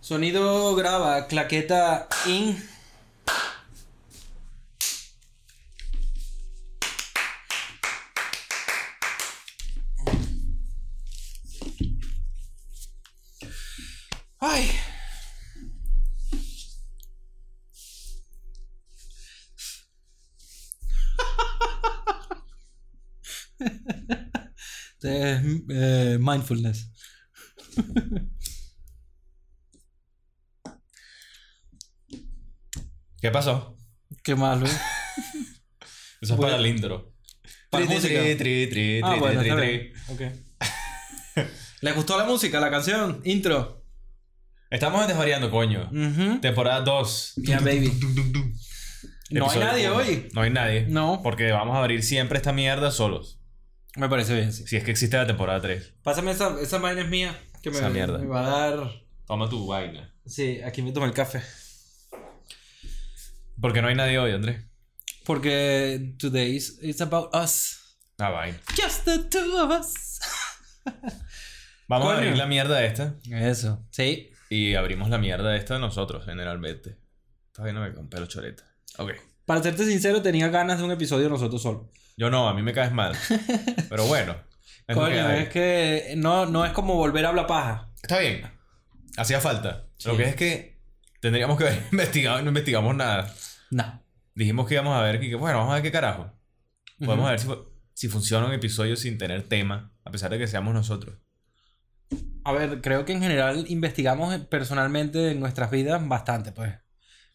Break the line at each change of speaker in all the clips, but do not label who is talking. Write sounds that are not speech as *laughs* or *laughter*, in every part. Sonido graba, claqueta in. *laughs* Ay. Det er eh, mindfulness.
¿Qué pasó?
Qué malo.
Eso es
Bueno.
para el intro.
Para
Tri,
música.
tri, tri, tri,
Ah,
tri,
bueno,
tri,
está
tri.
bien. Ok. *laughs* ¿Les gustó la música, la canción? Intro.
Estamos en desvariando, coño.
Ujú.
Temporada 2.
Yeah, baby. No hay
Episodio
nadie
uno.
hoy.
No hay nadie.
No.
Porque vamos a abrir siempre esta mierda solos.
Me parece bien, sí.
Si es que existe la temporada 3.
Pásame esa, esa vaina es mía. Que me,
Esa mierda.
me va a dar.
Toma tu vaina.
Sí, aquí me tomo el café.
Porque no hay nadie hoy, Andrés.
Porque today is it's about us.
Ah, vaina.
Just the two of us.
Vamos
Coño.
a abrir la mierda esta.
Eso. Sí.
Y abrimos la mierda esta nosotros, generalmente. Estás viéndome con pelo choreta. Ok.
Para serte sincero, tenía ganas de un episodio nosotros solos.
Yo no, a mí me caes mal. Pero bueno. es lo que
Coño,
hay.
es que no, no es como volver a hablar paja.
Está bien. Hacía falta.
Sí.
Lo que es que tendríamos que haber *laughs* investigado y no investigamos nada.
No.
Dijimos que íbamos a ver, y que bueno, vamos a ver qué carajo. Podemos ver si, fu- si funciona un episodio sin tener tema, a pesar de que seamos nosotros.
A ver, creo que en general investigamos personalmente en nuestras vidas bastante, pues.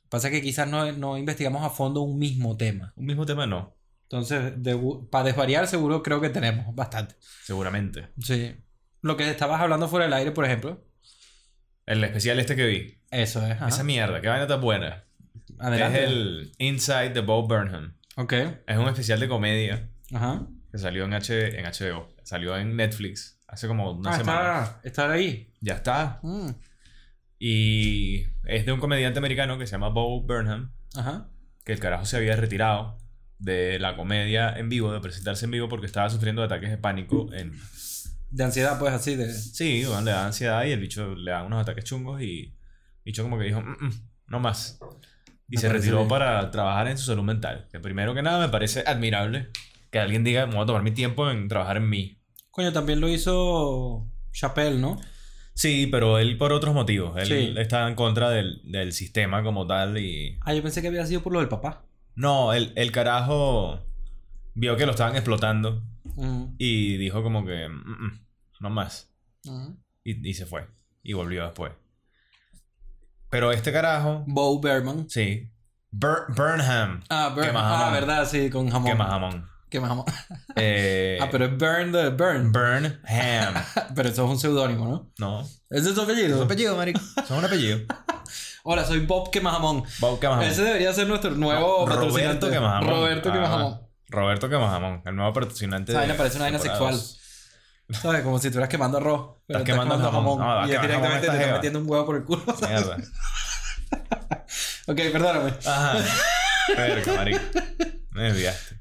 Pasa que quizás no, no investigamos a fondo un mismo tema.
Un mismo tema no,
Entonces, para desvariar seguro creo que tenemos bastante.
seguramente.
Sí. Lo que estabas hablando fuera del aire, por ejemplo.
El especial este que vi.
Eso es. ajá.
Esa mierda, qué vaina tan buena.
Adelante.
Es el Inside the Bob Burnham.
Ok.
Es un especial de comedia
Ajá.
que salió en, H en HBO. Salió en Netflix hace como una
Ah,
semana.
está, está ahí.
Ya está.
Mm.
Y es de un comediante americano que se llama Bob Burnham.
Ajá.
que el carajo se había retirado de la comedia en vivo, de presentarse en vivo porque estaba sufriendo de ataques de pánico en...
De ansiedad, pues así de...
Sí, bueno, le da ansiedad y el bicho le da unos ataques chungos y el bicho como que dijo, "Mm, mm, no más. Y
Me
se
parece
retiró
bien.
para trabajar en su salud mental. Que primero que nada me parece admirable que alguien diga, me voy a tomar mi tiempo en trabajar en mí.
Coño, también lo hizo Chappelle, ¿no?
Sí, pero él por otros motivos. Él
Sí.
está en contra del, del sistema como tal y...
Ah, yo pensé que había sido por lo del papá.
No, el, el carajo vio que lo estaban explotando
Mm.
Y dijo como que, "Mm, mm, no más.
Ajá.
Y, y se fue. Y volvió después. Pero este carajo,
Bo Berman.
sí. Bur- Burnham.
Ah, Burn.
Quema
Ah,
jamón.
verdad, sí, con jamón.
Qué
*laughs*
más jamón.
Quema jamón.
Eh,
ah, pero es Burn the Burn.
Burnham.
*laughs* Pero eso es un seudónimo, ¿no?
No.
Ese *laughs* es su
Es
apellido.
un apellido, marico. Son un apellido.
Hola, soy Bob Quema jamón.
Bob Quema Jamón.
Ese debería ser nuestro nuevo patrocinante.
Ah. Roberto Quema Jamón.
Roberto Quema
Ah,
jamón.
Roberto Quema Jamón. El nuevo patrocinante.
Esa
de
vaina parece una vaina
temporada
sexual.
dos.
¿Sabes? Como si estuvieras quemando arroz. Pero
Estás quemando jamón. Ah, vas
y es
a quemar jamón a
directamente
esta
te estás
jeva.
metiendo un huevo por el culo. *laughs* ok,
Mierda.
perdóname.
Ajá. *laughs* Verga, marico. Me desviaste.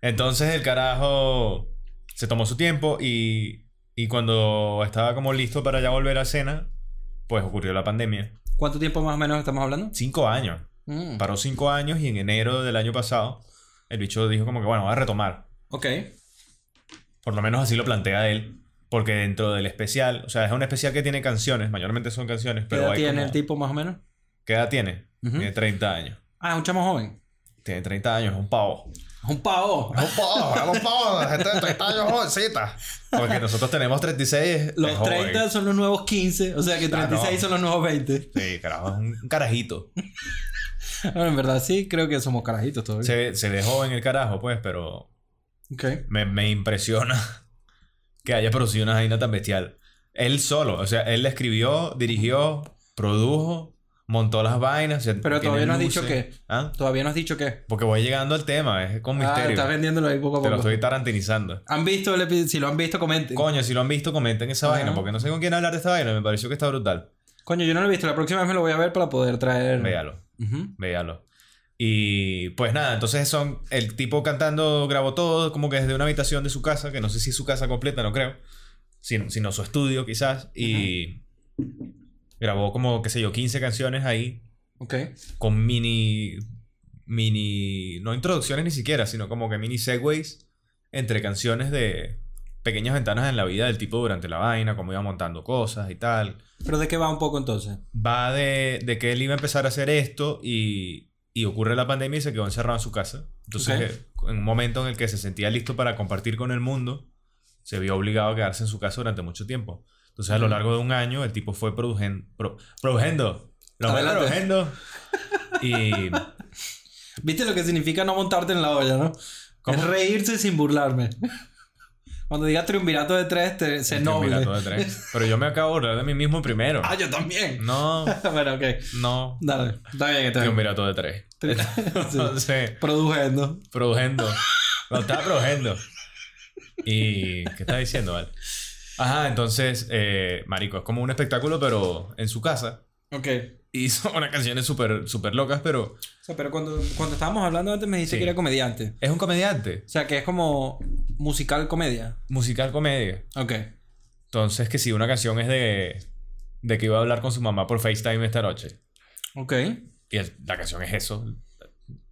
Entonces el carajo se tomó su tiempo y, y cuando estaba como listo para ya volver a cena, pues ocurrió la pandemia.
¿Cuánto tiempo más o menos estamos hablando?
Cinco años.
Mm,
Paró cinco años y en enero del año pasado el bicho dijo como que bueno, va a retomar.
Ok.
Por lo menos así lo plantea él. Porque dentro del especial, o sea, es un especial que tiene canciones, mayormente son canciones,
¿Qué
pero
edad
hay
tiene
como-
el tipo más o menos?
¿Qué edad tiene?
Ujú.
Tiene 30 años.
Ah, es un chamo joven.
Tiene 30 años, es un pavo.
Un pavo.
Vamos pavo, vamos pavo, la gente de 30 años jovencita. Porque nosotros tenemos 36. es
Los
joven.
30 son los nuevos 15. O sea que
Ah, no.
36 son los nuevos 20.
Sí, carajo, es un carajito.
*laughs* Bueno, en verdad sí, creo que somos carajitos todavía.
Se, se ve joven el carajo, pues, pero
Ok.
me, me impresiona que haya producido una vaina tan bestial. Él solo, o sea, él la escribió, dirigió, produjo, montó las vainas. o sea,
Pero
tiene
todavía no has
luces.
dicho qué.
¿Ah?
Todavía no has dicho qué.
Porque voy llegando al tema, es con
Ah,
misterio.
estás vendiéndolo ahí poco a
Te lo
poco.
estoy tarantinizando.
¿Han visto el epi- Si lo han visto, comenten.
Coño, si lo han visto, comenten esa
Ajá.
vaina, porque no sé con quién hablar de esta vaina, me pareció que está brutal.
Coño, yo no lo he visto. La próxima vez me lo voy a ver para poder traer.
Véalo.
Ujú.
Véalo. Y pues nada, entonces son el tipo cantando, grabó todo, como que desde una habitación de su casa, que no sé si es su casa completa, no creo, sino, sino su estudio quizás, y Grabó como, qué sé yo, 15 canciones ahí
Ok.
con mini. mini. no introducciones ni siquiera, sino como que mini segways entre canciones de pequeñas ventanas en la vida del tipo durante la vaina, cómo iba montando cosas y tal.
Pero de qué va un poco entonces.
Va de, de que él iba a empezar a hacer esto y, y ocurre la pandemia y se quedó encerrado en su casa. Entonces,
Ok.
eh, en un momento en el que se sentía listo para compartir con el mundo, se vio obligado a quedarse en su casa durante mucho tiempo. Entonces, a lo largo de un año, el tipo fue produgen- pro- produciendo. Lo fue
Adelante. *laughs*
produciendo. Y
¿Viste lo que significa no montarte en la olla, no?
¿Cómo?
Es reírse sin burlarme. Cuando digas triunvirato de tres, te, se
El
noble.
triunvirato de tres. Pero yo me acabo de burlar de mí mismo primero.
*laughs* Ah, yo también. *laughs*
No,
bueno, ok.
no.
Dale. Está bien, está bien.
Triunvirato de tres.
*laughs* Sí.
Entonces,
Produciendo.
produjendo. Lo estaba produjendo. ¿Y qué estaba diciendo, Val? Ajá, entonces, eh, marico, es como un espectáculo, pero en su casa.
Ok.
Y son unas canciones súper súper locas, pero
O sea, pero cuando, cuando estábamos hablando antes me dijiste
Sí.
que era comediante.
es un comediante.
O sea, que es como musical comedia.
Musical comedia.
Ok.
Entonces, que si una canción es de, de que iba a hablar con su mamá por FaceTime esta noche.
Ok.
Y el- la canción es eso.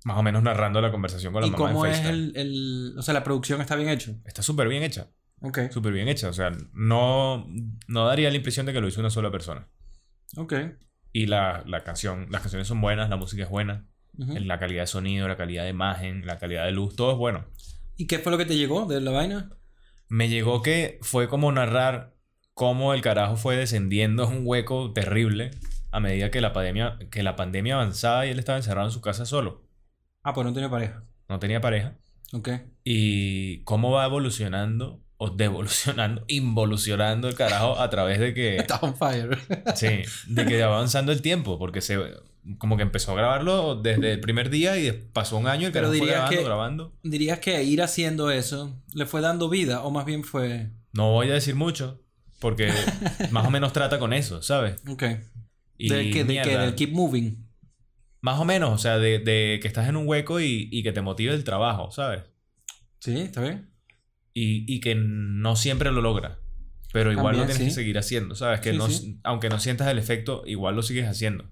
Más o menos narrando la conversación con la
¿Y
mamá
cómo
en
es
FaceTime.
el, el... O sea, la producción está bien hecha.
Está súper bien hecha.
Ok.
Súper bien hecha. O sea, no, no daría la impresión de que lo hizo una sola persona.
Ok.
Y la, la canción, las canciones son buenas, la música es buena,
Ujú.
la calidad de sonido, la calidad de imagen, la calidad de luz, todo es bueno.
¿Y qué fue lo que te llegó de la vaina?
Me llegó que fue como narrar cómo el carajo fue descendiendo un hueco terrible a medida que la pandemia, que la pandemia avanzaba y él estaba encerrado en su casa solo.
Ah, pues no tenía pareja.
No tenía pareja.
Ok.
Y cómo va evolucionando o devolucionando, *laughs* involucionando el carajo a través de que...
Está on fire.
Sí, de que va avanzando el tiempo, porque se como que empezó a grabarlo desde el primer día y pasó un año y el
Pero
carajo fue
dirías
grabando,
que-
grabando.
¿Dirías que ir haciendo eso le fue dando vida o más bien fue...
No voy a decir mucho,
*laughs*
porque más o menos trata con eso, ¿sabes?
Ok.
Y
¿De qué? ¿De qué?
mierda,
¿Del keep moving?
Más o menos, o sea, de, de que estás en un hueco y, y que te motive el trabajo, ¿sabes?
Sí, está bien.
Y, y que no siempre lo logra. Pero igual lo
También,
tienes que
sí.
seguir haciendo, ¿sabes? Que
Sí,
no,
sí.
aunque no sientas el efecto, igual lo sigues haciendo.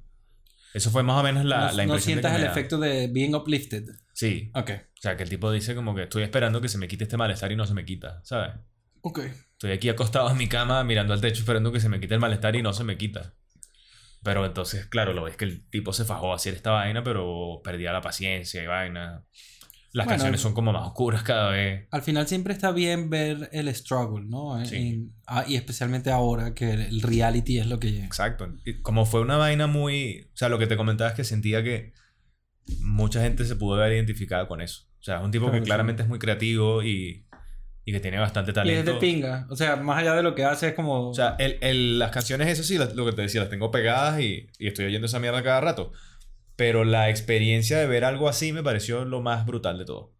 Eso fue más o menos la,
no,
la
no
impresión. de que
sientas
me
el
da.
efecto de being uplifted.
Sí,
Ok.
O sea, que el tipo dice como que estoy esperando que se me quite este malestar y no se me quita, ¿sabes?
Ok.
Estoy aquí acostado en mi cama mirando al techo esperando que se me quite el malestar y no se me quita. Pero entonces, claro, lo ves que el tipo se fajó a hacer esta vaina, pero perdía la paciencia y vaina. Las
Bueno,
canciones
el-
son como más oscuras cada vez.
Al final siempre está bien ver el struggle, ¿no? En-
Sí.
en- ah, y especialmente ahora que el reality es lo que llega.
Exacto. Y Como fue una vaina muy... O sea, lo que te comentaba es que sentía que mucha gente se pudo ver identificada con eso. O sea, es un tipo
Claro,
que
sí.
claramente es muy creativo y, y que tiene bastante
Y
talento.
es de pinga. O sea, más allá de lo que hace es como...
O sea, el, el- las canciones, eso sí, las- lo que te decía, las tengo pegadas y, y estoy oyendo esa mierda cada rato. Pero la experiencia de ver algo así me pareció lo más brutal de todo.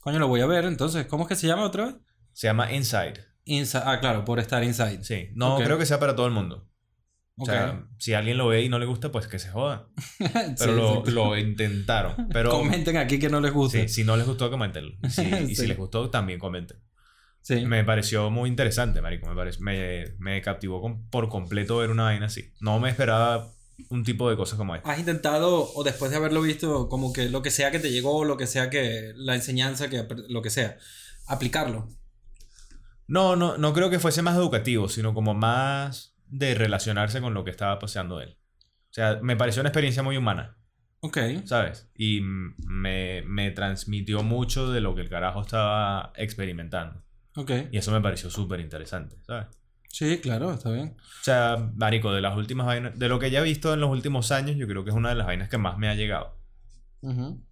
Coño, lo voy a ver entonces. ¿Cómo es que se llama otra vez?
Se llama Inside.
Inside. Ah, claro, por estar inside.
Sí. No
Ok.
creo que sea para todo el mundo.
Ok.
O sea, si alguien lo ve y no le gusta, pues que se joda.
Sí, *laughs*
Pero lo,
exacto. *laughs*
lo intentaron. Pero
Comenten aquí que no les gusta.
sí, si no les gustó, comentenlo. Y si- Y
Sí.
si les gustó, también comenten.
Sí.
Me pareció muy interesante, marico. Me, parec- me, me captivó con- por completo ver una vaina así. No me esperaba un tipo de cosas como esta.
¿Has intentado, o después de haberlo visto, como que lo que sea que te llegó, lo que sea que la enseñanza, que ap- lo que sea, aplicarlo?
No, no, no creo que fuese más educativo, sino como más de relacionarse con lo que estaba paseando él. O sea, me pareció una experiencia muy humana,
Ok.
¿sabes? Y mm, me, me transmitió mucho de lo que el carajo estaba experimentando.
Ok.
Y eso me pareció súper interesante, ¿sabes?
Sí, claro, está bien.
O sea, marico, de las últimas vainas, de lo que ya he visto en los últimos años, yo creo que es una de las vainas que más me ha llegado.
Ujú.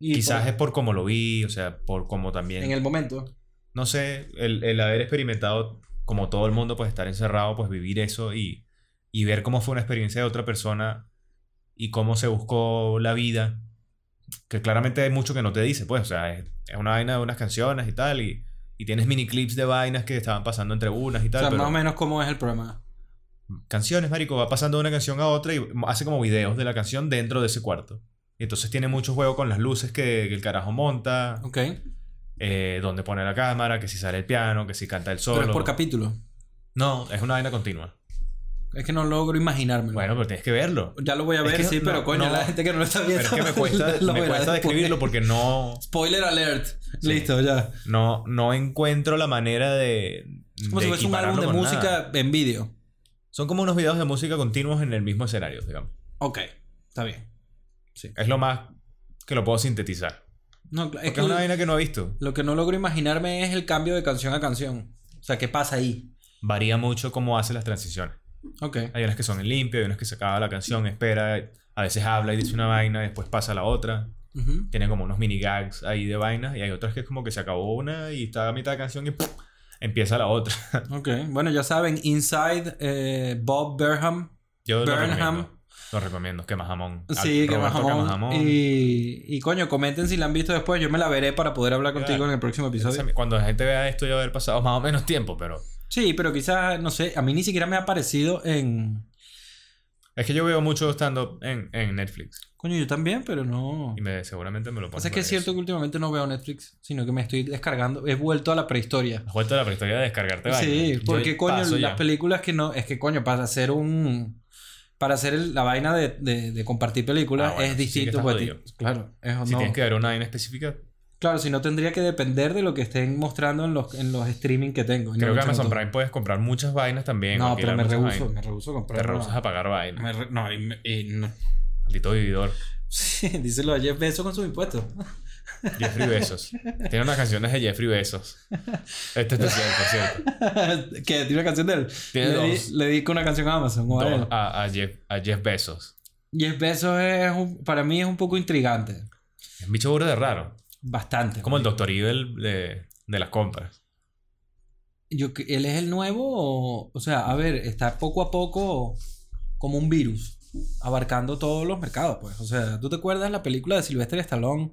Y
Quizás
por-
es por cómo lo vi, o sea, por cómo también...
en el momento.
no sé, el, el haber experimentado, como todo el mundo, pues estar encerrado, pues vivir eso y, y ver cómo fue una experiencia de otra persona y cómo se buscó la vida, que claramente hay mucho que no te dice, pues, o sea, es, es una vaina de unas canciones y tal, y, y tienes mini clips de vainas que estaban pasando entre unas y
O
tal,
sea,
pero
más o menos cómo es el programa.
canciones, marico, va pasando de una canción a otra y hace como videos de la canción dentro de ese cuarto. Y entonces tiene mucho juego con las luces que, que el carajo monta,
Ok.
eh, dónde pone la cámara, que si sale el piano, que si canta el solo.
Pero es por capítulo.
No, es una vaina continua.
Es que no logro imaginármelo.
Bueno, pero tienes que verlo.
ya lo voy a
es
ver,
que
sí,
no-
pero coño,
no-
*laughs* la gente que no lo está
Pero
viendo.
es que me cuesta,
lo
me
verá
cuesta
después.
describirlo porque no,
Spoiler alert. Listo, ya.
no, no encuentro la manera de.
Es como
de
si fuese un álbum
equipararlo
de
con
música
nada.
en vídeo.
Son como unos videos de música continuos en el mismo escenario, digamos.
Ok, está bien.
Es lo más que lo puedo sintetizar.
No, cla-
Eh, Porque
es
es,
que
una vaina que no he visto.
lo que no logro imaginarme es el cambio de canción a canción. O sea, ¿qué pasa ahí?
Varía mucho cómo hace las transiciones.
Ok.
Hay unas que son en limpio, hay unas que se acaba la canción, espera, a veces habla y dice una vaina, después pasa a la otra.
Ujú.
Tiene como unos mini gags ahí de vainas y hay otras que es como que se acabó una y está a mitad de canción y ¡pum! empieza la otra.
Ok, bueno, ya saben, Inside, eh, Bob Burnham.
Yo lo
Burnham.
recomiendo. Lo recomiendo, que más jamón.
Sí,
Al-
que más
Roberto
jamón.
Quemajamón.
Y, y coño, comenten si la han visto después. Yo me la veré para poder hablar contigo en el próximo episodio.
Cuando la gente vea esto ya va a haber pasado más o menos tiempo, pero...
Sí, pero quizás, no sé, a mí ni siquiera me ha aparecido en...
Es que yo veo mucho stand-up en, en Netflix.
Coño, yo también, pero no...
Y me, seguramente me lo
O
ponen.
sea, es que es cierto que últimamente no veo Netflix, sino que me estoy descargando. He vuelto a la prehistoria.
Has vuelto a la prehistoria de descargarte
Sí,
vainas.
porque
Ah, Yo
coño,
paso
las
ya.
películas que no. Es que coño, para hacer un. Para hacer el- la vaina de, de- de compartir películas
Ah, bueno,
es
sí que
distinto.
estás
porque ti-
jodido.
claro, es-
Si
no.
tienes que ver una vaina específica,
Claro, si no tendría que depender de lo que estén mostrando en los, en los streaming que tengo.
creo que Amazon
son
Prime puedes comprar muchas vainas también.
No, pero
alquilar
me
muchas
rehuso,
vainas.
me rehuso a
Te
comprar.
rehusas a pagar vainas.
Me re- no, y, me- y no. *laughs*
Maldito vividor.
Sí, díselo a Jeff Bezos con sus impuestos. *laughs*
Jeffrey Besos. Tiene unas canciones de Jeffrey Besos. Este especial, por
*laughs*
cierto.
que tiene una canción de él.
Tiene
le,
dos.
di, le dedico una canción a Amazon. o a él.
Dos A, a Jeff, a Jeff Besos.
Jeff Bezos es un- para mí es un poco intrigante.
Es un bicho burda de raro.
Bastante.
Es como el Doctor Evil de, de las compras.
Yo, que- él es el nuevo, o, o sea, a ver, está poco a poco como un virus, abarcando todos los mercados, pues. O sea, ¿tú te acuerdas la película de Sylvester Stallone?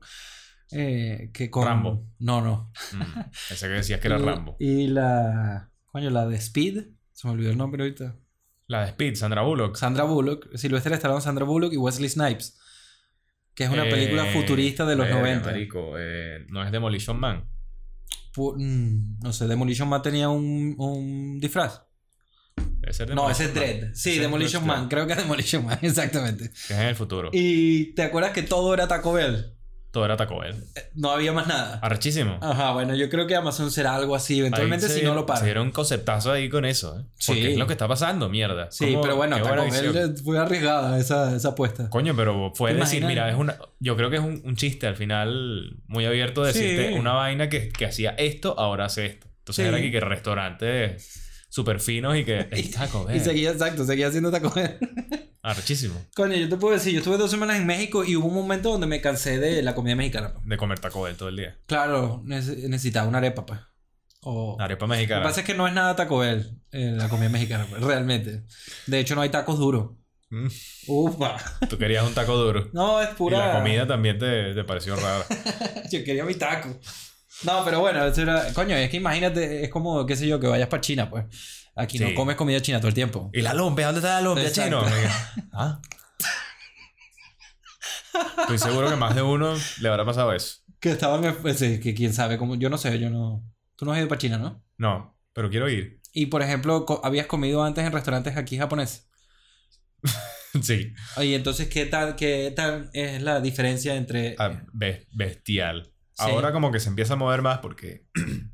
Eh, que con...
Rambo.
No, no.
Mm. Ese que decías que era
*laughs* Y-
Rambo.
Y la... Coño, la de Speed. Se me olvidó el nombre ahorita.
La de Speed, Sandra Bullock.
Sandra Bullock. Sylvester Stallone, Sandra Bullock y Wesley Snipes. Que es una
Eh,
película futurista de los
verga,
90.
marico, eh, no es Demolition Man.
Pu- mm, no sé, Demolition Man tenía un, un disfraz.
Debe ser
No,
Demolition
ese es
Man.
Dread. Sí,
Ese es
Demolition
Dread.
Man. Creo que es Demolition Man, *laughs* exactamente.
Que es en el futuro.
¿Y te acuerdas que todo era Taco Bell?
Todo era Taco Bell.
Eh, No había más nada.
Arrechísimo.
Ajá, bueno, yo creo que Amazon será algo así Ah, eventualmente
Ahí se-
si no lo
Se
paran.
dieron un conceptazo ahí con eso, ¿eh? Porque
Sí.
es lo que está pasando, mierda.
Sí,
Como-
pero bueno,
qué
Taco
buena visión.
Bell eh, fue arriesgada esa, esa apuesta.
Coño, pero fue
¿Te
decir,
imaginas?
mira, es una, yo creo que es un, un chiste al final muy abierto
Sí.
decirte una vaina que, que hacía esto, ahora hace esto. Entonces
Sí.
era aquí que restaurantes súper finos y que es Taco
*laughs* Y
Bell.
seguía, exacto, seguía haciendo Taco Bell. *laughs*
Arrechísimo
Coño, yo te puedo decir, yo estuve dos semanas en México y hubo un momento donde me cansé de la comida mexicana. pa.
de comer Taco Bell todo el día.
Claro, nece- necesitaba una arepa, pues. O...
Arepa
Lo
mexicana.
que pasa es que no es nada Taco Bell, eh, la comida mexicana, pues, realmente. De hecho, no hay tacos duros.
Mm.
Ufa.
Tú querías un taco duro.
No, es
Y
pura...
la comida también te, te pareció rara.
*laughs* Yo quería mi taco. No, pero bueno, eso era... Coño, es que imagínate, es como, qué sé yo, que vayas para China, pues. Aquí
Sí.
no comes comida china todo el tiempo.
¿Y la lumpia? ¿Dónde está la lumpia, chino?
Exacto.
¿Ah? Estoy seguro que más de uno le habrá pasado eso.
Que estaban... en- pues, sí, que quién sabe cómo... Yo no sé, yo no... Tú no has ido para China, ¿no?
No, pero quiero ir. *laughs*
Y, por ejemplo, co- habías comido antes en restaurantes aquí japoneses.
Sí.
Y entonces, ¿qué tal, qué tal es la diferencia entre...
Ah, be- bestial.
Eh, Sí.
Ahora como que se empieza a mover más porque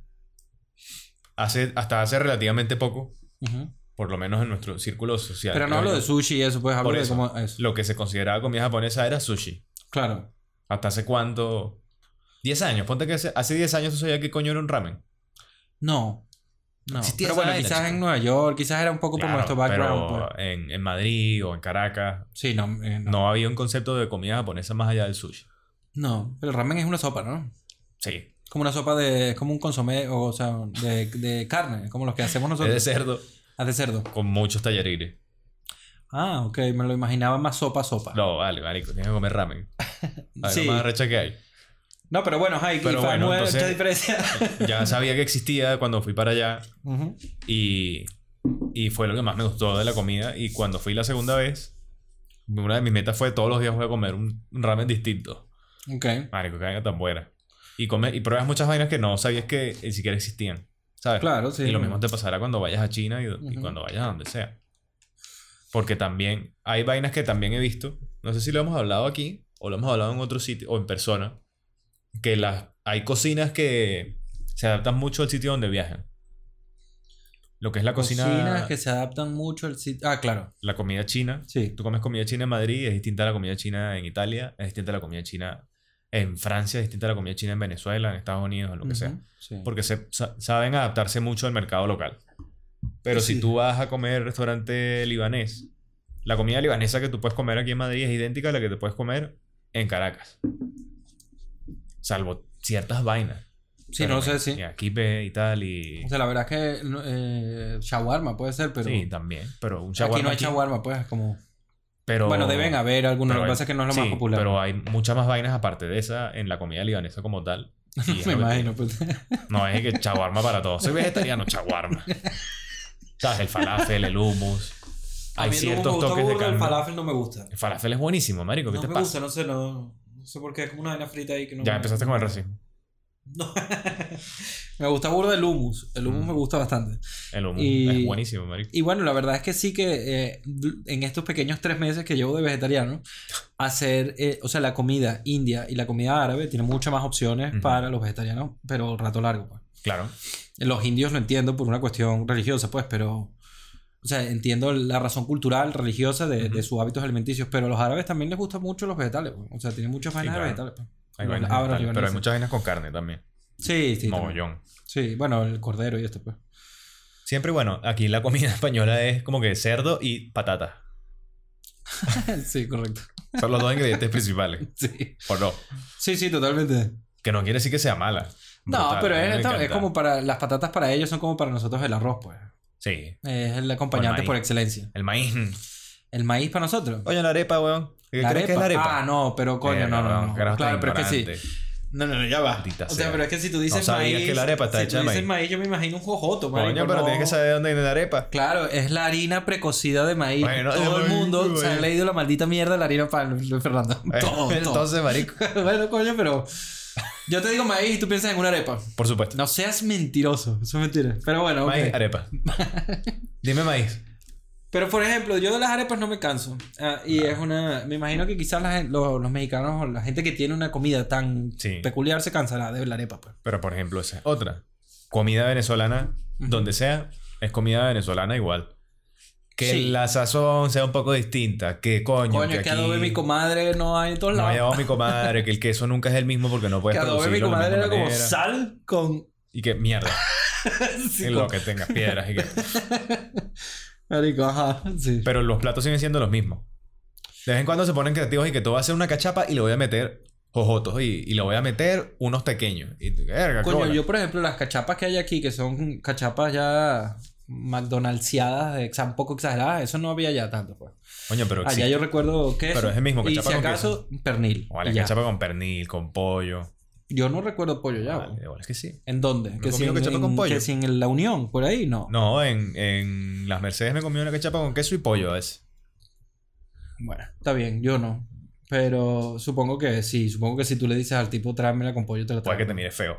*clears throat* hace, hasta hace relativamente poco,
Ujú.
por lo menos en nuestro círculo social.
Pero no
creo
hablo
yo,
de sushi y eso, pues hablo
Por
de
eso.
cómo... Eso.
Lo que se consideraba comida japonesa era sushi.
Claro.
¿Hasta hace cuánto? 10 años. Ponte que hace, hace 10 años tú sabías que coño era un ramen.
No. No.
Existía
Pero
esa
bueno,
vaina,
quizás
chico.
en Nueva York, quizás era un poco por
Claro,
nuestro background.
pero
pues.
en, en Madrid o en Caracas
Sí, no, eh, no.
no había un concepto de comida japonesa más allá del sushi.
No, pero el ramen es una sopa, ¿no?
Sí.
Como una sopa de. Es como un consomé, o, o sea, de, de carne, como los que hacemos
Es de
nosotros.
cerdo
Ah, de cerdo.
con muchos tallarines.
Ah, ok, me lo imaginaba más sopa, sopa.
No, vale, marico. Tienes que comer ramen. A ver,
Sí.
lo más arrecha que hay.
No, pero bueno, hay
Pero bueno, entonces-
mucha diferencia.
Ya sabía que existía cuando fui para allá
Ujú.
y, y fue lo que más me gustó de la comida. Y cuando fui la segunda vez, una de mis metas fue todos los días voy a comer un, un ramen distinto.
Ok.
Marico, que vaina tan buena. Y, come, y pruebas muchas vainas que no sabías que ni siquiera existían. ¿Sabes?
Claro, sí.
Y lo mismo te pasará cuando vayas a China y, y
Ujú.
cuando vayas a donde sea. Porque también hay vainas que también he visto. No sé si lo hemos hablado aquí o lo hemos hablado en otro sitio o en persona. Que las, hay cocinas que se adaptan mucho al sitio donde viajan. Lo que es la cocina.
Cocinas que se adaptan mucho al sitio. Ah, claro.
La comida china.
Sí.
Tú comes comida china en Madrid, es distinta a la comida china en Italia, es distinta a la comida china en Francia, es distinta a la comida china en Venezuela, en Estados Unidos, en lo que sea.
Ujú, sí.
Porque se, sa- saben adaptarse mucho al mercado local. Pero
Sí.
si tú vas a comer restaurante libanés, la comida libanesa que tú puedes comer aquí en Madrid es idéntica a la que te puedes comer en Caracas. Salvo ciertas vainas.
Sí, no sé, sí.
Aquí ve y tal y...
O sea, la verdad es que no, eh, shawarma puede ser, pero
Sí, también. Pero un
aquí no hay
shawarma
shawarma, pues, como...
Pero...
Bueno, deben haber algunos, lo que
hay-
pasa es que no es lo más
sí,
popular.
Pero hay muchas más vainas aparte de esa en la comida libanesa
*laughs*
como tal. Y es
Me
lo que te
imagino, pues.
digo. No, es que chaguarma para todos. Soy vegetariano, chaguarma. ¿Sabes? El falafel, el hummus. Hay ciertos toques de carne. El falafel.
no me gusta.
es buenísimo, marico. ¿Qué te pasa?
no sé, no, no sé por qué, es como una vaina frita ahí que no...
Ya empezaste con el racismo.
No. me gusta burda el hummus, el hummus
Mm.
me gusta bastante.
El hummus
Y-
es buenísimo, marico.
Y bueno, la verdad es que sí que eh, en estos pequeños tres meses que llevo de vegetariano, hacer, eh, o sea, la comida india y la comida árabe tiene muchas más opciones
Ujú.
para los vegetarianos, pero rato largo. Pues.
Claro.
Los indios lo entiendo por una cuestión religiosa, pues, pero... O sea, entiendo la razón cultural, religiosa de, de
Ujú.
sus hábitos alimenticios, pero a los árabes también les gustan mucho los vegetales. pues. O sea, tienen muchas vainas de
claro.
vegetales. pues.
Hay
Bueno,
vainas
ahora
vegetales, pero hay
libanesa.
muchas vainas con carne también.
Sí, sí. también.
Mogollón.
Sí, bueno, el cordero y esto, pues. *laughs*
Siempre, bueno, aquí la comida *laughs* española es como que cerdo y patata.
sí, correcto.
Son los
*laughs*
dos ingredientes principales.
Sí,
¿O no?
sí, sí totalmente.
Que no quiere decir que sea mala.
No,
Brutal,
pero
a mí me
es, esta- es
encanta.
como para las patatas para ellos son como para nosotros el arroz, pues.
Sí.
Es el acompañante
maíz.
por excelencia.
El maíz.
El maíz para nosotros.
Oye, la arepa, weón. ¿Qué crees que es la arepa?
Ah, no, pero coño,
Verga,
no, no,
weón,
no.
qué carajo
Claro,
tan
pero es que sí.
ignorante.
No, no, no, ya va.
Maldita
O sea,
sea.
pero es que si tú dices
No sabías
maíz,
que la arepa está
si
hecha
tú
de
dices
maíz.
maíz, yo me imagino un jojoto,
Coño,
marico,
pero
no.
tienes que saber dónde viene la *laughs* arepa.
Claro, es la harina precocida de maíz.
Bueno,
todo
de
el
maíz,
mundo
de
se ha
maíz.
leído la maldita mierda de la harina para Luis Fernando.
*laughs*
Todo, todo.
Entonces, marico.
*laughs* bueno, coño, pero yo te digo maíz y tú piensas en una arepa.
*laughs* Por supuesto.
No seas mentiroso, eso es mentira. Pero bueno, ok. *laughs*
Maíz, arepa. Dime maíz.
Pero por ejemplo, yo de las arepas no me canso. Ah, y es una. Me imagino que quizás la gen- los, los mexicanos o la gente que tiene una comida tan
Sí.
peculiar se cansará de la arepa, pues.
Pero, por ejemplo, esa es otra. Comida venezolana, donde sea, es comida venezolana igual. Que
Sí.
la sazón sea un poco distinta. Que coño,
Coño,
que,
que
aquí
adobe mi comadre no hay en todos
No
lados. *laughs*
ha llevado mi comadre, que el queso nunca es el mismo porque no
que
puedes
adobe
producirlo
mi
de la
comadre
misma
era como
manera.
sal con.
Y que mierda,
*laughs* sí,
en
con-
lo que tengas, piedras y que...
Marico, ajá. Sí.
Pero los platos siguen siendo los mismos. De vez en cuando se ponen creativos y que todo va a ser una cachapa y le voy a meter jojotos y, y le voy a meter unos pequeños. Y tú, verga, qué
Coño,
bola.
yo por ejemplo, las cachapas que hay aquí, que son cachapas ya McDonaldseadas, de- un poco exageradas, eso no había ya tanto, pues.
Coño, pero
Allá
existe.
yo recuerdo queso.
Pero es el mismo,
Y
cachapa
si
con
acaso, pernil.
O la
y ya.
cachapa con pernil, con pollo.
Yo no recuerdo pollo ya.
Vale,
güey.
igual es que sí.
¿En dónde?
Me
Que si
comí
en,
una cachapa con
en-
pollo.
que si en la Unión, por ahí, no.
No, en, en las Mercedes me comí una cachapa con queso y pollo. Es.
Bueno, está bien, yo no. Pero supongo que sí, supongo que si tú le dices al tipo tráemela con pollo, te la
Puede
trae.
que te mire feo.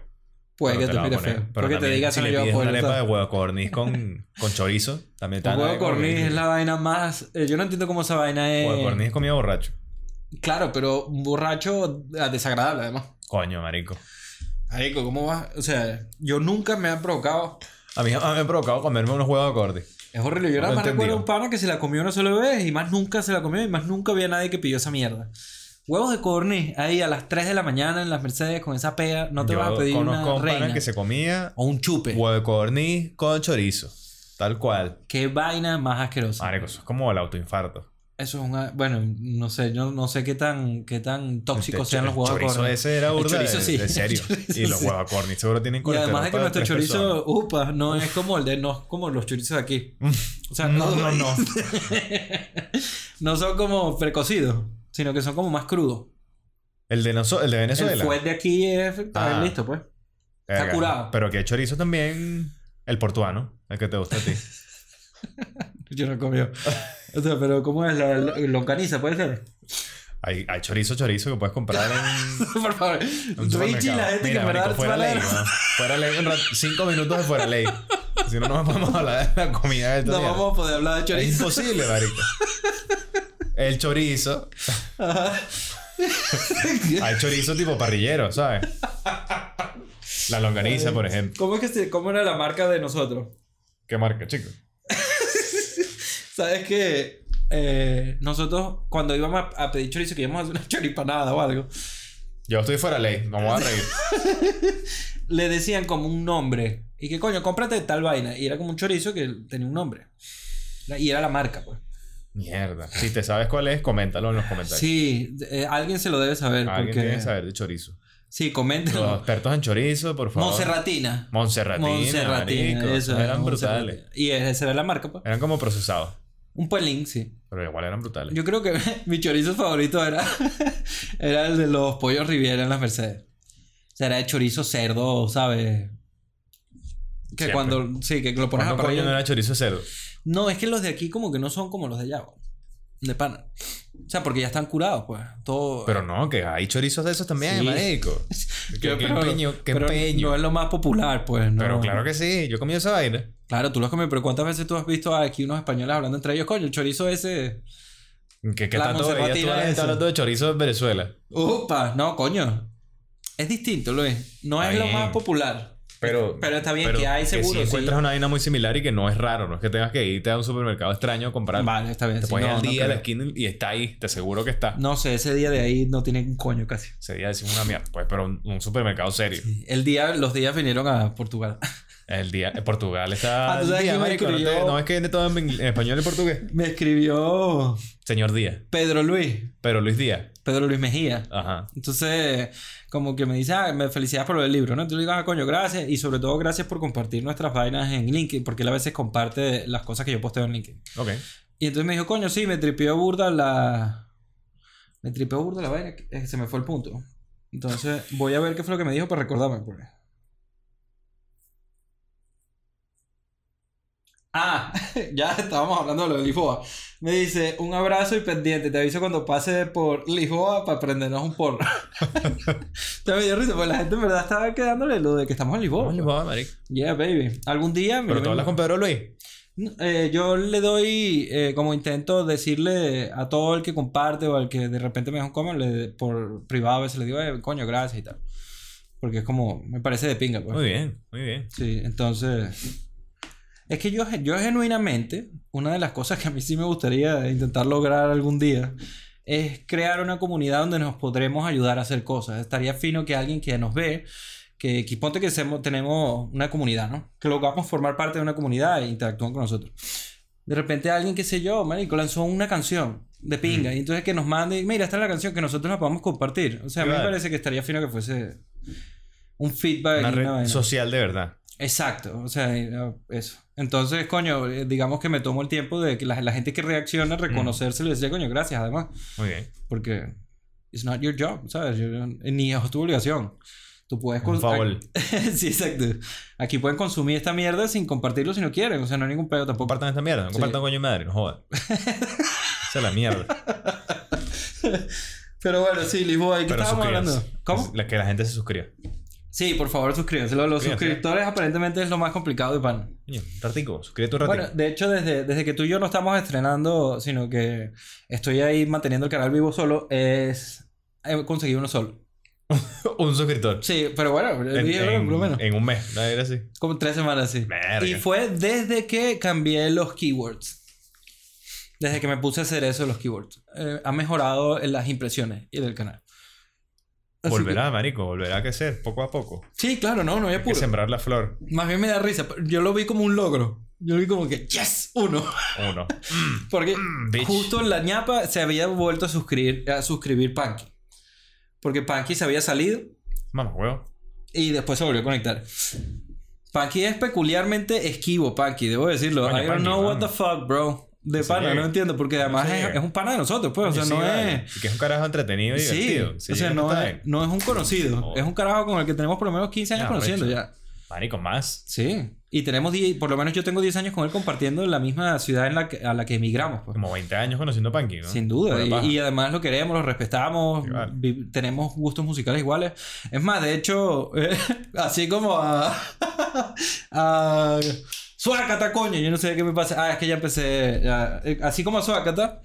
Puede
pero
que te
la va a
mire
poner.
feo.
Pero
Puede que te
también,
diga
si
eso
le
yo
pides una
pollo.
arepa de
tal.
huevo corniz con, con chorizo, también te
Un
van a
huevo
ver como que-
corniz es la vaina más. eh, yo no entiendo cómo esa vaina es.
Huevo corniz es comida borracho.
Claro, pero un borracho ah, desagradable además.
Coño, marico.
Marico, ¿cómo vas? O sea, yo nunca me ha provocado.
A mí jamás me ha provocado comerme unos huevos corniz.
Es horrible. Yo
No
nada
lo
más
entendí.
recuerdo un pana que se la comió una sola vez y más nunca se la comió y más nunca había nadie que pidió esa mierda. Huevos de corniz ahí a las 3 de la mañana en las Mercedes con esa pega. No te
Yo
vas a pedir
conozco
una
un pana
reina
que se comía
o un chupe.
huevo de corniz con chorizo. Tal cual.
Qué vaina más asquerosa.
Marico, eso es como el autoinfarto.
Eso es una... Bueno, no sé. Yo no sé qué tan, qué tan tóxicos
Este
sean
cho-
los huevos
el
de
chorizo
corniz.
ese era
El
burda
chorizo
de,
sí.
de serio.
El chorizo
y los
sí.
huevos corniz seguro tienen
Y
colesterol
además de que
para
nuestro
tres
chorizo,
personas. Mm.
upa, no es como el de no, como los chorizos de aquí. O sea,
No, no, no.
*laughs* no son como precocidos, sino que son como más crudos.
El de, noso- el de
El
Venezuela.
fuet de aquí es está
Ah.
listo, pues.
Verga,
está curado.
Pero que hay chorizo también. El portuano, el que te gusta a ti.
Yo no comí.
*laughs*
O sea, pero ¿cómo es la, la- longaniza? ¿Puede ser? *laughs*
Hay, hay chorizo, chorizo que puedes comprar en.
Por favor.
en un
Richie, la
supermercado.
gente
Mira,
que me
marico,
da *laughs*
fuera ley, weón. Fuera ley, un rat- cinco minutos de fuera ley. Si no, no podemos hablar de la comida de
No
italiana.
vamos a poder hablar de
Es
chorizo.
imposible, marico. El chorizo.
*laughs*
*laughs* Hay chorizo tipo parrillero, ¿sabes? La longaniza, por ejemplo.
¿Cómo es que se- cómo era la marca de nosotros?
¿Qué marca, chico?
¿Sabes qué? Eh, nosotros, cuando íbamos a, a pedir chorizo, que íbamos a hacer una *laughs* choripanada o algo,
Yo estoy fuera de ley. No me voy a reír.
le decían como un nombre. Y que coño, cómprate tal vaina. Y era como un chorizo que tenía un nombre. La- Y era la marca, pues.
Mierda. Si te sabes cuál es, coméntalo en los comentarios.
Sí, eh, alguien se lo debe saber.
Alguien
porque...
tiene que saber de chorizo.
Sí,
Los
coméntenlo.
expertos en chorizo, por favor.
Monserratina.
Monserratina.
Monserratina.
marico.
Eso,
eran
Monserratina.
brutales.
Y esa era la marca, pues.
Eran como procesados.
Un pelín, sí.
Pero igual eran brutales.
Yo creo que *laughs* mi chorizo favorito era, *laughs* era el de los pollos Riviera en las Mercedes. O sea, era de chorizo cerdo, ¿sabes? Que
Siempre.
cuando. Sí, que lo pones a
¿Cuándo coño
parrilla.
no era chorizo de cerdo?
No, es que los de aquí como que no son como los de allá, weón. De pana. O sea, porque ya están curados, pues. Todo.
Pero no, que hay chorizos de esos también,
Sí.
marico. Que-
*laughs* Yo-
que
pero-
empeño, que
pero
empeño.
No es lo más popular, pues. No.
Pero claro que sí, yo comí esa vaina.
Claro, tú lo has comido, pero ¿cuántas veces tú has visto aquí unos españoles hablando entre ellos? Coño, el chorizo ese.
¿Qué, qué
La
tanto veías tú a la
Monserratina
gente
esa.
hablando de chorizo en Venezuela?
Upa, no, coño. Es distinto, Luis. No
Está
es lo
bien.
más popular.
Pero,
Pero está bien que hay seguro, sí.
Si encuentras una vaina muy similar y que no es raro, no es que tengas que irte a un supermercado extraño a comprar.
Vale, está bien.
Te
sí,
pones
no,
al
no
día a la
creo.
esquina y está ahí, te aseguro que está.
No sé, ese día de ahí no tiene un coño casi.
Ese día decimos una mierda, pues, pero un, un supermercado serio.
El día, los días vinieron a Portugal. *laughs*
El día, eh, Portugal está.
Ah, ¿tú
al
sabes
día,
quién me
marico, no, te-
escribió?
no es que viene todo en, ingl- en español y portugués.
Me escribió
Señor Díaz,
Pedro Luis,
pero Luis Díaz.
Pedro Luis Mejía.
Ajá.
Entonces, como que me dice, ah, me felicidades por el libro, ¿no? Entonces le digo, ah, coño, gracias. Y sobre todo, gracias por compartir nuestras vainas en LinkedIn, porque él a veces comparte las cosas que yo posteo en LinkedIn.
Ok.
Y entonces me dijo, coño, sí, me tripeó burda la. Me tripeó burda la vaina, que- eh, se me fue el punto. Entonces, voy a ver qué fue lo que me dijo para recordarme. pues. Ah, *laughs* ya estábamos hablando de lo de Lisboa. Me dice, un abrazo y pendiente, te aviso cuando pase por Lisboa para prendernos un *laughs* porro. Te me dio risa, porque la gente en verdad estaba quedándole lo de que estamos en Lisboa.
Vamos,
pues.
vamos, marico.
Yeah, baby. Algún día... me
Pero
lo
tú hablas con Pedro Luis.
eh, yo le doy eh, como intento decirle a todo el que comparte o al que de repente me deja un comment, le- por privado a veces le digo, "Eh, coño, gracias y tal. Porque es como, me parece de pinga, pues.
Muy bien, muy bien.
Sí, entonces. Es que yo, yo genuinamente, una de las cosas que a mí sí me gustaría intentar lograr algún día es crear una comunidad donde nos podremos ayudar a hacer cosas. Estaría fino que alguien que nos ve, que, que ponte que semo- tenemos una comunidad, ¿no? Que logramos formar parte de una comunidad e interactúan con nosotros. De repente alguien, qué sé yo, marico, lanzó una canción de pinga. Y entonces que nos mande, mira, esta es la canción que nosotros la podamos compartir. O sea, a mí me
Claro.
parece que estaría fino que fuese un feedback.
Una
y
red
una vaina.
social de verdad.
Exacto, o sea, eh, eso. Entonces, coño, eh, digamos que me tomo el tiempo de que la, la gente que reacciona
Mm.
reconocerse y decir, coño, gracias, además,
Muy bien.
porque it's not your job, ¿sabes? Yo- eh, ni es tu obligación. Tú puedes
Por
cons-
favor,
*laughs* sí, exacto. Aquí pueden consumir esta mierda sin compartirlo si no quieren, o sea, no hay ningún pedo tampoco.
compartan esta mierda. No
Sí.
compartan coño de madre,
*laughs*
no jodan. Esa es la mierda.
Pero bueno, sí, Lisboa, ¿y qué
Pero
estábamos hablando?
suscríbanse.
¿Cómo?
La que la gente se suscriba.
Sí, por favor, suscríbanse. Lo de Los
Suscríbanse.
suscriptores aparentemente es lo más complicado de pan.
Coño, un ratico, suscríbete un ratico.
Bueno, de hecho, desde, desde que tú y yo no estamos estrenando, sino que estoy ahí manteniendo el canal vivo solo, es. He conseguido uno solo.
*laughs* un suscriptor.
Sí, pero bueno, el video, por lo menos.
en un mes, ¿no? Era así.
Como tres semanas, sí.
Verga.
Y fue desde que cambié los keywords. Desde que me puse a hacer eso de los keywords. Eh, ha mejorado en las impresiones y del canal. Así
Volverá, marico, volverá a crecer poco a poco.
que- sí, claro, no, no hay
Hay que
apuro.
sembrar la flor.
Más bien me da risa. pero Yo lo vi como un logro. Yo lo vi como que, yes, uno. *laughs*
Uno.
Porque
bitch.
justo en la ñapa se había vuelto a suscribir, a suscribir Panky. Porque Panky se había salido
Mamá, huevo.
y después se volvió a conectar. Panky es peculiarmente esquivo, Panky, debo decirlo. I
Coño,
don't
Panky,
know what
mano.
the fuck, bro. De
se
pana,
llega.
no entiendo. Porque además
se
es,
llega.
es un pana de nosotros, pues. O sea,
Sí,
no
vale.
es.
Y que es un carajo entretenido y
Sí,
divertido.
o sea,
yo
no
está
es,
bien.
no es un conocido.
Oh.
Es un carajo con el que tenemos por lo menos 15 años
Ah,
conociendo
recho.
ya.
Marico, más.
Sí. Y tenemos 10, por lo menos yo tengo 10 años con él compartiendo en la misma ciudad en la que, a la que emigramos, pues.
Como 20 años conociendo Panky, ¿no?
Sin
Pura
duda.
paja.
Y, y además lo queremos, lo respetamos,
Sí, vale.
vi- tenemos gustos musicales iguales. *laughs* Es más, de hecho, eh, así como *laughs* a, a Suácata, coño. Yo no sé qué me pasa. Ah, es que ya empecé. ya. Eh, Así como a Suácata,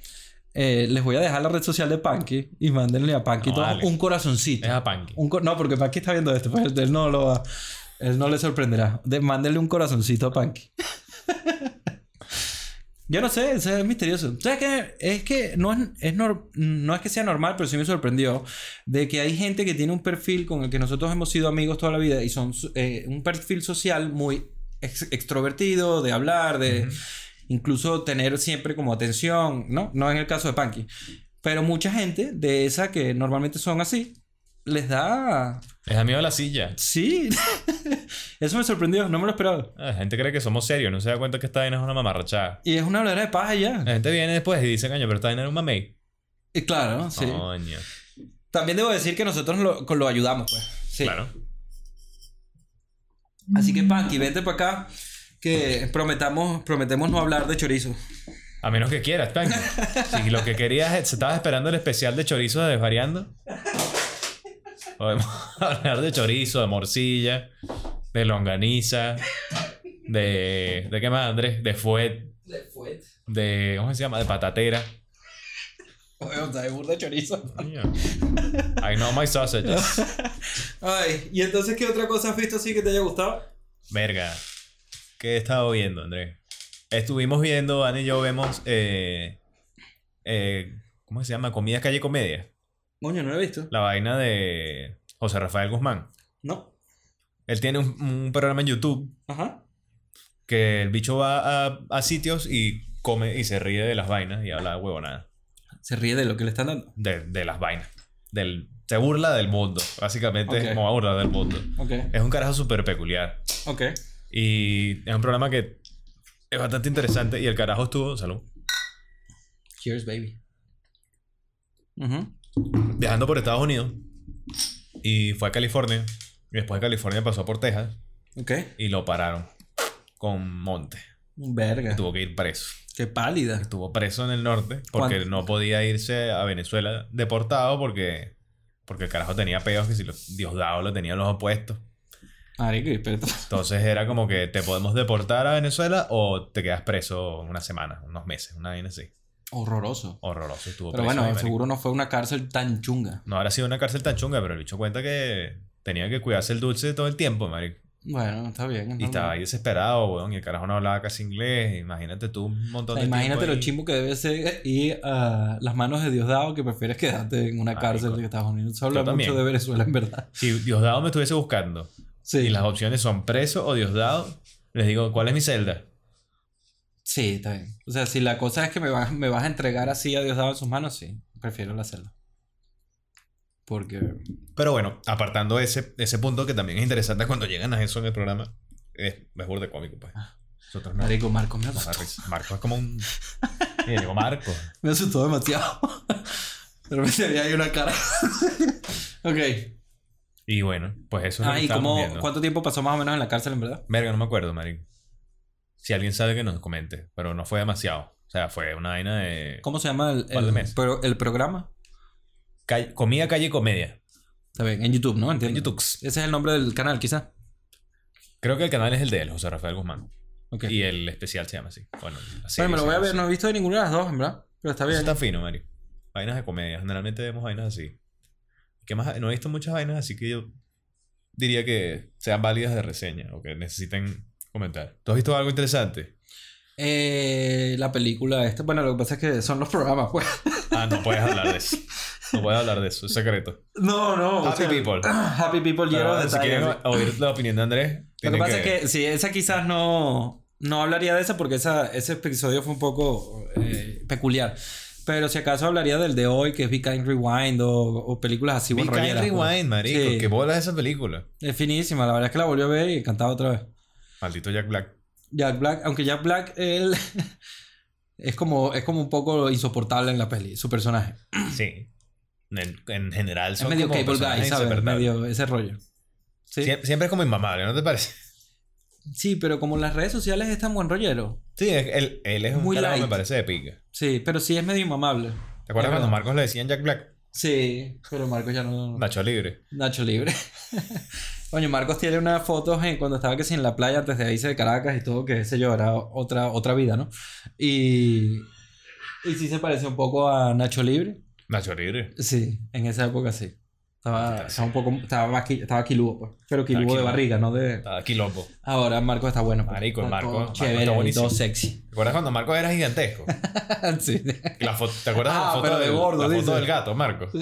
eh, les voy a dejar la red social de Panky y mándenle a Panky
No,
todos
vale.
un corazoncito.
Es a Panky.
Un cor- no, porque Panky está viendo esto. Pues él, él no lo va- Él no le sorprenderá. De- mándenle un corazoncito a Panky. *laughs* Yo no sé, eso es misterioso. ¿Sabes qué? Es que no es, es nor- no es que sea normal, pero sí me sorprendió de que hay gente que tiene un perfil con el que nosotros hemos sido amigos toda la vida y son so- eh, un perfil social muy ex- extrovertido, de hablar, de incluso tener siempre como atención, ¿no? No en el caso de Panky. Pero mucha gente de esa que normalmente son así, les da...
Es amigo de la silla.
Sí, *laughs* eso me sorprendió, no me lo esperaba.
La gente cree que somos serios, no se da cuenta que esta vaina es una mamarrachada.
Y es una habladera de paja ya.
La gente viene después y dice, coño, pero esta vaina era un mamey.
Y claro, sí.
Coño.
También debo decir que nosotros lo, con lo ayudamos, pues. Sí.
Claro.
Así que Panky, vente para acá que prometamos, prometemos no hablar de chorizo.
A menos que quieras,
*laughs*
Panky. Si lo que querías, es- estabas esperando el especial de chorizo de Desvariando. Podemos *laughs* hablar de chorizo, de morcilla, de longaniza, de. ¿De qué más, Andrés? De fuet, de. ¿Cómo se llama? De patatera.
Oye, está de burda de chorizo.
Coño. I know my sausages.
Ay, ¿y entonces qué otra cosa has visto así que te haya gustado?
Verga. ¿Qué he estado viendo, Andrés? Estuvimos viendo, Ana y yo vemos. eh, eh, ¿Cómo se llama? Comidas calle comedia.
Coño, no lo he visto.
La vaina de José Rafael Guzmán.
No.
Él tiene un, un programa en YouTube
Ajá.
que el bicho va a, a sitios y come y se ríe de las vainas y habla de huevonada.
Se ríe de lo que le están dando.
De, de las vainas. Del, se burla del mundo. Básicamente
Ok.
es como a burlar del mundo.
Ok.
Es un carajo súper peculiar.
Ok.
Y es un programa que es bastante interesante. Y el carajo estuvo, salud,
Cheers, baby.
viajando por Estados Unidos. Y fue a California. Y después de California pasó por Texas.
Ok.
Y lo pararon con Monte.
Verga.
Y tuvo que ir preso.
Qué pálida.
Estuvo preso en el norte porque
¿Cuánto?
no podía irse a Venezuela deportado porque, porque el carajo tenía peos que si los Diosdado lo tenía en los opuestos.
Marico, pero...
Entonces era como que te podemos deportar a Venezuela o te quedas preso una semana, unos meses, una vaina así.
*laughs* Horroroso.
Horroroso estuvo
Pero
preso ahí,
bueno,
marico.
seguro no fue una cárcel tan chunga.
No habrá sido una cárcel tan chunga, pero el bicho cuenta que tenía que cuidarse el dulce todo el tiempo, marico.
Bueno, está bien.
Y
normal.
estaba ahí desesperado, weón, y el carajo no hablaba casi inglés. Imagínate tú un
O
montón
sea,
de tiempo
imagínate lo
ahí.
chimbo que debe ser y ah, las manos de Diosdado que prefieres quedarte en una
Marico.
cárcel de Estados Unidos. Se habla
Yo también.
mucho de Venezuela, en verdad.
Si Diosdado me estuviese buscando
Sí.
y las opciones son preso o Diosdado, les digo, ¿cuál es mi celda?
Sí, está bien. O sea, si la cosa es que me vas, me vas a entregar así a Diosdado en sus manos, sí. Prefiero la celda. Porque...
Pero bueno, apartando ese, ese punto que también es interesante cuando llegan a eso en el programa, es, es burde cómico, pues. Nosotros no.
Ah. Marico, Marco me
nos da
asustó.
risa. Marco es como un. Mira, llegó Marco.
Me asustó demasiado. *laughs* De repente había ahí una cara. *laughs* ok.
Y bueno, pues eso es lo
Ah,
que
¿y
estábamos
cómo,
viendo.
cuánto tiempo pasó más o menos en la cárcel, en verdad?
Verga, no me acuerdo, Marico. Si alguien sabe que nos comente, pero no fue demasiado. O sea, fue una vaina de.
¿Cómo se llama el,
Par de
el-
meses.
pro- el programa?
Calle- comida, calle, comedia.
Está bien, en YouTube, ¿no?
En
Entiendo.
YouTube.
Ese es el nombre del canal, quizá.
Creo que el canal es el de él, José Rafael Guzmán.
Ok.
Y el especial se llama así. Bueno, así
bueno, me lo voy a ver, no he visto de ninguna de las dos, en verdad. Pero está
Eso
bien.
está fino, Mario. Vainas de comedia. Generalmente vemos vainas así. ¿Qué más? No he visto muchas vainas, así que yo diría que sean válidas de reseña o que necesiten comentar. ¿Tú has visto algo interesante?
Eh, la película esta, bueno, lo que pasa es que son los programas, pues. *laughs*
Ah, no puedes hablar de eso. No puedes hablar de eso, es secreto.
*laughs* No, no. o
Happy
sea,
People.
*clears throat* Happy People
Pero
lleno de
si
detalles.
quieren
sí.
oír la opinión de Andrés,
Lo que
tienen
pasa es que sí, esa quizás no, no hablaría de esa porque esa, ese episodio fue un poco eh, peculiar. Pero si acaso hablaría del de hoy, que es Be Kind Rewind o, o películas así
Be Kind
borrañeras, pues.
Rewind, marico.
Sí.
Qué bola es esa película.
Es finísima, la verdad es que la volvió a ver y cantaba otra vez.
Maldito Jack Black.
Jack Black, aunque Jack Black, él *laughs* es como, es como un poco insoportable en la peli, su personaje.
Sí. En, en general
Es
son
medio
como
cable guy,
personajes
¿sabes?
insoportables.
Medio ese rollo. Sí.
Siem- Siempre es como inmamable, ¿no te parece? *laughs*
Sí, pero como las redes sociales es tan buen rollero.
Sí, es- él, él es un
Muy
carajo,
light.
me parece de pica.
Sí, pero sí es medio inmamable.
¿Te
Es
acuerdas cuando
verdad.
Marcos le decían Jack Black?
Sí, pero Marcos ya no.
Nacho Libre.
Nacho Libre. *laughs* Coño, Marcos tiene unas fotos en, cuando estaba que sí en la playa antes de irse de Caracas y todo, que se yo, era otra, otra vida, ¿no? Y, y sí se parece un poco a Nacho Libre.
Nacho Libre.
Sí, en esa época sí. Estaba,
Está
estaba un poco, estaba, más qui- estaba quilúo, pues. Pero quilúo de
quilúo.
barriga, no de...
Estaba Quilombo.
Ahora Marcos está bueno. pues.
Marico, el
Está
Marco-
todo
Marco está
Chévere, y
buenísimo.
todo sexy. *laughs*
¿Te acuerdas cuando Marco era gigantesco?
sí.
La fo- ¿Te acuerdas de
Ah,
la foto,
pero de
del,
gordo,
la foto
dice.
del gato, Marco? *laughs*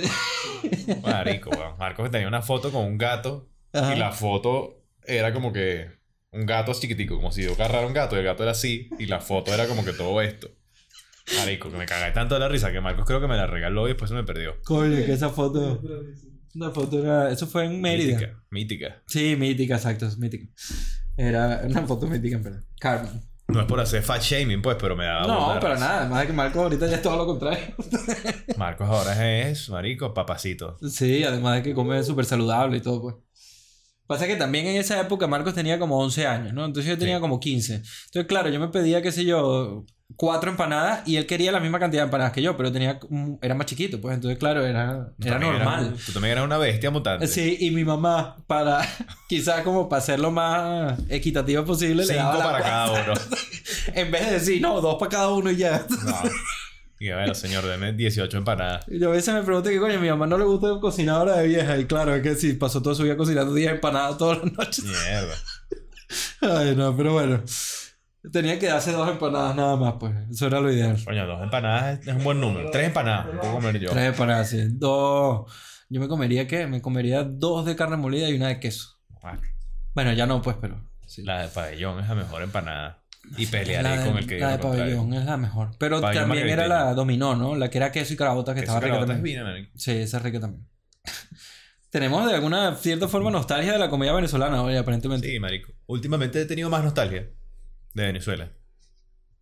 Marico, weón. Marco tenía una foto con un gato
Ajá.
y la foto era como que un gato chiquitico, como si yo agarrara un gato y el gato era así y la foto era como que todo esto. Marico, que me cagué tanto de la risa que Marcos creo que me la regaló y después se me perdió.
Coño, que esa foto... Una foto era... Eso fue en Mérida.
Mítica, mítica.
Sí, mítica, exacto, es mítica. Era una foto mítica, en verdad. Carmen.
No es por hacer fat shaming, pues, pero me daba burda
No,
de
para
risa.
nada. Más de que Marcos ahorita ya es todo lo contrario.
Marcos ahora es, marico, papacito.
Sí, además de que come súper saludable y todo, pues. Pasa que también en esa época Marcos tenía como 11 años, ¿no? Entonces yo tenía
Sí.
como 15. Entonces, claro, yo me pedía, qué sé yo, cuatro empanadas y él quería la misma cantidad de empanadas que yo, pero tenía, un- era más chiquito, pues. Entonces, claro, era,
Tú
era
también eras-
normal.
tú también eras una bestia mutante.
Sí, y mi mamá, para *laughs* quizás como para ser lo más equitativo posible, le
Cinco
daba la
para
cua-
cada uno.
*laughs* en vez de decir, no, dos para cada uno y ya. *laughs*
No. Y a ver, señor, deme 18 empanadas.
Yo a veces me pregunto que coño, mi mamá no le gusta cocinar ahora de vieja. Y claro, es que si pasó toda su vida cocinando 10 empanadas todas las noches.
Mierda.
Ay, no, pero bueno. Tenía que darse dos empanadas nada más, pues. Eso era lo ideal.
Coño, dos empanadas es un buen número. Tres empanadas, me puedo comer yo.
Tres empanadas, sí. Dos. Yo me comería, ¿qué? Me comería dos de carne molida y una de queso.
Ah,
Bueno, ya no, pues, pero. Sí.
La de pabellón es la mejor empanada. Y
La
pelearé
de-
con el que diga
La de
lo contrario.
pabellón es la mejor. Pero
Pabellón
también era
margariteño.
la dominó, ¿no? La que era queso y carabotas que,
Que
estaba rica
esa
también.
es vina, marico.
Sí, esa es rica también. *laughs* Tenemos de alguna cierta forma nostalgia de la comida venezolana, oye, aparentemente.
Sí, marico. Últimamente he tenido más nostalgia de Venezuela.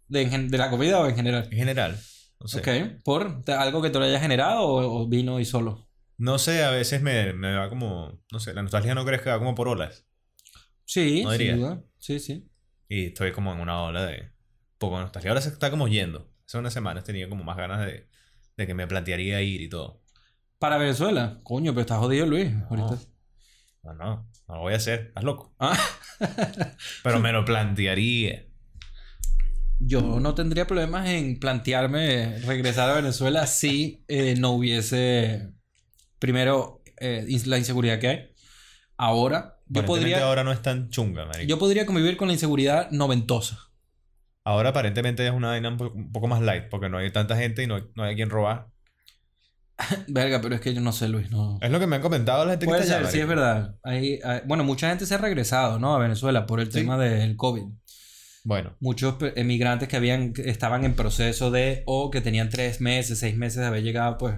De, en gen- de la comida o en general?
En general. No sé.
Ok. ¿Por te- algo que te lo haya generado o, o vino y solo?
No sé, a veces me, me va como. No sé, la nostalgia no crezca como por olas.
Sí,
No
sin
diría.
duda. Sí, sí.
Y estoy como en una ola de poco de nostalgia. Ahora se está como yendo. Hace unas semanas tenía como más ganas de, de que me plantearía ir y todo.
Para Venezuela. Coño, pero está jodido Luis. Ahorita.
No, no, no lo voy a hacer. Estás loco.
Ah.
*laughs* Pero me lo plantearía.
Yo no tendría problemas en plantearme regresar a
*laughs*
Venezuela si eh, no hubiese, primero, eh, ins- la inseguridad que hay. Ahora, yo
Yo
podría,
ahora no es tan chunga, marico.
yo podría convivir con la inseguridad noventosa.
Ahora aparentemente es una vaina un po- un poco más light porque no hay tanta gente y no hay, no hay a quien robar.
Verga, pero es que yo no sé, Luis. No.
Es lo que me han comentado la gente
Puede
que está
ser,
allá,
sí, es
marico.
verdad. Hay- hay- bueno, mucha gente se ha regresado, ¿no? A Venezuela por el
Sí.
tema del COVID.
Bueno,
Muchos pe- emigrantes que habían, que estaban en proceso de, o que tenían tres meses, seis meses de haber llegado, pues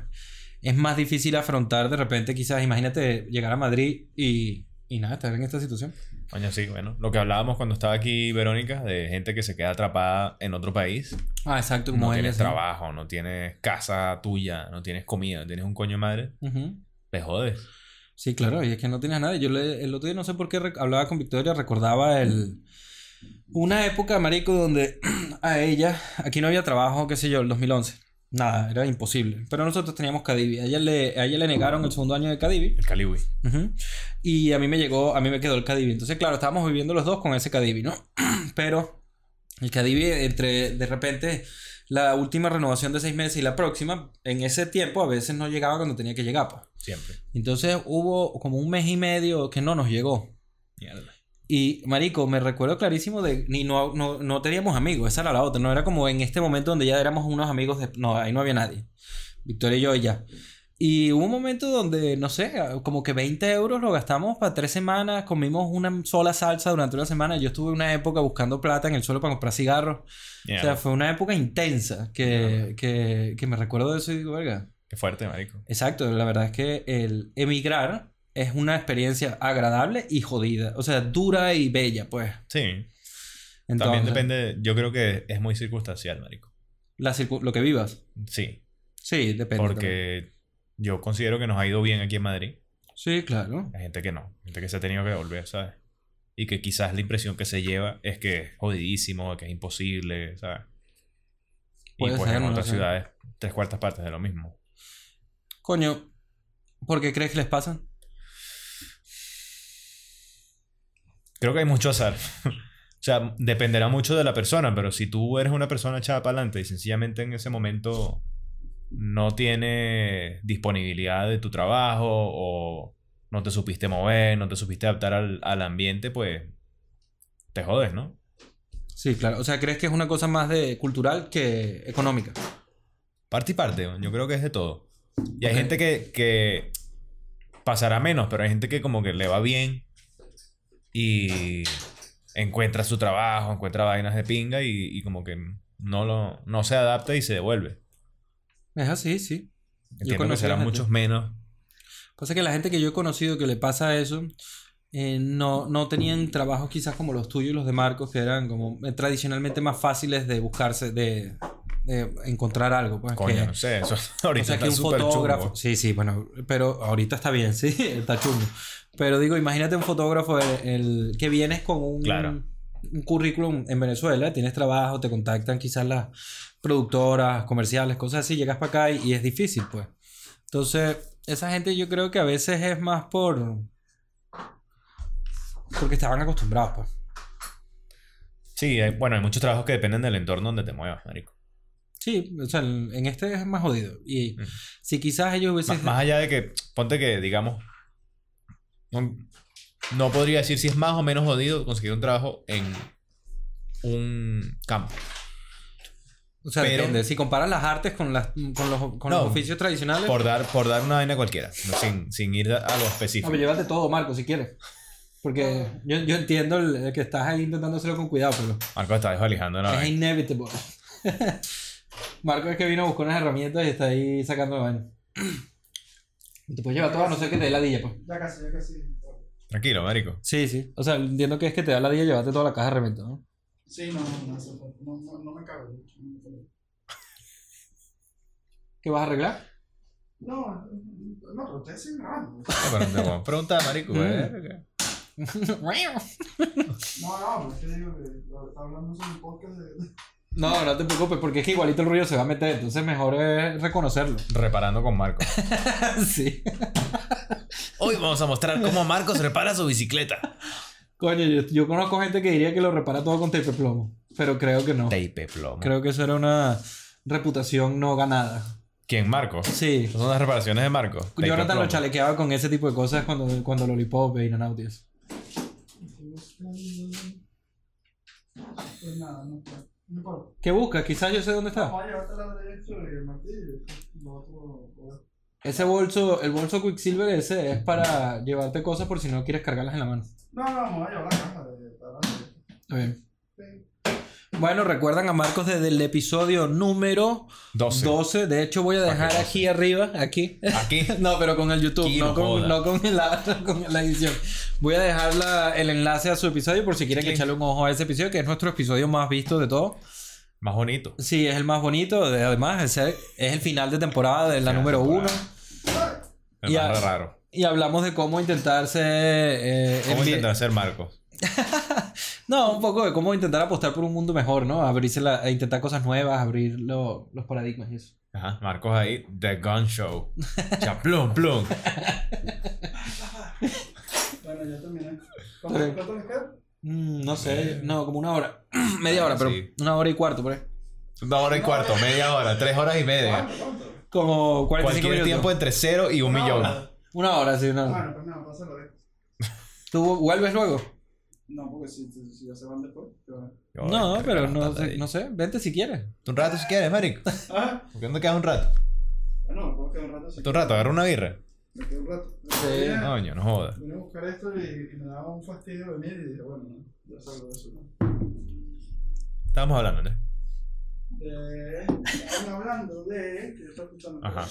es más difícil afrontar de repente, quizás, imagínate llegar a Madrid y, y nada, estar en esta situación.
coño, sí, bueno. Lo que hablábamos cuando estaba aquí Verónica de gente que se queda atrapada en otro país.
Ah, exacto, como
No
ella,
tienes
sí.
trabajo, no tienes casa tuya, no tienes comida, no tienes un coño de madre.
Ujú.
Te jodes.
Sí, claro, y es que no tienes nada. Yo le- el otro día no sé por qué rec- hablaba con Victoria, recordaba el una época, marico, donde *clears throat* a ella, aquí no había trabajo, qué sé yo, el 2011. Nada, era imposible. Pero nosotros teníamos Cadivi. A ella le, a ella le negaron el segundo año de Cadivi.
El Caliwi.
Ujú. Y a mí me llegó, a mí me quedó el Cadivi. Entonces, claro, estábamos viviendo los dos con ese Cadivi, ¿no? *clears throat* Pero el Cadivi, entre de repente la última renovación de seis meses y la próxima, en ese tiempo a veces no llegaba cuando tenía que llegar, pues.
Siempre.
Entonces hubo como un mes y medio que no nos llegó.
Mierda.
Y, marico, me recuerdo clarísimo de... Ni no, no, no teníamos amigos, esa era la otra. No era como en este momento donde ya éramos unos amigos de... No, ahí no había nadie. Victoria y yo y ya. Y hubo un momento donde, no sé, como que 20 euros lo gastamos para tres semanas, comimos una sola salsa durante una semana. Yo estuve una época buscando plata en el suelo para comprar cigarros. O
Mierda.
sea, fue una época intensa que, que, que me recuerdo de eso y digo, verga,
Qué fuerte, marico.
Exacto, la verdad es que el emigrar es una experiencia agradable y jodida, o sea, dura y bella, pues.
Sí.
Entonces,
También depende, yo creo que es muy circunstancial, marico.
la circu- lo que vivas.
Sí,
Sí, depende. también.
porque yo considero que nos ha ido bien aquí en Madrid.
Sí, claro.
Hay gente que no, gente que se ha tenido que devolver, ¿sabes? Y que quizás la impresión que se lleva es que es jodidísimo, que es imposible, ¿sabes? Y
Puede
pues
ser,
en
no lo
otras
sé.
ciudades, tres cuartas partes de lo mismo.
Coño, ¿por qué crees que les pasan?
Creo que hay mucho azar. *laughs* o sea, dependerá mucho de la persona, pero si tú eres una persona echada para adelante y sencillamente en ese momento no tienes disponibilidad de tu trabajo o no te supiste mover, no te supiste adaptar al, al ambiente, pues te jodes, ¿no?
Sí, claro. O sea, ¿crees que es una cosa más de cultural que económica?
Parte y parte, yo creo que es de todo. Y hay
Ok.
gente que, que pasará menos, pero hay gente que como que le va bien y encuentra su trabajo, encuentra vainas de pinga y, y como que no, lo, no se adapta y se devuelve.
Es así, sí.
Entiendo que
conocí
serán
gente.
muchos menos.
Pasa que la gente que yo he conocido que le pasa eso, eh, no, no tenían trabajos quizás como los tuyos y los de Marcos, que eran como eh, tradicionalmente más fáciles de buscarse, de, de encontrar algo. Pues,
Coño,
que-
no sé, eso *laughs*
o
ahorita
sea, que
está
un
súper
fotógrafo.
chungo.
Sí, sí, bueno, pero ahorita está bien, *laughs* sí, está chungo. Pero digo, imagínate un fotógrafo el, el que vienes con un,
Claro.
un currículum en Venezuela, tienes trabajo, te contactan quizás las productoras, comerciales, cosas así, llegas para acá y, y es difícil, pues. Entonces, esa gente yo creo que a veces es más por. Porque estaban acostumbrados, pues.
Sí, hay- bueno, hay muchos trabajos que dependen del entorno donde te muevas, marico.
Sí, o sea, en en este es más jodido. Y
Mm.
si quizás ellos
Más,
hubiesen.
más allá de que, ponte que, digamos, no, no podría decir si es más o menos jodido conseguir un trabajo en un campo.
O sea,
Pero-
depende. Si comparas las artes con, las, con, los, con
No,
los oficios tradicionales.
Por dar, por dar una vaina cualquiera, no, sin, sin ir a lo
No,
específico.
pero llévate todo, Marco, si quieres. Porque yo, yo entiendo el, el que estás ahí intentando hacerlo con cuidado, pero
Marco está desvalijando la
es
vaina.
inevitable. *laughs* Marco es que vino a buscar unas herramientas y está ahí sacando la vaina. Y Te puedes llevar todas, a no sé que te dé la dilla, pues.
Ya casi, ya casi.
Tranquilo, marico.
Sí, sí. O sea, entiendo que es que te da la dilla llevarte toda la caja de herramientas, ¿no?
Sí, no, no, no, no, no, no me cago.
¿Qué vas a *laughs* arreglar?
No, no, pero ustedes siguen grabando.
No, pero te vamos a preguntar, marico.
Mm.
verga.
No, no, pero es que digo que lo que está hablando es un podcast de.
no, no te preocupes, porque es que igualito el ruido se va a meter, entonces mejor es reconocerlo.
Reparando con Marco.
*laughs* sí.
Hoy vamos a mostrar cómo Marcos repara su bicicleta.
Coño, yo, yo conozco gente que diría que lo repara todo con tape plomo, pero creo que no.
Tape plomo.
Creo que eso era una reputación no ganada.
¿Quién, Marco?
Sí.
Esas son las reparaciones de Marco. Tape
Jonathan lo
plomo.
chalequeaba con ese tipo de cosas cuando, cuando Lollipop e Inanauti eso.
Pues nada, no está. No importa.
¿Qué buscas? Quizás yo sé dónde está.
Vamos a llevarte la derecha y el martillo. Lo otro.
Ese bolso, el bolso Quicksilver ese es para llevarte cosas por si no quieres cargarlas en la mano.
No, no, vamos a llevar la caja de. para adelante.
Está bien.
Sí.
Bueno, recuerdan a Marcos desde el episodio número
12.
12. De hecho, voy a dejar
Marcos,
aquí arriba, aquí.
Aquí.
No, pero con el YouTube,
Aquí
no
no
con, *laughs*
joda.
no con la, con la edición. Voy a dejar la- el enlace a su episodio por si quieren
Clic.
echarle un ojo a ese episodio, que es nuestro episodio más visto de todo.
Más bonito.
Sí, es el más bonito. de- Además, ese es el final de temporada de la
Final de
número uno.
temporada. El
Y
más
a-
raro.
Y hablamos de cómo intentar ser... eh,
¿Cómo
envi-
intentar ser Marcos?
No, un poco de cómo intentar apostar por un mundo mejor, ¿no? Abrirse la, a intentar cosas nuevas, abrir lo- los paradigmas y eso.
Ajá, Marcos ahí, The Gun Show. Ya, plum, plum.
Bueno, ya terminé.
Está bien.
¿Cuánto cuánto les queda?
Mm, no sé, no, como una hora. *clears throat* Media hora, pero
Eh. Sí.
una hora y cuarto, por ahí.
Una hora y cuarto, media hora, tres horas y media.
¿Cuánto? ¿Cuánto?
Como 45
Cualquier
minutos.
tiempo entre cero y un
Una
millón.
hora.
Una hora, sí, una hora.
Bueno, pues nada, pásalo bien.
¿Tú vuelves luego?
No, porque si, si, si ya se van después, ¿qué van a hacer?
Ay,
no,
qué
pero
rata
no
de
sé,
ahí.
no sé. Vente si quieres.
Un rato si quieres, marico.
Ah,
¿Por qué no te quedas un rato?
bueno, me puedo quedar un rato. si
Tú Un rato, Ah.
quieres.
agarra una birra.
Me quedo un rato.
Sí.
Venía-
Coño, no jodas.
Venía a buscar esto y, y me daba un fastidio venir y dije, bueno, no, yo salgo de eso. ¿no?
Estábamos hablando, ¿no?
De, estaban hablando de. Que yo estaba escuchando. pues,
Ajá.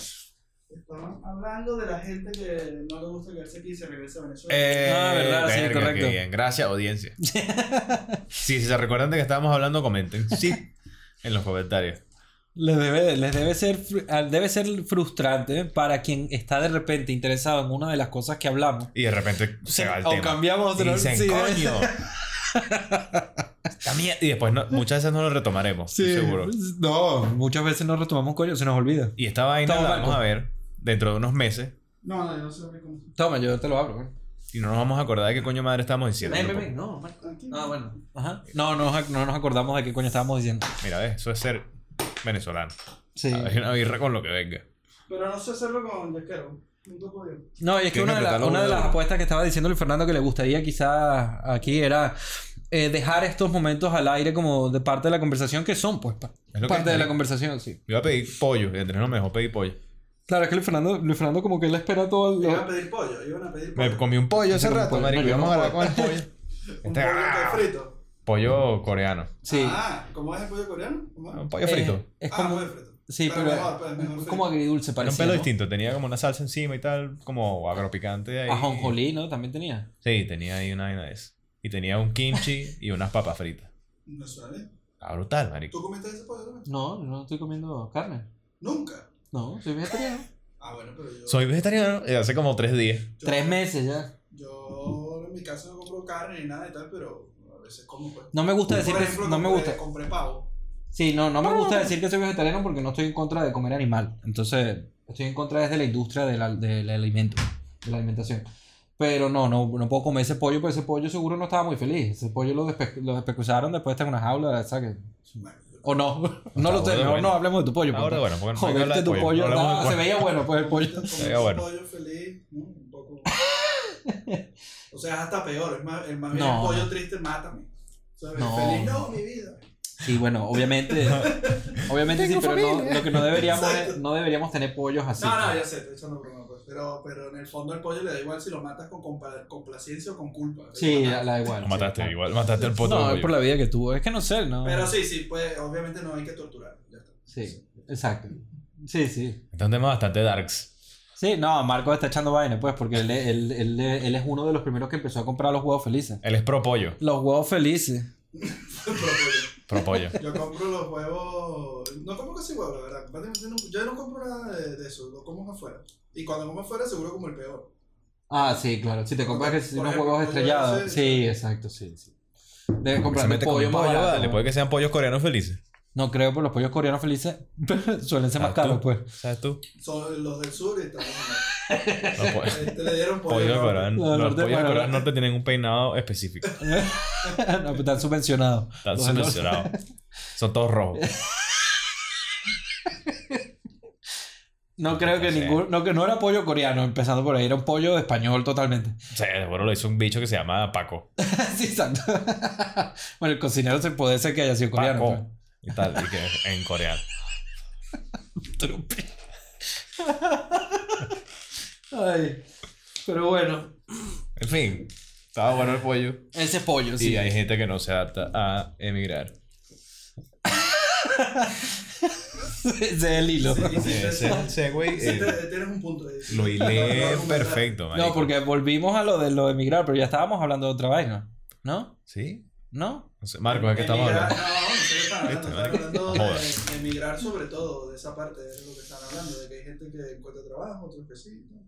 Estaban hablando de la gente que no le gusta quedarse aquí y se regresa a Venezuela.
Eh,
Ah, verdad, sí,
verga,
correcto.
qué bien. Gracias, audiencia. sí, si se recuerdan de que estábamos hablando, comenten. Sí. En los comentarios.
Les debe, les debe ser, fru- ah, debe ser frustrante para quien está de repente interesado en una de las cosas que hablamos.
Y de repente se va el
o
tema.
cambiamos
Y
otro.
dicen,
sí, debe-
*laughs* coño. Esta mier- ¿eh? Y después no- muchas veces no lo retomaremos,
sí.
seguro.
No, muchas veces nos retomamos coño, se nos olvida.
Y esta vaina
Estamos
la vamos
barco.
a ver dentro de unos meses
No, no, yo no sé cómo.
Toma, yo te lo abro, güey.
y no nos vamos a acordar de qué coño madre estamos diciendo.
Ven, ven,
loco.
ven, no, Marco.
Tranquilo.
Ah, bueno. Ajá. No, no, nos ac- no nos acordamos de qué coño estábamos diciendo.
Mira, ves, eso es ser venezolano.
Sí.
Hay una birra con lo que venga.
Pero no sé hacerlo con yesquero. Nunca he podido.
No, y es que
Tienes
una de,
que
la-
tratarlo
una de
de-
las apuestas que estaba diciendo Luis Fernando que le gustaría quizás aquí era eh, dejar estos momentos al aire como de parte de la conversación, que son pues pa-
Es lo que
parte
es,
de la
marico.
conversación, sí.
Yo iba a pedir pollo y Andrés no me dejó pedir pollo.
Claro, es que Luis Fernando, Luis Fernando como que él espera todo el...
Iban a pedir pollo, iban a pedir pollo.
Me comí un pollo hace
Como
rato,
pollo.
marico.
No, yo
Íbamos a
no
hablar con el pollo.
Un
*laughs* Este-
pollo
¡Ah!
que frito.
Pollo coreano.
Sí.
Ah, ¿cómo es el pollo coreano? ¿Cómo
Un
es?
pollo
Eh,
frito.
es
ah,
como...
pollo frito.
sí, pero...
mejor, pero mejor
es
frito.
como agridulce
Era un
parecía,
pelo
¿no?
distinto. Tenía como una salsa encima y tal, como agropicante ahí.
Ajonjolí, ¿no? También tenía.
Sí, tenía ahí una vaina de eso. Y tenía un kimchi y unas papas fritas.
No suena.
Ah, brutal, marico.
¿Tú comiste ese pollo también?
No, no estoy comiendo carne.
Nunca.
No, soy vegetariano.
Ah, bueno, pero yo.
Soy vegetariano y hace como tres días.
yo-
Tres meses ya.
Yo en mi casa no compro carne ni nada y tal, pero a veces como pues.
No me gusta decir
Por
que...
ejemplo,
No me
compré-
gusta.
Compré pavo.
Sí, no, no me
Ah.
gusta decir que soy vegetariano porque no estoy en contra de comer animal. Entonces, estoy en contra desde la industria del, al- del alimento, de la alimentación. Pero no, no, no puedo comer ese pollo, porque ese pollo seguro no estaba muy feliz. Ese pollo lo, despe lo despecuzaron después está en una jaula, ¿sabes?
Bueno, yo-
O no, *laughs* no lo sé,
bueno,
no,
bueno.
no hablemos de tu pollo.
Ahora,
porque-
bueno, porque no hay que hablar
Joderte
de
este tu
pollo.
pollo,
No hablamos
nada,
de
se
*laughs* pollo.
veía bueno pues el pollo.
Como
Sí,
ese
bueno.
pollo feliz, ¿no? un poco. O sea, es hasta peor, es más, es más bien
No.
el pollo triste, mátame. ¿Sabes?
No.
Feliz, no, mi vida.
Sí, bueno,
*laughs*
obviamente, obviamente sí, pero no, lo que no deberíamos, es- no deberíamos tener pollos así.
no, no, ya sé, estoy echando broma, pues. Pero, pero en el fondo el pollo le da igual si lo matas con compa- complacencia o con culpa.
Sí,
Pero-
la, la igual.
Lo
sí,
mataste
claro.
igual, mataste el poto.
No,
de
es por
pollo.
la vida que tuvo. Es que no sé, ¿no?
Ah.
Pero sí, sí, pues obviamente no hay que torturar. Ya está.
Sí, exacto. Sí, sí.
Este es un tema bastante darks.
Sí, no, Marco está echando vaina, pues, porque él, él- él- él es uno de los primeros que empezó a comprar los huevos felices.
Él es pro pollo.
Los huevos felices.
*laughs* Pero pollo.
*laughs*
Pro pollo.
Yo compro los huevos. No compro casi huevos, la verdad. Básicamente no- Yo no compro nada de, de eso, lo como afuera. Y cuando como afuera, seguro como el peor.
Ah, sí, claro. Si te compras que si
Por
unos
ejemplo,
huevos
pollo
estrellados.
francés.
Sí, exacto, sí, sí. Debes comprar
Precisamente con
pollo pues. más
pollo,
barato,
vale.
¿no?
Puede que sean pollos coreanos felices.
No creo, por los pollos coreanos felices *laughs* suelen ser más
Ah, tú.
caros, pues. *laughs*
¿Sabes tú?
Son los del sur y tal.
Los
*laughs*
po- *laughs*
Este le dieron pollo.
pollos
¿no?
coreanos.
Los
Los
norte-
pollos
bueno,
coreanos
los-
norte tienen un peinado específico.
no, pues, están subvencionados.
Están
Los del norte.
subvencionados. Son todos rojos.
*laughs* No creo que
Sí.
ningún. No, que no era pollo coreano, empezando por ahí. Era un pollo español totalmente. *laughs*
O sea, seguro lo hizo un bicho que se llama Paco.
sí, exacto. *laughs* bueno, el cocinero se puede ser que haya sido coreano. pues.
Paco. Y tal, y que es en coreano.
Trupe. Ay, pero bueno,
En fin, estaba bueno el pollo.
ese es pollo,
Y
sí.
hay gente que no se adapta a emigrar.
*laughs* ese es el hilo.
Sí, sí, sí, sí.
Ese, ese güey
Sí,
eh,
te- tienes un punto ahí.
lo hilé
*laughs* No, no, no,
perfecto, marico.
no, porque volvimos a lo de lo de emigrar, pero ya estábamos hablando de otra vaina, ¿no?
¿Sí?
¿No?
No sé, Marco, ¿de qué estamos
Emigrar-
hablando?
No, no sé qué están hablando.
Viste,
Están
marico.
hablando
Joder.
de, de emigrar sobre todo, de esa parte, es lo que están hablando, de que hay gente que encuentra trabajo, otros que sí. ¿no?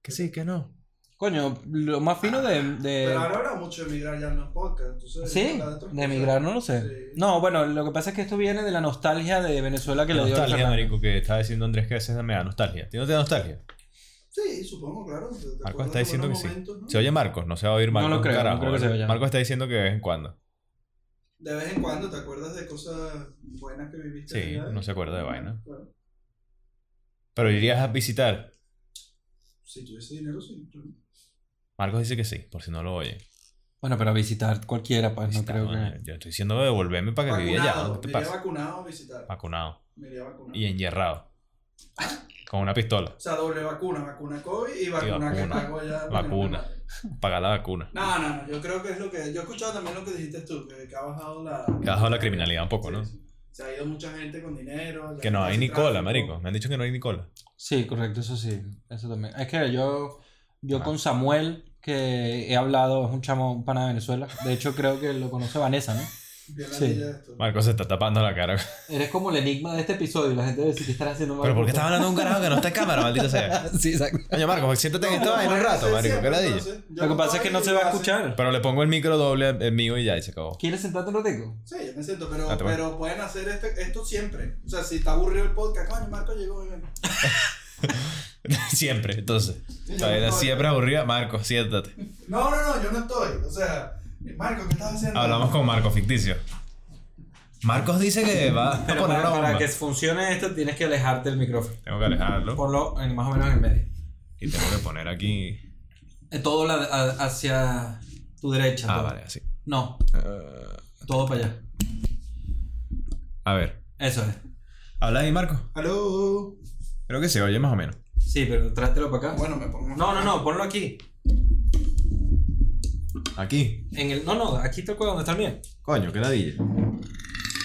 Que sí, que no.
Coño, lo más fino de. de-
Pero ahora habla mucho de emigrar ya en los podcasts, entonces...
Eh, Sí,
habla otras
de
cosas.
emigrar, no lo sé.
Sí.
No, bueno, lo que pasa es que esto viene de la nostalgia de Venezuela que
La
le dio.
nostalgia,
Fernando.
marico, que estaba diciendo Andrés que a veces me da nostalgia. ¿Tiene usted nostalgia?
Sí, supongo, claro. te- te
Marco
acuerdas
Ah, está
de
diciendo que
buenos
sí.
momentos, ¿no?
¿Se oye Marcos? No se va a oír
No
Marcos.
lo
un
creo, no
carajo,
creo que se
¿verdad?
oya.
Marcos está diciendo que de vez en cuando.
De vez en cuando te acuerdas de cosas buenas que viviste.
Sí,
allá?
no se acuerda de vaina.
Bueno,
Pero irías a visitar.
si tuviese dinero, sí. tú-
Marcos dice que sí, por si no lo oye.
Bueno, pero visitar cualquiera, pues
Visitar,
no creo
bueno,
que.
Yo estoy diciendo devolverme para que vivía allá.
Vacunado,
¿no? ¿Qué
me
te
iría
pasa?
vacunado a visitar.
Vacunado.
Me iría vacunado.
Y enyerrado. Con una pistola.
O sea, doble vacuna, vacuna COVID y vacuna, que
vacuna.
pago allá. para que no me
Vacuna.
maten.
Pagar la vacuna.
No, no, no, yo creo que es lo que. Yo he escuchado también lo que dijiste tú, que, que ha bajado la.
Que ha bajado la criminalidad un poco, ¿no?
Se ha ido mucha gente con dinero.
Que no hay ni cola, marico. Me han dicho que no hay ni cola.
Sí, correcto, eso sí. Eso también. Es que yo, yo
Ah.
con Samuel, que he hablado, es un chamo, un pana de Venezuela. De hecho, creo que lo conoce Vanessa, ¿no? Sí.
Sí.
Marcos se está tapando la cara.
Eres como el enigma de este episodio. La gente debe decir que están haciendo mal.
Pero ¿por qué estás hablando de un carajo que no está en cámara, maldita sea?
*laughs* Sí, exacto.
Oye, Marcos, siéntate en esta vaina un rato, marico. ¿Qué ladilla?
Lo que pasa es que no se va a escuchar.
Pero le pongo el micro doble el mío y ya, y se acabó. *laughs*
¿Quieres sentarte un ratico?
Sí, yo me siento, pero,
Ah, te voy.
pero pueden hacer este- esto siempre. O sea, si está aburrido el podcast, coño, Marco llegó. ven.
siempre, entonces.
Sí, yo
La
no
vida
estoy.
siempre aburrida. Marco, siéntate.
No, no, no, yo no estoy. O sea, Marco, ¿qué estás haciendo?
Hablamos con Marco, ficticio. Marcos dice que va a
Pero
poner
para,
una
para
bomba.
que funcione esto tienes que alejarte del micrófono.
Tengo que alejarlo.
Ponlo en- más o menos en el medio.
Y tengo que poner aquí.
Eh, Todo la- a- hacia tu derecha.
Ah,
todo.
vale, así.
No,
Eh,
todo para allá.
a ver.
Eso es.
Habla ahí, Marco.
Aló.
Creo que se oye más o menos.
Sí, pero trátelo para acá.
Bueno, me pongo. *laughs*
No, no, no, ponlo aquí.
Aquí.
En el, no, no, aquí te acuerdas donde está el mío.
Coño, qué ladilla.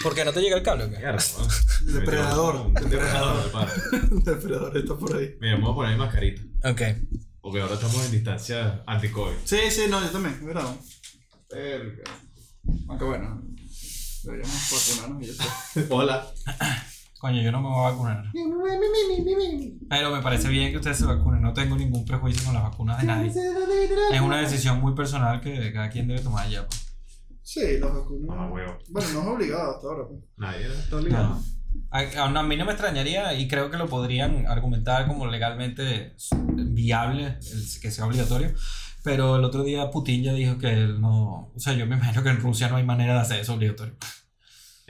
Porque no te llega el cable. o qué?
*laughs*
Depredador.
Depredador. pana.
El depredador está por ahí.
Mira, me voy a poner mi mascarita.
Ok.
Porque ahora estamos en distancia anti-COVID.
Sí, sí, no, yo también. Mira. Verga. Aunque bueno, deberíamos vacunarnos y ya está.
Hola.
Coño, yo no me voy a vacunar. Pero me parece bien que ustedes se vacunen. No tengo ningún prejuicio con las vacunas de *laughs* nadie. Es una decisión muy personal que cada quien debe tomar ya. pues.
Sí, los vacunos.
Ah,
Mamá Ah, huevo.
Bueno, no es obligado hasta ahora. pues.
Nadie.
Está obligado.
No. A, Ah, a- no, a mí no me extrañaría y creo que lo podrían argumentar como legalmente s- viable el- que sea obligatorio. Pero el otro día Putin ya dijo que él no. O sea, yo me imagino que en Rusia no hay manera de hacer eso obligatorio.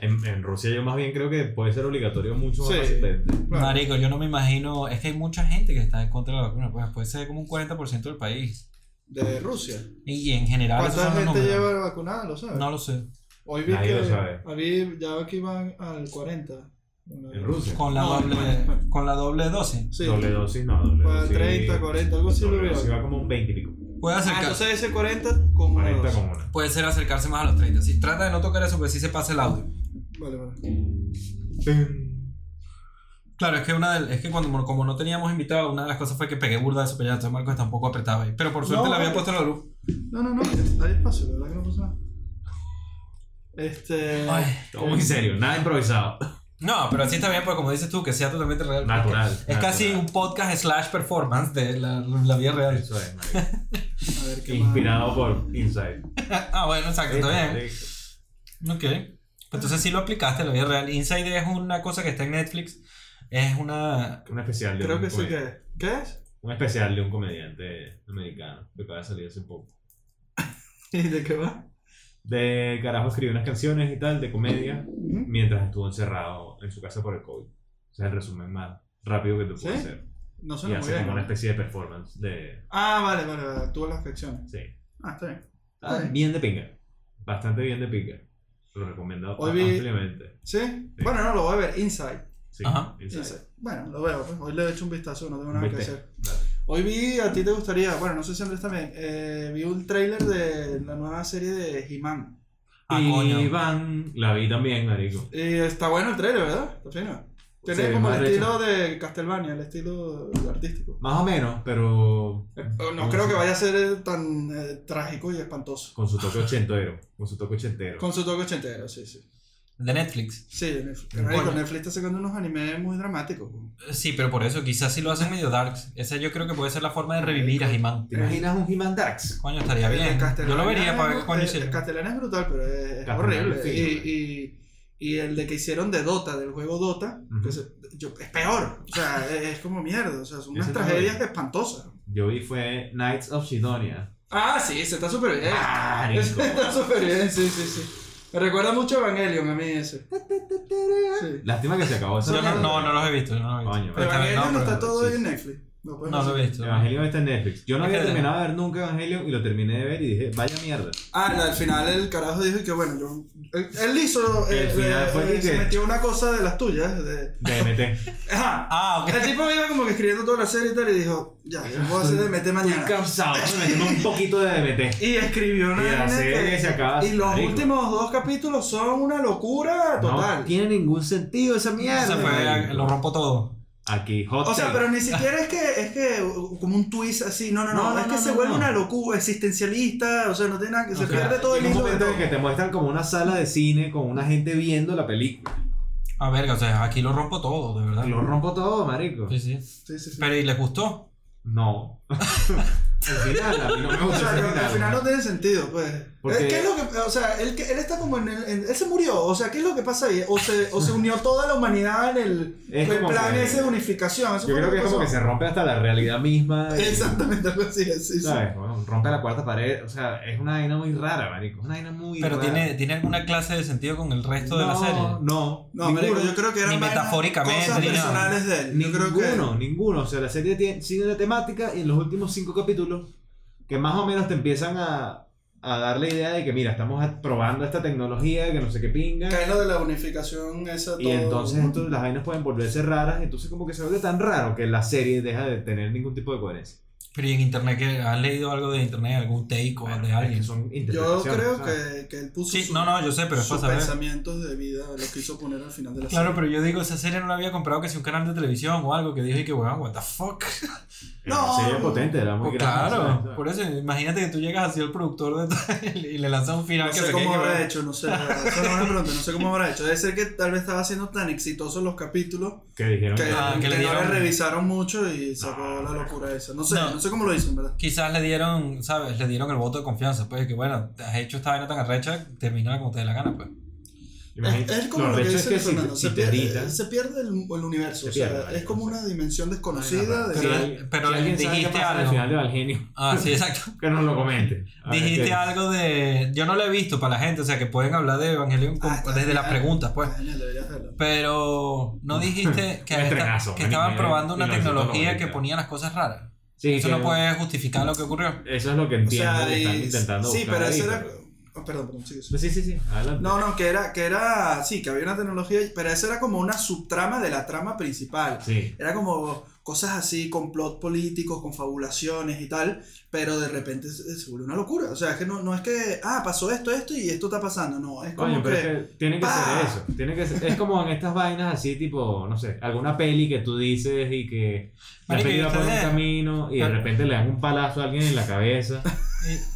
En, en Rusia yo más bien creo que puede ser obligatorio mucho más
Sí.
resistente.
Claro.
Marico, yo no me imagino. Es que hay mucha gente que está en contra de la vacuna. Pues puede ser como un 40% del país.
De Rusia.
Y, y en general, esos
¿Cuánta
son los
gente
números.
lleva vacunada? ¿Lo sabes?
No lo sé.
Hoy vi
Nadie
que.
lo sabe.
Hoy ya veo que iban al 40.
En Rusia.
Con la
No, pues,
doble,
bueno.
con la doble dosis.
Sí.
Doble dosis, no, doble
Para
dosis.
30, 40, algo así lo
Doble
veo.
dosis va como un 20 y pico.
Puede,
Ah,
acercar-
entonces ese 40 con una
40
dosis.
como una.
puede ser acercarse más a los 30. Si trata de no tocar eso, pues sí se pasa el audio.
Vale, vale.
Claro, es que una del- es que cuando como no teníamos invitado, una de las cosas fue que pegué burda de su pelea, entonces Marcos tampoco apretaba ahí. Pero por suerte
No,
le había
vale.
puesto la luz.
No, no, no, hay espacio, la verdad que no pasa nada. Este.
Ay.
Todo muy serio, nada
*laughs*
improvisado.
No, pero así está bien, pues como dices tú, que sea totalmente real.
Natural.
Es casi un podcast slash performance de la, la vida real.
Eso es, marico.
*laughs* A ver qué
Inspirado por Inside.
ah, bueno, exacto, está bien. Ok. Entonces sí lo aplicaste, la vida real. Inside es una cosa que está en Netflix. Es una...
Un especial
más.
de
Creo
un
que sí
comedi-
que es. ¿Qué es? *laughs*
Un especial de un comediante americano que acaba de salir hace poco.
¿Y de qué va?
De carajo escribió unas canciones y tal, de comedia,
Ujú.
mientras estuvo encerrado en su casa por el COVID. Ese es el resumen más rápido que te puedo
¿Sí?
hacer.
No
Y
suena muy
hace
bien.
como una
¿no?
especie de performance de.
Ah, vale, vale, vale. Actúa las facciones.
Sí.
Ah, está bien.
Está
Ay.
bien de pinga. Bastante bien de pinga. Lo recomiendo
Hoy vi-
ampliamente.
¿Sí? Bueno, no, lo voy a ver. Inside.
Sí,
Ajá.
Inside.
Inside. Bueno, lo veo. pues. Hoy le he hecho un vistazo, no tengo nada que
Vete.
hacer.
Dale.
Hoy vi, a ti te gustaría, bueno, no sé si Andrés también, eh, vi un tráiler de la nueva serie de He-Man.
Ah,
y
coño.
Van, la vi también, marico.
Y está bueno el tráiler, ¿verdad? Está fino. Tiene
Sí,
como
más
el
recho.
estilo de Castlevania, el estilo artístico.
Más o menos, pero...
O
Ah,
No creo que vaya a ser tan eh, trágico y espantoso.
Con su toque ochentero. Con su toque ochentero.
Con su toque ochentero, sí, sí.
De Netflix.
Sí, de Netflix.
Coño.
Marico, Netflix está sacando unos animes muy dramáticos. güey.
Sí, pero por eso, quizás si lo hacen medio darks. Esa yo creo que puede ser la forma de revivir a He-Man.
¿Te imaginas un He-Man Darks?
Coño, estaría
El de
bien. Yo
Castlevania
lo vería para
es-
ver cuándo
el- El
hicieron.
Castlevania es brutal, pero es- es,
Castlevania
horrible.
es eh. fino,
y, y- y el de que hicieron de Dota, del juego Dota,
Ujú.
que se- yo- es peor. O sea, *laughs* es, es como mierda. O sea, son unas
Ese no lo
tragedias
vi.
espantosas.
Yo vi fue Knights of Sidonia.
Ah, sí, se está súper bien.
Ah, Marico.
*laughs* Ese está súper bien, sí, sí, sí. Me recuerda mucho a Evangelion a mí ese. Sí.
Lástima que se acabó esa
Yo no,
mierda.
no, no los he visto. yo No, los he visto.
Coño,
Pero
Pero
está bien,
Evangelion no,
no,
está
pero-
todo
sí,
en Netflix. No, puedes
no lo
decir.
he visto.
Evangelion está en Netflix. Yo no
Es
había
que-
terminado de ver nunca Evangelion y lo terminé de ver y dije, vaya mierda.
Ah, no, al final el carajo dijo que bueno, yo. Él, él hizo.
El
eh,
final
eh,
fue
eh,
que-
se metió una cosa de las tuyas. De,
DMT.
ajá.
Ah, *laughs* ok.
El tipo iba como que escribiendo toda la serie y tal y dijo, ya, yo voy a hacer de meter
Estoy
mañana.
cansado. Me metí un poquito de DMT.
Y escribió una
Y la
vaina
serie
que-
se acaba
Y los
rico.
últimos dos capítulos son una locura total.
No tiene ningún sentido esa mierda.
Se fue,
marico.
lo rompo todo.
Aquí, hot
O sea,
take.
pero ni siquiera es que es que uh, como un twist así, no, no, no,
No, no,
es que
no,
se
no,
vuelve
no.
una locura existencialista, o sea, no tiene nada que se
O sea,
pierde todo el
Llega un
hilo de
momento
todo.
en que te muestran como una sala de cine con una gente viendo la película.
A verga, o sea, aquí lo rompo todo, de verdad.
Lo rompo todo, marico.
Sí, sí.
Sí, sí, sí. *laughs*
Pero ¿y les gustó?
No. El final, a mí no me
O
gusta
sea,
ese
no- al final no
final.
tiene sentido, pues.
Porque-
¿Qué es lo que, o sea, él, que- él está como en el, en- él se murió, o sea, ¿qué es lo que pasa ahí? O se, o se unió toda la humanidad en el,
Es
el
como
plan
que-
ese de unificación. Eso
Yo
fue
creo
lo
que es como que se
pasó.
rompe hasta la realidad misma. de-
*laughs* Exactamente, algo así, sí, sí.
¿Sabes? Bueno, rompe la cuarta pared. O sea, es una vaina muy rara, marico. Es una vaina muy
Pero
rara.
tiene, tiene alguna clase de sentido con el resto de la
No,
serie.
No,
No, pero
ninguno.
yo creo que eran
Ni
vainas-
metafóricamente,
cosas
ni nada.
personales de él. Yo creo que
Ninguno, ninguno. O sea, la serie tiene, sigue una temática y en los últimos cinco capítulos, que más o menos te empiezan a, a dar la idea de que, mira, estamos a- probando esta tecnología, que no sé qué pinga.
cae lo de la unificación esa
Y
todo-
entonces esto- las vainas pueden volverse raras, entonces como que se vuelve tan raro que la serie deja de tener ningún tipo de coherencia.
Pero ¿y en internet que has leído algo de internet, algún take o de
Es que
alguien.
son
Yo
interpretaciones.
creo
¿sabes?
que, que él puso
Sí,
su-
no, no, yo sé, pero es
sus
para saber.
pensamientos de vida, los quiso poner al final de la
Claro,
serie.
pero yo digo, esa serie no la había comprado que si un canal de televisión o algo que dije que weón, what the fuck.
Era una
No.
serie potente, era muy
Pues
grande,
claro,
¿sabes?
por eso imagínate que tú llegas así al productor de todo *laughs* y le lanzas un final
No
que
sé
se
cómo
quede que,
habrá
weón.
hecho, no sé. Eso no me pregunto, no sé cómo habrá hecho. Debe ser que tal vez estaba haciendo tan exitosos los capítulos
Que dijeron
que,
Ah, que
que
le
no
dieron-
le revisaron mucho y sacó
No.
la locura esa. No sé,
No.
no. sé cómo lo hizo, en verdad.
Quizás le dieron, ¿sabes? Le dieron el voto de confianza, pues, que bueno, has hecho esta vaina tan arrecha, termina como te dé la gana, pues.
Es, es como lo, que
recho
dice
si-
Fernando,
si
se,
te
pierde,
editan-
se pierde el, el universo.
Se
o sea,
pierde, vale,
es como
exacto.
una dimensión desconocida.
Ay,
de-
no,
Pero-
si-
pero
si alguien sabe qué
dijiste
pasa en el
algo.
final de Valgenio,
Ah,
*laughs*
sí, exacto.
que nos lo comente. A ver
Dijiste
qué-
algo de. Yo no lo he visto para la gente, o sea, que pueden hablar de Evangelion con-
Ah, está
desde
bien.
las preguntas, pues.
Ah, genial, deberías verlo.
Pero no
*laughs*
dijiste que,
Un
esta-
estrenazo,
que
un
estaban
anime,
probando una
1990.
tecnología que ponía las cosas raras.
Sí,
Eso
que-
no puede justificar lo que ocurrió.
Eso es lo que
O
entiendo
sea,
que
y-
están intentando
sí,
buscar
pero
ahí,
eso era. oh, perdón, perdón, sigue, sigue.
Sí, sí, sí, adelante.
No, no, que era, que era, sí, que había una tecnología, pero eso era como una subtrama de la trama principal.
Sí.
Era como cosas así, complot políticos, confabulaciones y tal, pero de repente se, se volvió una locura. O sea, es que no, no es que, ah, pasó esto, esto y esto está pasando. No, es como
Coño, pero
que...
es que tiene que
¡Pah!
ser eso. Tiene que ser- es como en estas vainas así, tipo, no sé, alguna peli que tú dices y que la
Marico,
peli
yo
va por un
ustedes-
camino y de
Pero-
repente le dan un palazo a alguien en la cabeza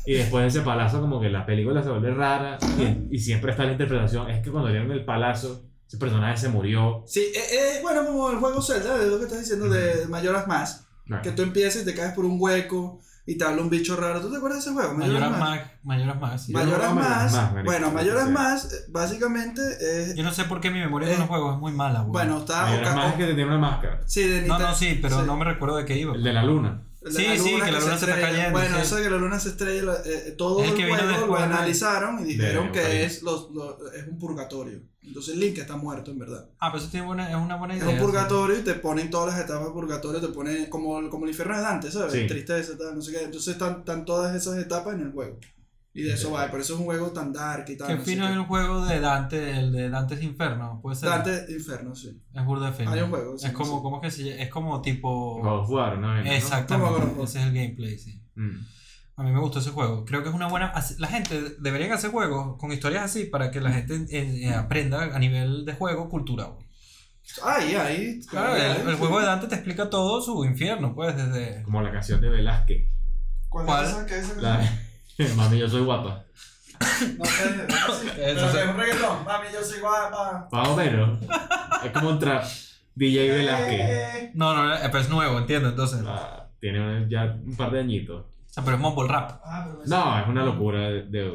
y después de ese palazo como que la película se vuelve rara y, y siempre está la interpretación. Es que cuando le dieron el palazo, ese personaje se murió.
Sí, es bueno como el juego Zelda, de lo que estás diciendo de Mayoras Más,
Claro.
que tú empiezas y te caes por un hueco y te habla un bicho raro. ¿Tú te acuerdas de ese juego?
Mayoras
Majora's Mask.
más, mayoras más. sí.
Ma-
Majora's
Yo no veo Majora's
Mask.
Mask, marico.
Bueno, Mayoras
Sí.
Más eh, básicamente es...
Yo no sé por qué mi memoria de los
Eh,
juegos es muy mala, güey.
Bueno, está...
Mayor
Oca-
es más que te tiene una máscara.
Sí, de
no,
Nintendo.
no, sí, pero
Sí.
no me recuerdo de qué iba.
El de la luna.
La
Sí, sí, que la luna se está
estrella.
cayendo,
Bueno,
sí.
eso de que la luna se estrella, la- eh, eh, todo
Es
el,
que vino
juego lo
después de-
analizaron y dijeron
de
que
Ocarina.
es, los, los- es un purgatorio. Entonces Link está muerto, en verdad.
Ah, pero eso tiene buena- es una buena
Es
idea.
un
sí.
purgatorio y te ponen todas las etapas de purgatorio, te ponen como, el- como el infierno de Dante, ¿sabes?
Sí.
Tristeza, tal, no sé qué. Entonces están, están todas esas etapas en el juego. Y de eso va, por eso es un juego tan dark y tal.
Qué
no sé
fino es
qué.
el juego de Dante, el de Dante's Inferno, puede ser.
Dante Inferno, sí.
Es burda de fino.
Hay un juego, sí,
es como,
sí.
¿cómo es que se llama? Es como tipo.
God of War, ¿no?
Eh. Exactamente.
Como God of War.
Ese es el gameplay, sí.
Mm.
A mí me gustó ese juego. Creo que es una buena. así- La gente debería hacer juegos con historias así para que la gente eh, eh, aprenda a nivel de juego cultura. güey.
Ahí, ahí.
Claro, el, el juego de Dante te explica todo su infierno, pues, desde.
Como la canción de Velázquez.
¿Cuál?
¿Cuál?
es esa que es esa que-
La... *laughs* Mami, yo soy guapa.
No sé.
*laughs*
no sé. Pero
sí.
que es un reggaetón. Mami, yo soy guapa.
Más o menos. Es como un trap. DJ Velázquez.
Eh,
No, no, eh, pero es nuevo, entiendo, entonces.
Ah, tiene un- ya un par de añitos.
O sea, pero es mumble rap.
ah, pero me-
No, es una locura de, de-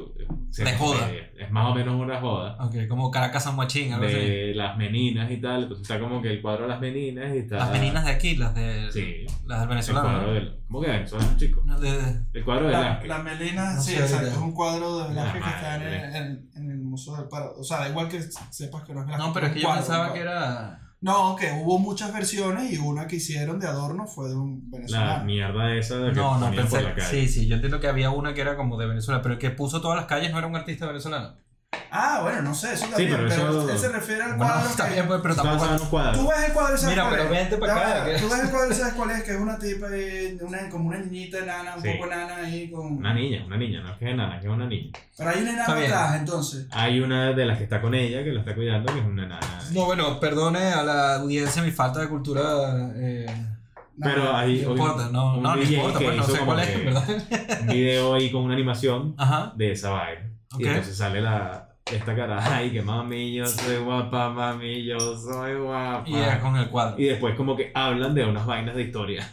De joda.
Es más o menos una joda.
Ok, como Caracas San Machín, algo así.
De las meninas y tal. Entonces está como que el cuadro de las meninas y está.
Las meninas de aquí, las de.
Sí.
Las del
El cuadro
venezolano.
de. ¿Cómo que venezolanos, chicos?
¿no? De- de-
El cuadro de
La,
Velázquez.
la melena,
No
sí,
sé,
exacto.
ahorita.
Es un cuadro de Velázquez que
La
está en el,
madre.
en- en el Museo del Prado. O sea, igual que sepas que no es Velázquez.
No, pero es
un
que yo
cuadro,
pensaba
un
que
cuadro.
era.
No, que hubo muchas versiones y una que hicieron de adorno fue de un
La
venezolano.
mierda esa de que
No, no,
ponían por la
pensé.
calle.
Sí, sí, yo entiendo que había una que era como de Venezuela, pero el que puso todas las calles no era un artista venezolano.
Ah, bueno, no sé, eso también.
pero
pero
eso-
él se refiere al
Bueno,
cuadro.
está
que-
bien, pues, pero
Estaban
tampoco.
usando un cuadro.
Tú ves el cuadro y sabes
Mira,
cuál
pero
es.
vente pa'
Ya
acá,
va,
que-
Tú ves el cuadro y sabes cuál es, que es una tipa, eh, una, como una niñita nana, un
Sí.
poco nana ahí con...
Una niña, una niña, no es que es nana, que es una niña.
Pero hay una
Está
nana
bien.
atrás, entonces.
Hay una de las que está con ella, que la está cuidando, que es una nana.
No, bueno, perdone a la audiencia mi falta de cultura. Eh,
Pero ahí
no importa, no,
un
no, no
DJ
importa,
que
pues no
hizo
sé
como
cuál es,
que
¿verdad?
un video ahí con una animación
Ajá.
de esa vaina.
Ok.
Y entonces sale la, esta cara, ay, que mami, yo soy guapa, mami, yo soy guapa.
Y es con el cuadro.
Ah. Y después como que hablan de unas vainas de historia.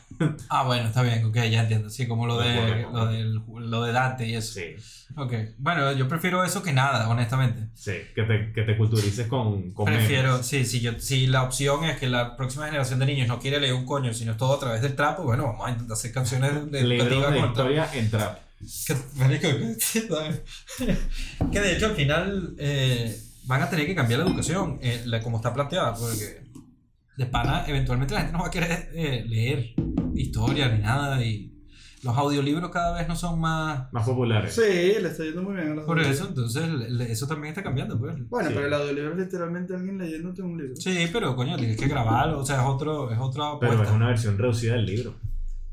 Ah, bueno, está bien, ok, ya entiendo. Sí, como lo de,
Bueno,
lo del- lo de Dante y eso.
Sí,
Ok, bueno, yo prefiero eso que nada, honestamente.
sí, que te, que te culturices con... con
Prefiero,
memes.
sí, sí, yo, si la opción es que la próxima generación de niños no quiere leer un coño, sino es todo a través del trapo, bueno, vamos a intentar hacer canciones de educativas
Libros de
con el trapo.
historia en trap.
Que, marico, que de hecho al final eh, van a tener que cambiar la educación, eh, la- como está planteada, porque de pana eventualmente la gente no va a querer eh, leer historia ni nada y los audiolibros cada vez no son más...
Más populares.
Sí, le está yendo muy bien a los
Por
audiolibros.
eso, entonces le- le- eso también está cambiando, pues.
Bueno,
Sí.
pero el audiolibro es literalmente alguien leyéndote un libro.
Sí, pero coño, tienes que grabarlo, o sea, es, otro, es otra
Pero
apuesta.
es una versión reducida del libro.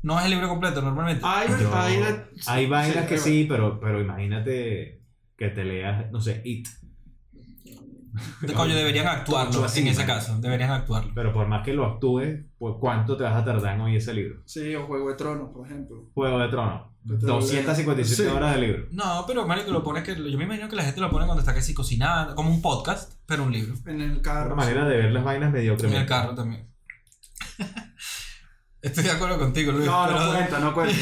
No es el libro completo normalmente.
Hay,
Yo-
hay la-
Hay vainas
sí,
que
hay
sí, pero, pero imagínate que te leas, no sé, It.
De- coño, deberían actuarlo
así,
en ese
marico.
caso, deberían actuarlo.
Pero por más que lo actúes, pues ¿cuánto te vas a tardar en oír ese libro?
Sí, o Juego de Tronos, por ejemplo.
Juego de Tronos.
Que te lo leas.
257
Sí.
horas de libro.
No, pero marico, lo pones que yo me imagino que la gente lo pone cuando está casi cocinando, como un podcast, pero un libro.
En el
Otra
carro.
manera de ver las vainas mediocres.
En el carro también. *laughs* Estoy de acuerdo contigo, Luis.
No,
pero-
no cuenta, no cuenta.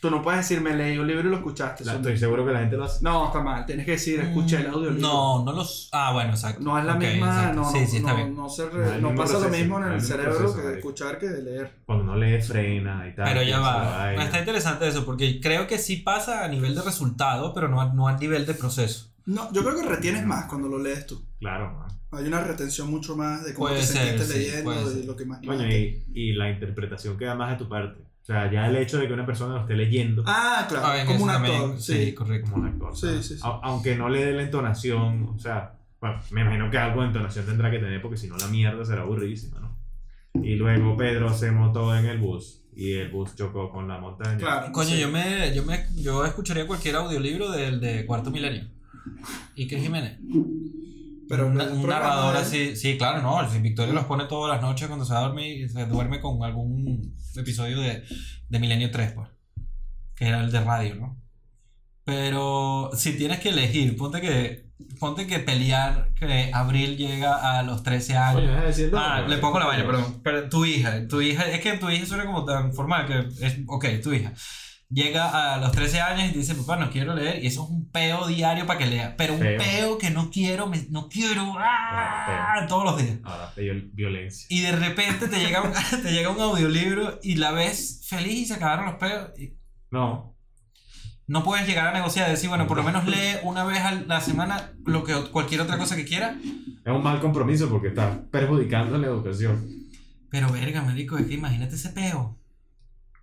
Tú no puedes decir, me leí un libro y lo escuchaste.
La-
Son-
estoy seguro que la gente lo hace.
No, está mal. Tienes que decir, escuché el audiolibro.
No, no los. Ah, bueno, exacto.
No es la
Ok,
misma,
exacto.
no,
Sí,
no,
sí, está
no,
bien.
no se re-
No es el
no
mismo
pasa lo
proceso,
mismo en
no
el,
es el mismo
cerebro
proceso,
que de
marico.
escuchar que de leer.
Cuando no lee frena y tal.
Pero ya
piensa la
va.
vaina.
Está interesante eso, porque creo que sí pasa a nivel de resultado, pero no a, no a nivel de proceso.
No, yo creo que retienes más cuando lo lees tú.
Claro, man.
Hay una retención mucho más de cómo
Puede
te
ser,
sentiste
sí, puede
leyendo
ser.
y lo que más
Coño, y, y la interpretación queda más de tu parte. O sea, ya el hecho de que una persona lo esté leyendo
Ah, claro,
Ah, bien,
como
eso
un actor.
también,
sí.
correcto.
como un actor.
Sí,
¿sabes?
sí, sí.
A- aunque no le dé la entonación, o sea, bueno, me imagino que algo de entonación tendrá que tener porque si no la mierda será aburridísima, ¿no? Y luego Pedro se montó en el bus y el bus chocó con la montaña.
Claro.
Coño,
sí.
yo me, yo me yo escucharía cualquier audiolibro del de Cuarto Milenio. Iker Jiménez.
Pero
un,
el
un
programa
narrador
de-
así, sí, claro, no, si Victoria los pone todas las noches cuando se va a dormir, se duerme con algún episodio de, de Milenio 3, pues, que era el de radio, ¿no? Pero si tienes que elegir, ponte que, ponte que pelear que Abril llega a los 13 años.
Coño, deja de decir
Ah,
nombre.
le pongo la vaina, perdón. Pero tu hija, tu hija, es que tu hija suena como tan formal que es, ok, tu hija. Llega a los 13 años y dice, papá, no quiero leer. Y eso es un peo diario para que lea. Pero un
Peo.
peo que no quiero, me- no quiero. ¡ah!
Peo,
Todos los días.
Ahora, viol- violencia.
Y de repente te llega, un, *laughs* te llega un audiolibro y la ves feliz y se acabaron los peos. Y
No,
no puedes llegar a negociar y decir, bueno, por lo menos lee una vez a la semana lo que, cualquier otra cosa que quieras.
es un mal compromiso porque está perjudicando la educación.
Pero verga, marico, es que imagínate ese peo.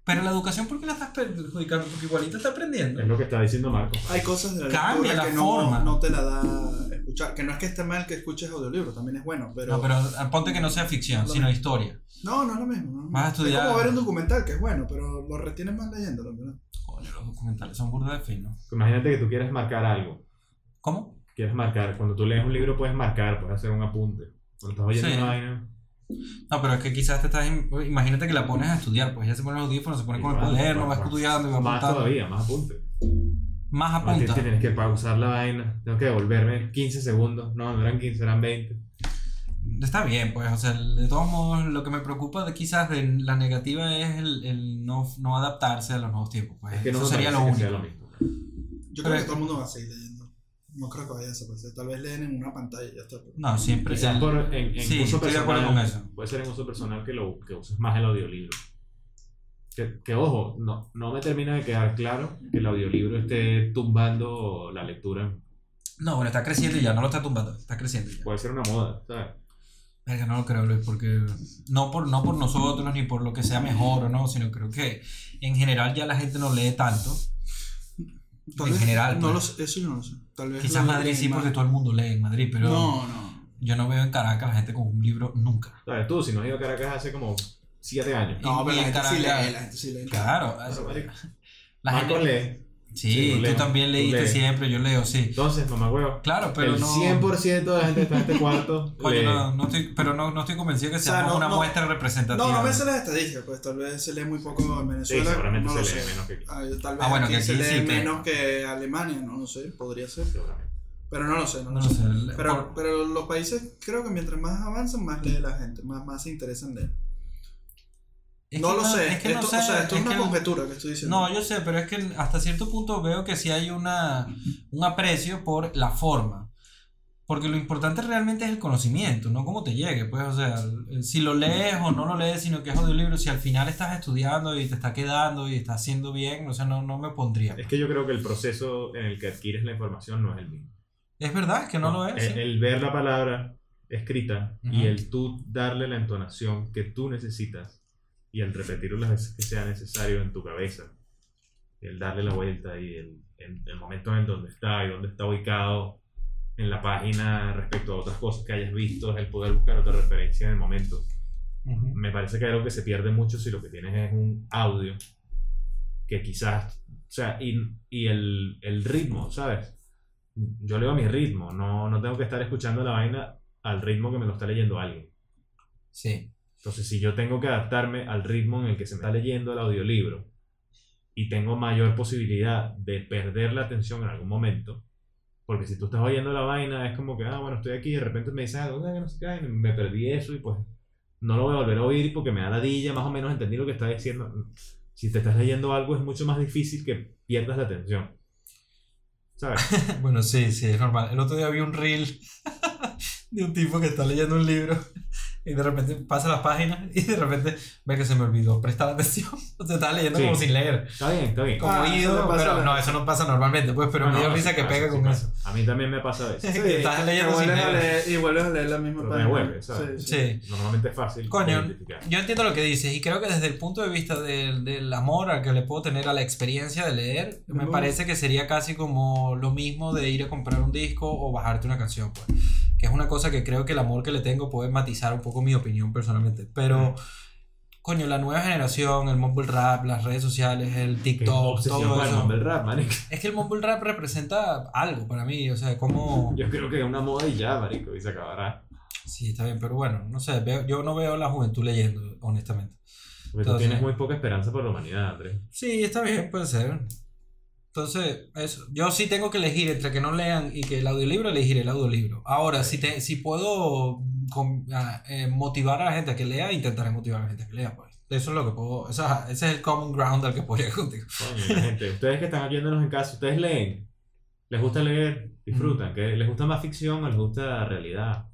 Pero la educación, ¿por qué la estás perjudicando? Porque igualito está aprendiendo.
Es lo que está diciendo Marco.
Hay cosas de la
Cambia
lectura
la
que
forma.
No, no te la da escuchar. Que no es que esté mal que escuches audiolibro, también es bueno, pero.
no, pero ah, ponte que no sea ficción,
Lo
sino
mismo.
historia.
No, no es lo mismo. no.
Vas a estudiar-
Es como ver un documental, que es bueno, pero lo retienes más leyéndolo, ¿verdad?
Coño, los documentales son burda de finos.
Imagínate que tú quieres marcar algo.
¿Cómo?
Quieres marcar. Cuando tú lees un libro puedes marcar, puedes hacer un apunte. Cuando estás oyendo
Sí.
una vaina.
No, pero es que quizás te estás. im- Imagínate que la pones a estudiar, pues ya se pone los audífonos, se pone con el
Igual,
cuaderno, va
más-
estudiando y va
Más
apuntando.
todavía, más apunte.
Más
No,
apunta.
te- Tienes que pausar la vaina. Tengo que devolverme 15 segundos. No, no eran 15, eran 20.
Está bien, pues, o sea, de todos modos, lo que me preocupa de, quizás de la negativa es el, el no, no adaptarse a los nuevos tiempos. Pues.
Es que no
Eso
me
sería lo
parece que
único.
sea mismo.
Pero
Yo creo
es-
que todo el mundo va a seguir leyendo. No creo que vaya a desaparecer. Tal vez leen en una pantalla y ya está. pero-
No, siempre.
Quizás
el-
por, en, en
sí,
uso
estoy de
personal.
acuerdo con eso.
Puede ser en uso personal que, lo, que uses más el audiolibro. Que, que, ojo, no, no me termina de quedar claro que el audiolibro esté tumbando la lectura.
No, bueno, está creciendo y ya, no lo está tumbando, está creciendo y ya.
Puede ser una moda, ¿sabes?
Verga, no lo creo, Luis, porque no por, no por nosotros ni por lo que sea mejor o no, sino creo que en general ya la gente no lee tanto.
Tal
En
vez-
general,
No
pues.
lo sé, eso yo no lo sé. Tal vez
Quizás
lo
Madrid
leen
sí,
más.
porque todo el mundo lee en Madrid, pero
No, no.
yo no veo en Caracas la gente con un libro nunca.
¿Sabes? Tú, si no has ido a Caracas hace como 7 años.
Y-
No, pero
y
la
en
gente sí
Caracas-
lee, la gente sí lee.
Claro,
Pero, marico,
la
Marco
gente.
lee. Sí,
Sí,
tú
tú
lees,
también
tú
leíste
lees.
siempre, yo leo, sí.
Entonces, mamá huevo.
Claro, pero
el
no.
100% de la gente que está en
*laughs*
este cuarto.
Oye,
lee.
no, no estoy, pero no, no estoy convencido que
sea,
sea
no,
una
no.
muestra representativa.
No, no me sé las estadísticas, pues tal vez se lee muy poco en
Sí,
Venezuela.
seguramente
no
se
lo
lee
sé.
menos que aquí.
Ah, Tal vez
Ah, bueno,
aquí
que
se
aquí
lee
sí, claro.
menos que Alemania, no lo sé, podría ser.
Seguramente.
Pero no lo sé, no lo
No
sé.
sé. el-
Pero, pero los países, creo que mientras más avanzan, más lee la gente, más, más se interesan de él.
es
no
que
lo sé.
es que
esto,
no sé,
o sea, esto es,
es
una
que-
conjetura que estoy diciendo.
No, yo sé, pero es que hasta cierto punto veo que sí hay una, un aprecio por la forma. Porque lo importante realmente es el conocimiento, no cómo te llegue. Pues, o sea, el- si lo lees o no lo lees, sino que es audiolibro, si al final estás estudiando y te está quedando y estás haciendo bien, o sea, no, no me pondría.
Es que yo creo que el proceso en el que adquieres la información no es el mismo.
Es verdad, es que no lo es.
El,
sí.
el ver la palabra escrita y
Ujú.
el tú darle la entonación que tú necesitas y el repetirlo las veces que sea necesario en tu cabeza, el darle la vuelta y el, el- el momento en donde está y dónde está ubicado en la página respecto a otras cosas que hayas visto, el poder buscar otra referencia en el momento.
Ujú.
Me parece que es algo que se pierde mucho si lo que tienes es un audio que quizás, o sea, y, y el, el ritmo, ¿sabes? Yo leo a mi ritmo, no, no tengo que estar escuchando la vaina al ritmo que me lo está leyendo alguien.
Sí.
Entonces, si yo tengo que adaptarme al ritmo en el que se me está leyendo el audiolibro y tengo mayor posibilidad de perder la atención en algún momento, porque si tú estás oyendo la vaina, es como que, ah, bueno, estoy aquí y de repente me dices algo, "Ah, no sé qué", y me perdí eso y pues no lo voy a volver a oír porque me da ladilla, más o menos entendí lo que está diciendo. Si te estás leyendo algo, es mucho más difícil que pierdas la atención. ¿Sabes?
Bueno, sí, sí, es normal. El otro día vi un reel de un tipo que está leyendo un libro y de repente pasa las páginas y de repente ve que se me olvidó prestar atención. *laughs* O sea, estaba leyendo
Sí.
como sin leer,
Está bien, está bien.
como
Ah, eso
oído,
le pasa a
pero
la-
no, eso no pasa normalmente, pues, pero
Ah,
me dio
no,
risa
sí
que
pasa,
pega
sí
con
pasa.
eso. *laughs*
A mí también me pasa a veces.
que estás leyendo
te vuelves
sin
a
leer.
leer y vuelves a leer la misma
Pero me
página.
devuelve, ¿sabes?
Sí, sí.
Sí.
Normalmente es fácil
Coño.
identificar.
Yo entiendo lo que dices y creo que desde el punto de vista del, del amor al que le puedo tener a la experiencia de leer, me
Ujú.
parece que sería casi como lo mismo de ir a comprar un disco o bajarte una canción, pues. Que es una cosa que creo que el amor que le tengo puede matizar un poco mi opinión personalmente. Pero, coño, la nueva generación, el mumble rap, las redes sociales, el
Qué
TikTok,
obsesión
todo
con el
eso.
mumble rap, marico. *laughs*
Es que el mumble rap representa algo para mí, o sea, como...
Yo creo que es una moda y ya, marico, y se acabará.
Sí, está bien, pero bueno, no sé, veo- yo no veo la juventud leyendo, honestamente.
Porque tú
Entonces-
tienes muy poca esperanza por la humanidad, Andrés.
Sí, está bien, puede ser. Entonces, eso. Yo sí tengo que elegir entre que no lean y que el audiolibro, elegiré el audiolibro. Ahora, si, te, si puedo con- ah, eh, motivar a la gente a que lea, intentaré motivar a la gente a que lea, pues. Eso es lo que puedo. o sea, ese es el common ground al que puedo llegar *laughs* contigo.
Coño, la gente, ustedes que están oyéndonos en casa, ustedes leen. ¿Les gusta leer?
Mm.
Disfrutan. ¿Qué- ¿Les gusta más ficción o les gusta la realidad?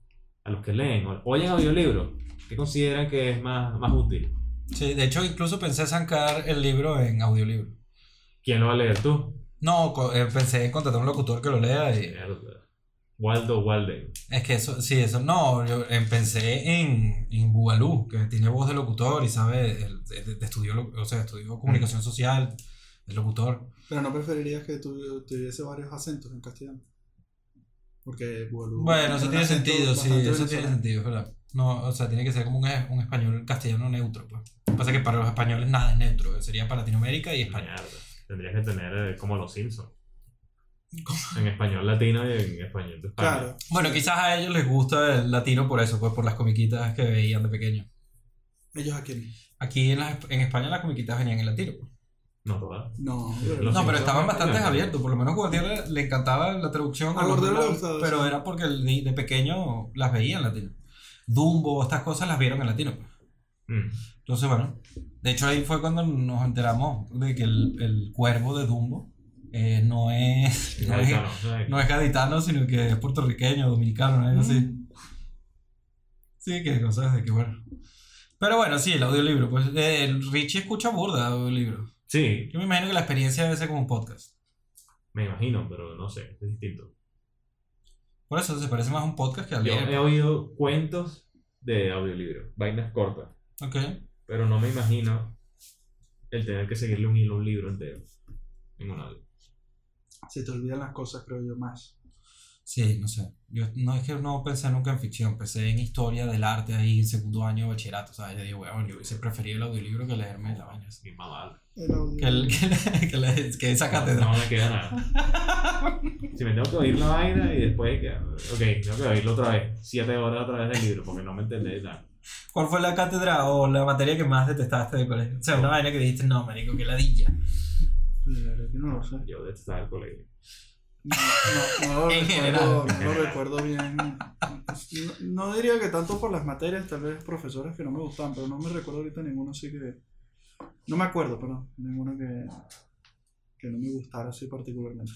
A los que leen, o oyen audiolibro, ¿qué consideran que es más, más útil?
Sí, de hecho, incluso pensé sacar el libro en audiolibro.
¿Quién lo va a leer tú?
No, co- eh, pensé en contratar un locutor que lo lea y.
Mierda. Waldo Walden.
Es que eso, sí, eso no, yo eh, pensé en, en Bugalú, que tiene voz de locutor y sabe, el- de- de- de estudió, lo- o sea, estudió comunicación social, es locutor.
Pero no preferirías que tu- tuviese varios acentos en castellano. Porque, bueno,
Bueno, eso
un
tiene
acento
sentido, sí,
bastante
eso tiene
venezolano.
sentido, es verdad. No, o sea, tiene que ser como un, e- un español castellano neutro, pues. Lo que Pasa es que para los españoles nada es neutro, eh, sería para Latinoamérica y España.
Mierda. Tendrías que tener eh, como los Simpsons. En español latino y en español de España.
Claro.
Bueno, quizás a ellos les gusta el latino por eso, pues por las comiquitas que veían de pequeño.
¿Ellos a quién?
Aquí en, las- en España las comiquitas venían en latino. pues.
No, todas.
No.
Los
No, pero
Simpsons
estaban
en
bastante
español.
abiertos. Por lo menos Guardiola le encantaba la traducción.
A
los
Guardiola
dos
le
lados,
gustaba,
Pero
sí.
era porque el de, de pequeño las veía en latino. Dumbo, estas cosas las vieron en latino. pues.
Mm.
Entonces, bueno. De hecho, ahí fue cuando nos enteramos de que el, el cuervo de Dumbo eh, no, es, *laughs* no, es,
Gaditano, ¿sabes?
no es gaditano, sino que es puertorriqueño, dominicano, algo así.
Mm.
Sí, que cosas de que bueno. Pero bueno, sí, el audiolibro. Pues eh, el Richie escucha burda de audiolibro.
Sí,
Yo me imagino que la experiencia debe ser como un podcast.
me imagino, pero no sé, es distinto.
Por eso se parece más a un podcast que al
Yo eh,
libro.
he oído cuentos de audiolibro, vainas cortas,
Ok.
pero no me imagino el tener que seguirle un hilo a un libro entero en un audio.
Se te olvidan las cosas, creo yo, más.
Sí, no sé. Yo no es que no pensé nunca en ficción, pensé en historia del arte ahí en segundo año de bachillerato. ¿sabes? Yo digo, bueno, yo hubiese preferido el audiolibro que leerme la vaina. así.
Ni más vale.
El audio.
Que, el, *laughs* que, la- que, la- que esa cátedra.
No, no me queda nada. Si me tengo que oír la vaina y después, que- ok, tengo que oírlo otra vez, siete horas otra vez del libro, porque no me entendí nada.
¿Cuál fue la cátedra o la materia que más detestaste de colegio? O sea, una vaina que dijiste, no, marico, que ladilla.
La verdad que no lo sé.
Yo detestaba el colegio.
No, no, no lo,
*laughs* En general.
recuerdo, no lo recuerdo bien. No, no diría que tanto por las materias, tal vez profesores que no me gustaban, pero no me recuerdo ahorita ninguno así que. No me acuerdo, perdón, ninguno que, que no me gustara así particularmente,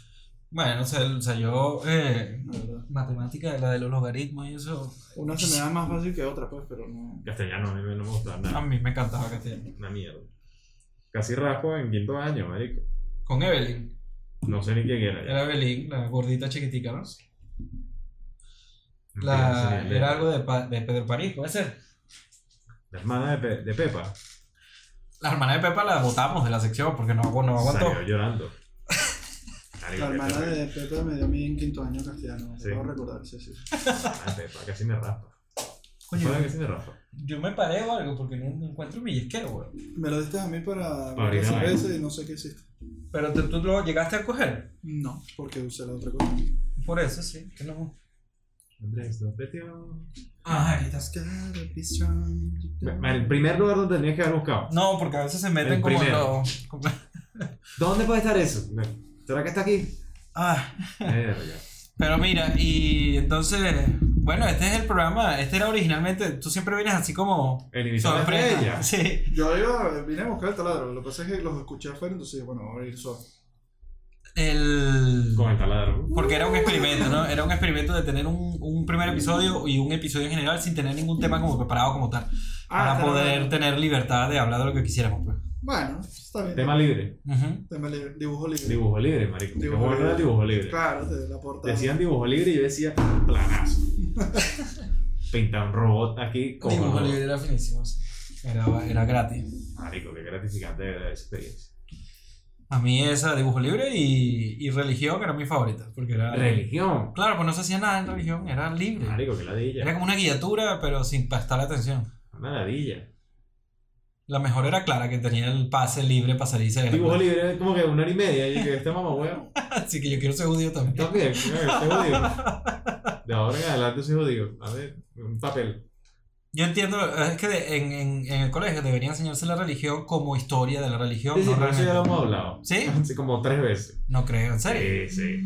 Bueno, o sea, o sea, yo. eh,
la verdad.
matemática, la de los logaritmos y eso.
Una se me da más fácil que otra, pues, pero no.
Castellano, a mí no me gustaba
A
nada.
mí me encantaba castellano.
Una mierda. Casi raspo en quinto año, marico.
Con Evelyn.
No sé ni quién era. ya.
Era Evelyn, la gordita chiquitica, ¿no?
No
La,
sé ni quién
era algo de, Pa- de Pedro París, puede ser.
La hermana de, Pe- de Pepa.
La hermana de Pepa la botamos de la sección porque no, no aguantó. *laughs*
Salió llorando. Marico,
La
qué
hermana
terrible.
de Pepe me dio a mí en quinto año castellano,
Sí.
sí. recordar, sí, sí.
Ay, Pepa, casi me raspa.
Coño,
Joder, casi me raspa.
yo me paré o algo porque no encuentro mi yesquero, güey.
Me lo diste a mí para
Para orinar.
hacer eso y no sé qué hiciste.
Pero tú, tú lo llegaste a coger.
No, porque usé la otra cosa.
Por eso, sí. Que no. Ah.
Andrés, dos petios.
Ay,
That's gotta be strong.
El primer lugar donde tenías que haber buscado.
no, porque a veces se meten
El
como en
primero.
los. como-
¿Dónde puede estar eso? ¿Será que está aquí?
Ah,
Verga.
pero mira, y entonces. Bueno, este es el programa. Este era originalmente. Tú siempre vienes así como.
El inicial es de
*laughs*
ella.
Sí.
Yo iba, vine a buscar el taladro, lo que pasa es que los escuché afuera, entonces dije, bueno, voy a abrir suave.
El.
Con el taladro.
Porque era un experimento, ¿no? Era un experimento de tener un, un primer episodio y un episodio en general sin tener ningún tema como preparado como tal.
Ah,
para
está
poder
bien.
tener libertad de hablar de lo que quisiéramos, pues.
Bueno, está bien.
Tema libre.
Ujú.
Tema libre, dibujo libre.
Dibujo libre, marico.
Dibujo
Dibujo
libre.
libre. Dibujo libre.
Claro, de la portada.
Decían dibujo libre y yo decía
*laughs*
planazo. Pinta un robot aquí como.
Dibujo libre era finísimo. sí. Era, era gratis.
Marico, qué gratificante era esa experiencia.
A mí esa dibujo libre y, y religión que era mi favorita. Porque era.
Religión.
Claro, pues no se hacía nada en religión, era libre.
Marico, qué ladilla.
Era como una guillatura, pero sin prestar atención.
Una ladilla.
La mejor era Clara, que tenía el pase libre para salirse de la
Dibujo
clase.
libre es como que una hora y media. Y que este mamá huevo.
*laughs* Así que yo quiero ser judío también.
También, eh, soy judío. De ahora en adelante soy judío. A ver, un papel.
Yo entiendo, es que de- en, en, en el colegio debería enseñarse la religión como historia de la religión.
Sí, sí,
no
pero eso ya lo
realmente.
hemos hablado. *laughs*
¿Sí?
Así como tres veces.
No creo, en serio.
sí.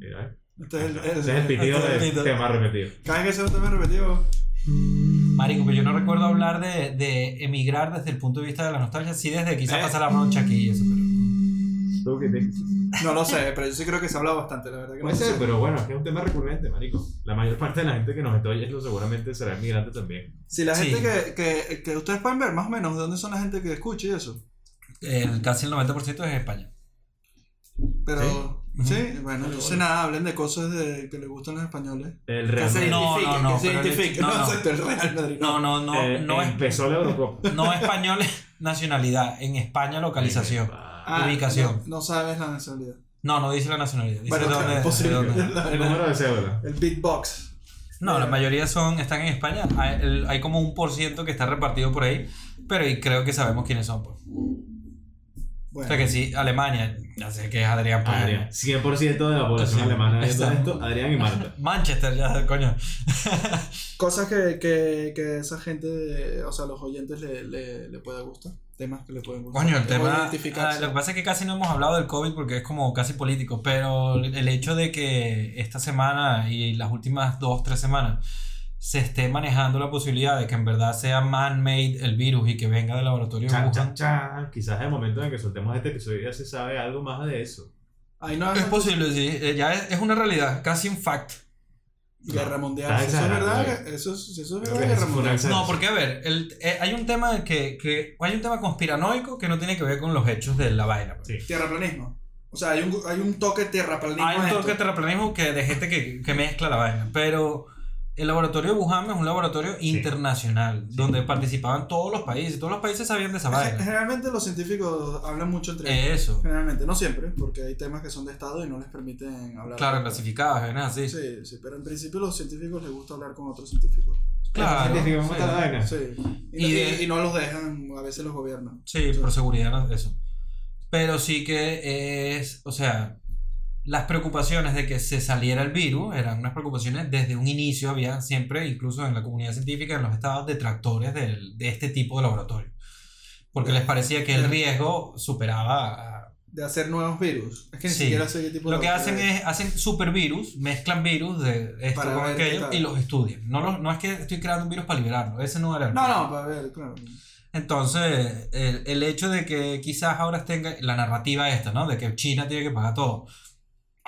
Mira, eh.
Este es el, el-
Ese es el
este
pitido
es el
del
pitido.
tema repetido.
Cada vez que sea un tema repetido,
Marico, pero yo no recuerdo hablar de, de emigrar desde el punto de vista de la nostalgia, sí desde quizá
Eh.
pasar la noche aquí y eso, pero...
¿Tú qué piensas?
no lo sé, pero yo sí creo que se habla bastante, la verdad que no
Puede
sé.
ser, pero bueno, es que es un tema recurrente, marico. La mayor parte de la gente que nos está oyendo seguramente será inmigrante también.
Si la gente
Sí.
que, que, que ustedes pueden ver más o menos de dónde son la gente que escucha y eso.
El, casi el 90% es en España.
Pero,
Sí.
sí, bueno, entonces nada, hablen de cosas de, que les gustan los españoles.
El
Que
Real
se
Madrid
No,
identifiquen,
no, no,
que se
pero el-
identifiquen.
no, no.
*laughs* exacto, el Real Madrid.
No, no, no,
eh,
no, es,
empezó la Eurocopa.
no español es nacionalidad, en España localización.
Ah,
Ah,
ubicación.
No, no sabes la nacionalidad.
No, no dice la nacionalidad, dice
Bueno,
dónde-
claro,
de
posible.
dónde.
*laughs* el número de cédula.
El beatbox.
No, la
Eh.
mayoría son, están en España. Hay, el- hay como un por ciento que está repartido por ahí, pero y creo que sabemos quiénes son. pues. O
Bueno,
sea que sí, Alemania, ya sé que es Adrián. pues.
Adrián. 100% de la población
Sí.
alemana viendo
Está.
esto, Adrián y Marta.
Manchester, ya, coño.
cosas que, que, que esa gente, o sea, los oyentes le, le, le pueda gustar. Temas que le pueden gustar.
Coño, el
Cómo
tema. ah,
identificarse.
lo que pasa es que casi no hemos hablado del COVID porque es como casi político, pero el hecho de que esta semana y las últimas dos, tres semanas se esté manejando la posibilidad de que en verdad sea man-made el virus y que venga del laboratorio de
Chan,
Wuhan.
chan, chan. Quizás el momento en el que soltemos este episodio ya se sabe algo más de eso.
Ahí no
Es
hay
posible, sí, eh, ya es, es una realidad, casi un fact.
guerra mundial.
Está
Si eso es
exagerado,
verdad, eso es, si eso es
Creo
verdad,
que
guerra
eso fue una
mundial.
exageración.
No, porque a ver, el- eh, hay un tema que, que- hay un tema conspiranoico que no tiene que ver con los hechos de la vaina. pues.
Sí.
Tierraplanismo. O sea, hay un, hay un toque tierraplanismo.
Hay un
en
toque de
esto.
terraplanismo que de gente que, que mezcla la vaina, pero el laboratorio de Wuhan es un laboratorio internacional donde participaban todos los países, todos los países sabían de esa
Gen-
vaina.
Generalmente los científicos hablan mucho entre ellos.
Eso,
Generalmente, no siempre, porque hay temas que son de Estado y no les permiten hablar.
claro, clasificadas, vainas así.
Sí, sí, pero en principio los científicos les gusta hablar con otros científicos.
Claro.
Científico, ¿cómo está la
sí.
vaina?
Sí. Y,
Y
y-
de-
y no los dejan a veces los gobiernos.
Sí, por seguridad, no- eso. Pero sí que es, o sea, las preocupaciones de que se saliera el virus eran unas preocupaciones desde un inicio, había siempre, incluso en la comunidad científica, en los estados, detractores del- de este tipo de laboratorio. Porque les parecía que el riesgo superaba a-
de hacer nuevos virus. Es que ni
Sí.
siquiera sé qué tipo de.
Lo que hacen
bacteria
es, hacen supervirus, mezclan virus de esto
Para
con
ver qué
aquello
tal.
y los estudian. No, los- no es que estoy creando un virus para liberarlo, ese no era el
No,
plan.
no, para ver, claro.
Entonces, el, el hecho de que quizás ahora tenga la narrativa esta, ¿no? De que China tiene que pagar todo.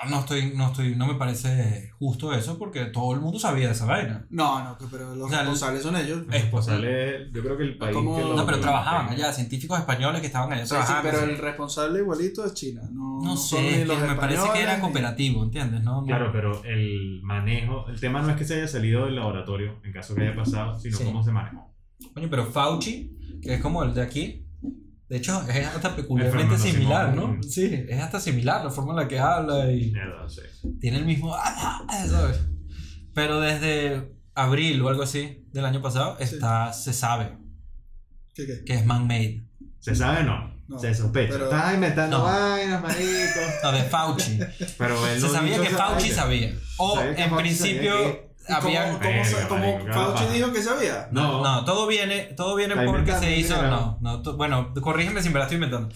No estoy, no estoy, no me parece justo eso porque todo el mundo sabía de esa vaina.
No, no, que- pero los
O sea,
responsables son ellos.
Es posible.
Sale, yo creo que el país.
como-
que lo-
No, pero
que lo
trabajaban
tenga.
allá, científicos españoles que estaban allá
Sí, sí,
trabajando.
pero el responsable igualito es China. No,
No
son ni
sé, es
los
que me parece que
españoles
era
ni-
cooperativo, ¿entiendes? No, no.
Claro, pero el manejo. El tema no es que se haya salido del laboratorio, en caso que haya pasado, sino
Sí.
cómo se manejó.
Coño, pero Fauci, que es como el de aquí, de hecho, es hasta peculiarmente
Fernando
similar,
Simón.
¿no? Sí, es hasta similar la forma en la que habla y
Mierda, sí.
tiene el mismo. ah, ¿sabes? Pero desde abril o algo así del año pasado,
Sí.
está, se sabe
¿Qué, qué?
que es man-made.
¿Se sabe o no?
No,
se sospecha.
pero-
Estás inventando
No.
vainas, marico.
No, de
*laughs*
Fauci.
Pero él
se
no
sabía
dijo
que
esa
Fauci
vaina.
sabía. O
Sabía que
en
Fauci
principio
¿Y
había.
¿Cómo, cómo, se-
Verga,
cómo
marico, qué
Fauci
paja.
dijo que sabía?
No,
No, todo viene, todo viene
Está
porque
inventando,
se hizo.
mira.
No, no, to- bueno, corrígeme si me la estoy inventando.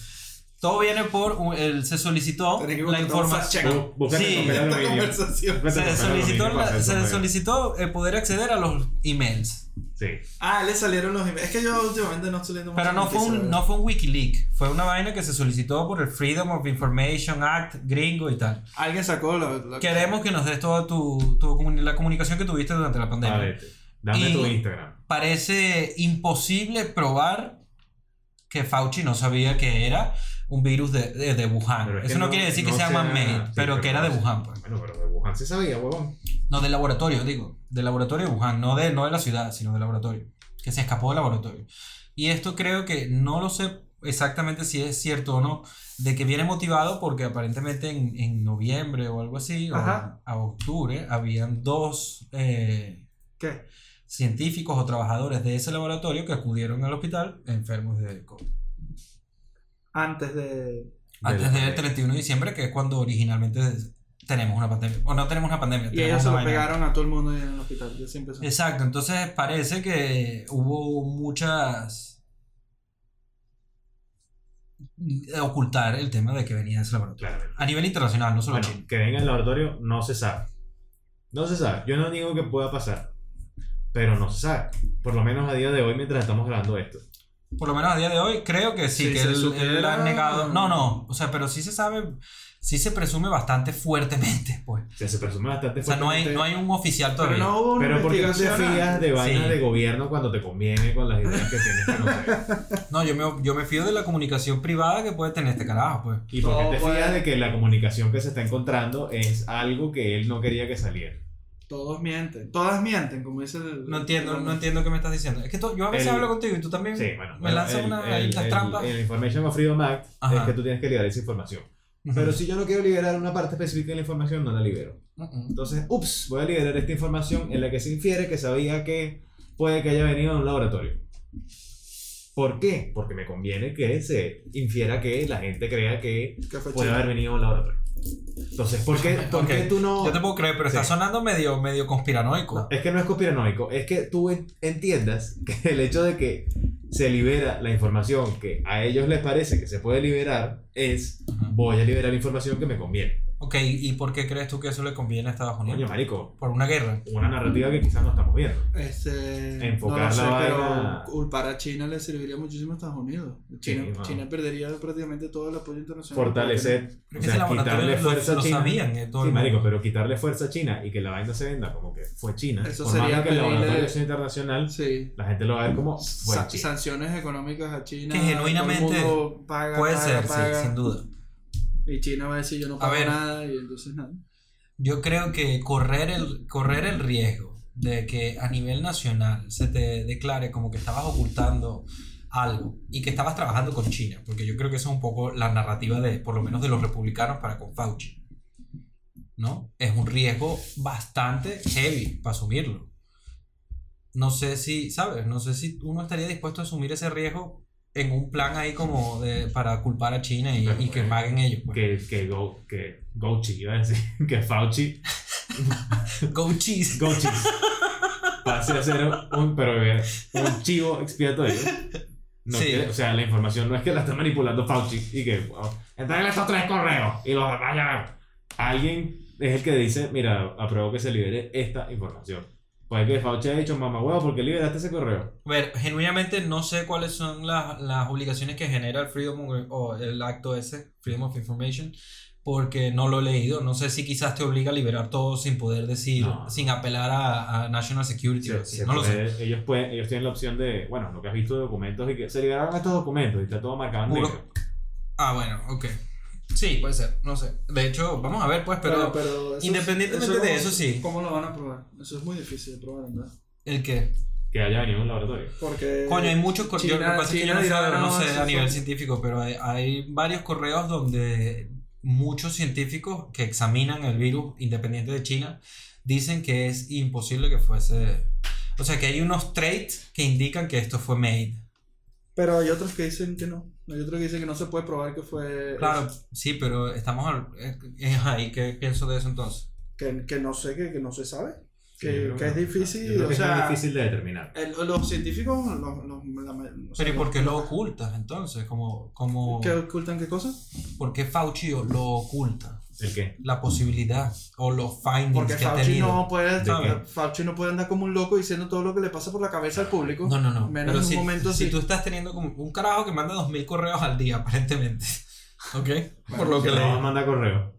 Todo viene por un- el, se solicitó
Tenés que
la
contratar un fact
información.
checker.
Bu- búscate
Sí.
el papel
Esta
aluminio.
conversación.
Búscate el
Se
papel
solicitó,
aluminio para
la-
hacer
se
papel.
solicitó eh, poder acceder a los emails.
Sí.
Ah, le salieron los emails. Es que yo últimamente no estoy leyendo
Pero
muchas
no fue,
noticias,
un,
la
no fue un Wikileaks, fue una vaina que se solicitó por el Freedom of Information Act gringo y tal.
verdad. Alguien sacó la. la-
Queremos que nos des toda tu, tu comuni- la comunicación que tuviste durante la pandemia.
A ver, dame
Y-
tu Instagram.
Parece imposible probar que Fauci no sabía que era un virus de, de- de Wuhan.
Pero es
ah, Eso
que
no, quiere decir que
no
sea
sea-
man-made,
sí,
pero que era de
no sé.
Wuhan, pues.
Bueno, pero de Wuhan se sabía, huevón.
No, del laboratorio, digo. Del laboratorio de Wuhan, no de, no de la ciudad, sino del laboratorio. Que se escapó del laboratorio. Y esto creo que no lo sé exactamente si es cierto o no, de que viene motivado porque aparentemente en, en noviembre o algo así, o
Ajá.
a octubre, habían dos eh,
¿Qué?
científicos o trabajadores de ese laboratorio que acudieron al hospital enfermos de COVID.
Antes de.
Antes
la
del
pandemia.
31 de diciembre, que es cuando originalmente tenemos una pandemia. O no tenemos una pandemia.
Y
tenemos
ellos se
una
lo
vaina.
pegaron a todo el mundo en el hospital. Yo siempre soy.
Exacto, entonces parece que hubo muchas eh, ocultar el tema de que venía de ese laboratorio.
Claro.
A nivel internacional, no solo
Bueno,
China.
que venga al laboratorio no se sabe. No se sabe. Yo no digo que pueda pasar. Pero no se sabe. Por lo menos a día de hoy, mientras estamos grabando esto.
Por lo menos a día de hoy, creo que sí,
Sí,
que
se
él,
supera.
él ha negado. No, no, o sea, pero sí se sabe, sí se presume bastante fuertemente, pues.
O sea, se presume bastante
O sea, no hay, no hay un oficial
Pero
todavía.
no hubo una
Pero porque no te
investigación
fías
antes.
de vainas
Sí.
de gobierno cuando te conviene con las ideas que tienes que no sé?
No, yo, me, yo me fío de la comunicación privada que puede tener este carajo, pues.
Y porque
No,
te
pues.
fías de que la comunicación que se está encontrando es algo que él no quería que saliera.
Todos mienten. Todas mienten, como dice el.
No entiendo, no entiendo qué me estás diciendo. Es que tú- yo a veces
El-
hablo contigo y tú también
Sí, bueno.
me lanzas
el-
una
el-
las
el-
trampas.
El Information of Freedom Act es
Ajá.
que tú tienes que liberar esa información.
Ujú.
Pero si yo no quiero liberar una parte específica de la información, no la libero.
Ujú.
Entonces, ups, voy a liberar esta información en la que se infiere que sabía que puede que haya venido de un laboratorio. ¿Por qué? Porque me conviene que se infiera que la gente crea que
Que fue
puede
China.
haber venido de un laboratorio. Entonces, ¿por qué, por
Pues *laughs* Ok,
qué tú no...?
Yo te puedo creer, pero
Sí.
está sonando medio, medio conspiranoico.
Es que no es conspiranoico, es que tú en- entiendas que *laughs* el hecho de que se libera la información que a ellos les parece que se puede liberar es
Ajá.
voy a liberar información que me conviene.
Ok, ¿y por qué crees tú que eso le conviene a Estados
Coño,
Unidos?
marico,
Por una guerra.
una narrativa que quizás no estamos viendo.
Este,
Enfocar
no lo sé,
la vaina.
pero culpar a China le serviría muchísimo a Estados Unidos. China,
Sí, vamos.
China perdería prácticamente todo el apoyo internacional.
Fortalecer,
Creo
o
que
sea,
ese laboratorio
quitarle
lo,
fuerza
lo
a China.
sabían. eh, todo
Sí,
el
marico,
mundo.
pero quitarle fuerza a China y que la vaina se venda como que fue China.
Eso
por más
sería
que el laboratorio
pedirle-
sea internacional,
Sí.
la gente lo va a ver como fue
Sa-
China.
sanciones económicas a China.
Que genuinamente
todo el mundo paga,
Puede
paga,
ser, sí,
paga,
sin duda.
Y China va a decir yo no pago
ver.
nada y entonces nada.
Yo creo que correr el, correr el riesgo de que a nivel nacional se te declare como que estabas ocultando algo y que estabas trabajando con China, porque yo creo que eso es un poco la narrativa de, por lo menos de los republicanos para con Fauci, ¿no? Es un riesgo bastante heavy para asumirlo. No sé si, ¿sabes? No sé si uno estaría dispuesto a asumir ese riesgo en un plan ahí como de, para culpar a China y, y que paguen ellos. pues.
Que, que, Go, que Gochi, iba a decir, *laughs* que Fauci,
Go cheese.
Gochi, pase a ser un, pero, eh, un chivo expiatorio
No
Sí.
que- o sea, la información no es que la está manipulando Fauci y que wow, entreguen estos tres correos y los demás ya. Alguien es el que dice, mira, apruebo que se libere esta información. Puede que Fauci haya dicho, mamá, huevo, ¿por qué liberaste ese correo?
A ver, genuinamente no sé cuáles son las, las obligaciones que genera el Freedom of- o el acto ese, Freedom of Information, porque no lo he leído. No sé si quizás te obliga a liberar todo sin poder decir,
No.
sin apelar a, a National Security. o así.
Se
no lo sé.
puede- ellos, pueden, ellos tienen la opción de, bueno, lo que has visto de documentos y que se liberaron estos documentos y está todo marcado en
Puro-
negro.
Ah, bueno, ok. Sí, puede ser, no sé. De hecho, vamos a ver, pues, pero.
pero es-
independientemente
es
de
como-
eso, sí.
¿Cómo lo van a probar? Eso es muy difícil de probar, ¿verdad?
¿El qué?
Que haya venido de un laboratorio.
Porque.
Coño, hay muchos correos. Yo,
China-
lo que pasa es que yo no,
China
sé-
dirá,
no
no,
sé
eso
a nivel
fue-
científico, pero hay, hay varios correos donde muchos científicos que examinan el virus independiente de China dicen que es imposible que fuese. O sea, que hay unos traits que indican que esto fue made.
Pero hay otros que dicen que no. Hay otros que dicen que no se puede probar que fue.
Claro, sí, pero estamos. al- eh, eh, ahí, ¿qué pienso de eso entonces?
Que, que no sé, que, que no se sabe. Que,
Sí, yo creo
que es
no.
difícil.
Yo creo que
o
es muy
sea,
difícil de determinar.
el- los científicos. Los, los, la ma- o sea,
Pero ¿y
los-
por qué lo ocultas entonces? Como, como,
¿Que ocultan qué cosa?
¿Por qué Fauci lo oculta?
¿El qué?
La posibilidad o los findings
Porque
que ha
Fauci
tenido.
no, puede,
¿De
Fauci no puede andar como un loco diciendo todo lo que le pasa por la cabeza al público.
No, no, no.
Menos
Pero
en un
si,
momento
si
así.
tú estás teniendo como un carajo que manda 2000 correos al día, *laughs* aparentemente. ¿Ok? Por lo
Que
que
le
leí.
manda correo.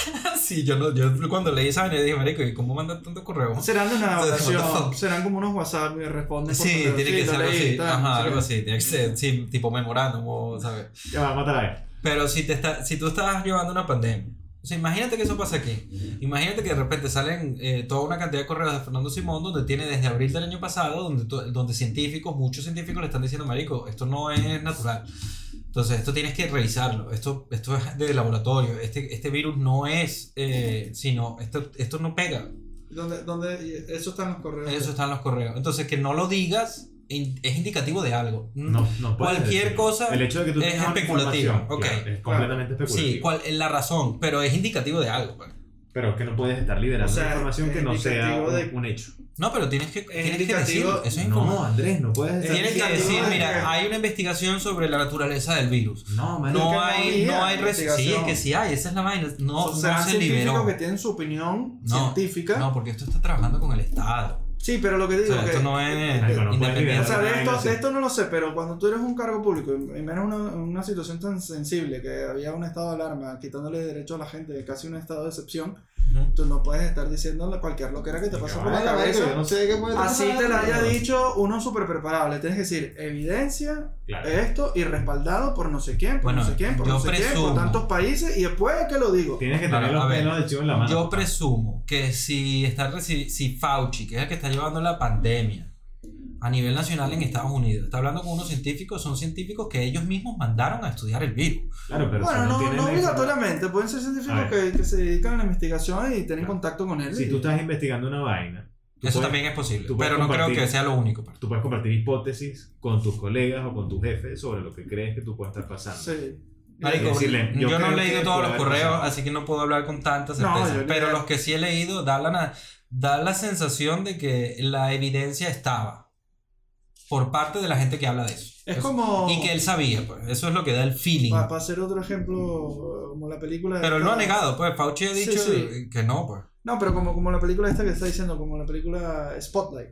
*laughs* sí, yo, no, yo cuando leí esa vaina dije, marico, ¿y cómo manda tantos correos?
Serán
*laughs*
de una
What the fuck?
oración, serán como unos WhatsApp y responden. por
Sí,
correo,
tiene que
lo
ser algo
leí,
así.
tal,
Ajá,
sí.
algo así. Tiene que ser, sí, tipo memorándum, o, ¿sabes?
Ya va, mátala a él.
Pero si, te está, si tú estás llevando una pandemia, o sea, imagínate que eso pasa aquí. Imagínate que de repente salen eh, toda una cantidad de correos de Fernando Simón, donde tiene desde abril del año pasado, donde, to- donde científicos, muchos científicos le están diciendo, Marico, esto no es natural. Entonces, esto tienes que revisarlo. Esto, esto es de laboratorio. Este, este virus no es, eh, sino, esto, esto no pega.
¿Dónde, dónde, y eso están los correos.
Eso están los correos. Entonces, que no lo digas in- es indicativo de algo.
No, no puedes
Cualquier
decirlo.
cosa
El hecho de que tú
es
tengas una
especulativo,
información,
ok.
claro, es completamente
pues,
especulativo.
Sí, cuál, la razón, pero es indicativo de algo. pues.
Pero es que no puedes estar liberando
O sea,
información que no sea
indicativo
un,
de-
un hecho.
No, pero tienes que, tienes que
indicativo-
decirlo. Eso es informar.
No, Andrés, no puedes estar
Tienes que
Indicativo
decir,
de que-
mira, hay una investigación sobre la naturaleza del virus.
No, man.
No
que no
hay,
había
no hay res- Sí, es
investigación.
que sí hay, esa es la vaina. No,
O sea,
no
serán
se
científicos
liberó.
que tienen su opinión
No,
científica.
No, porque esto está trabajando con el Estado.
Sí, pero lo que te
O
digo
sea,
que.
esto no es
Marico, no puedes
independiente.
liberar.
pues, O sea, de
Venga,
esto,
sí.
de esto no lo sé, pero cuando tú eres un cargo público, y menos una, una situación tan sensible que había un estado de alarma, quitándole derecho a la gente, casi un estado de excepción,
Ujú.
tú no puedes estar diciendo cualquier loquera que te pasa por la
Vale, vale, yo
cabeza.
no sé qué puede
Así
pasar.
te lo haya dicho uno súper preparado. Le tienes que decir evidencia,
Claro.
esto, y respaldado por no sé quién, por
Bueno,
no sé quién, por
yo
no sé quién,
presumo.
por tantos países, y después es que lo digo.
Tienes que
Claro,
tener
a
los
ver,
pelos del chivo en la mano.
Yo presumo que si, está reci- si Fauci, que es el que está llevando la pandemia a nivel nacional en Estados Unidos, está hablando con unos científicos, son científicos que ellos mismos mandaron a estudiar el virus.
Claro, pero
Bueno,
si no,
no,
tienes
no
la
obligatoriamente, pueden ser
A
científicos que, que se dedican a la investigación y tienen
Claro.
contacto con él.
información- Si
y-
tú estás investigando una vaina, tú
Eso
puedes-
también es posible,
tú puedes
pero no creo
compartir.
que sea lo único. pues.
tú puedes compartir hipótesis con tus colegas o con tus jefes sobre lo que crees que tú puedes estar pasando.
Sí.
Marico,
Es decirle,
yo,
Eh, yo
no he
creo que
leído
puede
todos los
haber
correos,
pasado.
así que no puedo hablar con tanta certeza.
yo leí-
pero los que sí he leído da la, na- da la sensación de que la evidencia estaba por parte de la gente que habla de eso.
Es
Eso-
como.
Y que él sabía, pues. Eso es lo que da el feeling.
Para, hacer otro ejemplo, como la película.
pero él lo
no
ha negado, pues. Fauci ha
Sí,
dicho
sí.
que no, pues.
No, pero como, como la película esta que está diciendo, como la película Spotlight.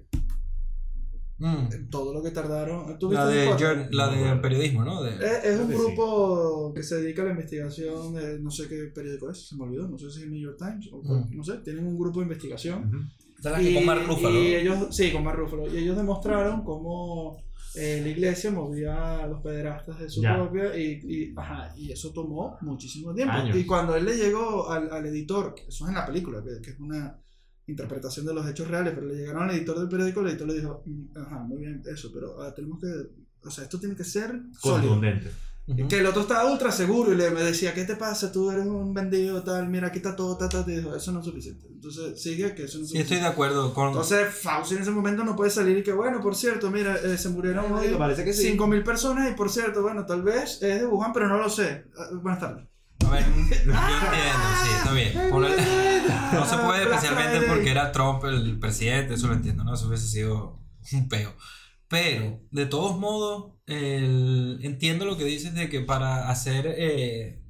Mm.
Todo lo que tardaron. ¿Tú
La
viste Eh,
de,
Spotlight?
jour- la de periodismo, ¿no? De-
Es, es
Creo
un
que sí.
grupo que se dedica a la investigación de no sé qué periódico es, se me olvidó, no sé si es New York Times o cuál,
Mm.
no sé, tienen un grupo de investigación.
Ujú.
de la que con Mark Ruffalo.
y ellos, sí, con Mark Ruffalo, y ellos demostraron cómo eh, la iglesia movía a los pederastas de su
Ya.
propia, y, y, ajá, y eso tomó muchísimo tiempo.
Años.
Y cuando él le llegó al, al editor, que eso es en la película, que, que es una interpretación de los hechos reales, pero le llegaron al editor del periódico, el editor le dijo, "Mm, ajá, muy bien, eso, pero ah, tenemos que, o sea, esto tiene que ser sólido.
Contundente.
Ujú.
Que el otro estaba ultra seguro y le me decía, ¿qué te pasa? Tú eres un vendido, tal, mira, aquí está todo, tal, tal. Y dijo, eso no es suficiente. Entonces, sigue que eso no es
Sí, estoy
suficiente.
de acuerdo con.
Entonces, Fauci en ese momento no puede salir y que, bueno, por cierto, mira, eh, se murieron hoy
Parece que
5.000 personas y por cierto, bueno, tal vez es de Wuhan, pero no lo sé. Ah, Buenas tardes.
A
*laughs*
ver, yo entiendo, sí, está bien. Por el- No se puede,
Black
especialmente
Friday.
porque era Trump el presidente, eso lo entiendo, ¿no? Eso hubiese sido un peo. Pero, de todos modos, el- entiendo lo que dices de que para hacer eh,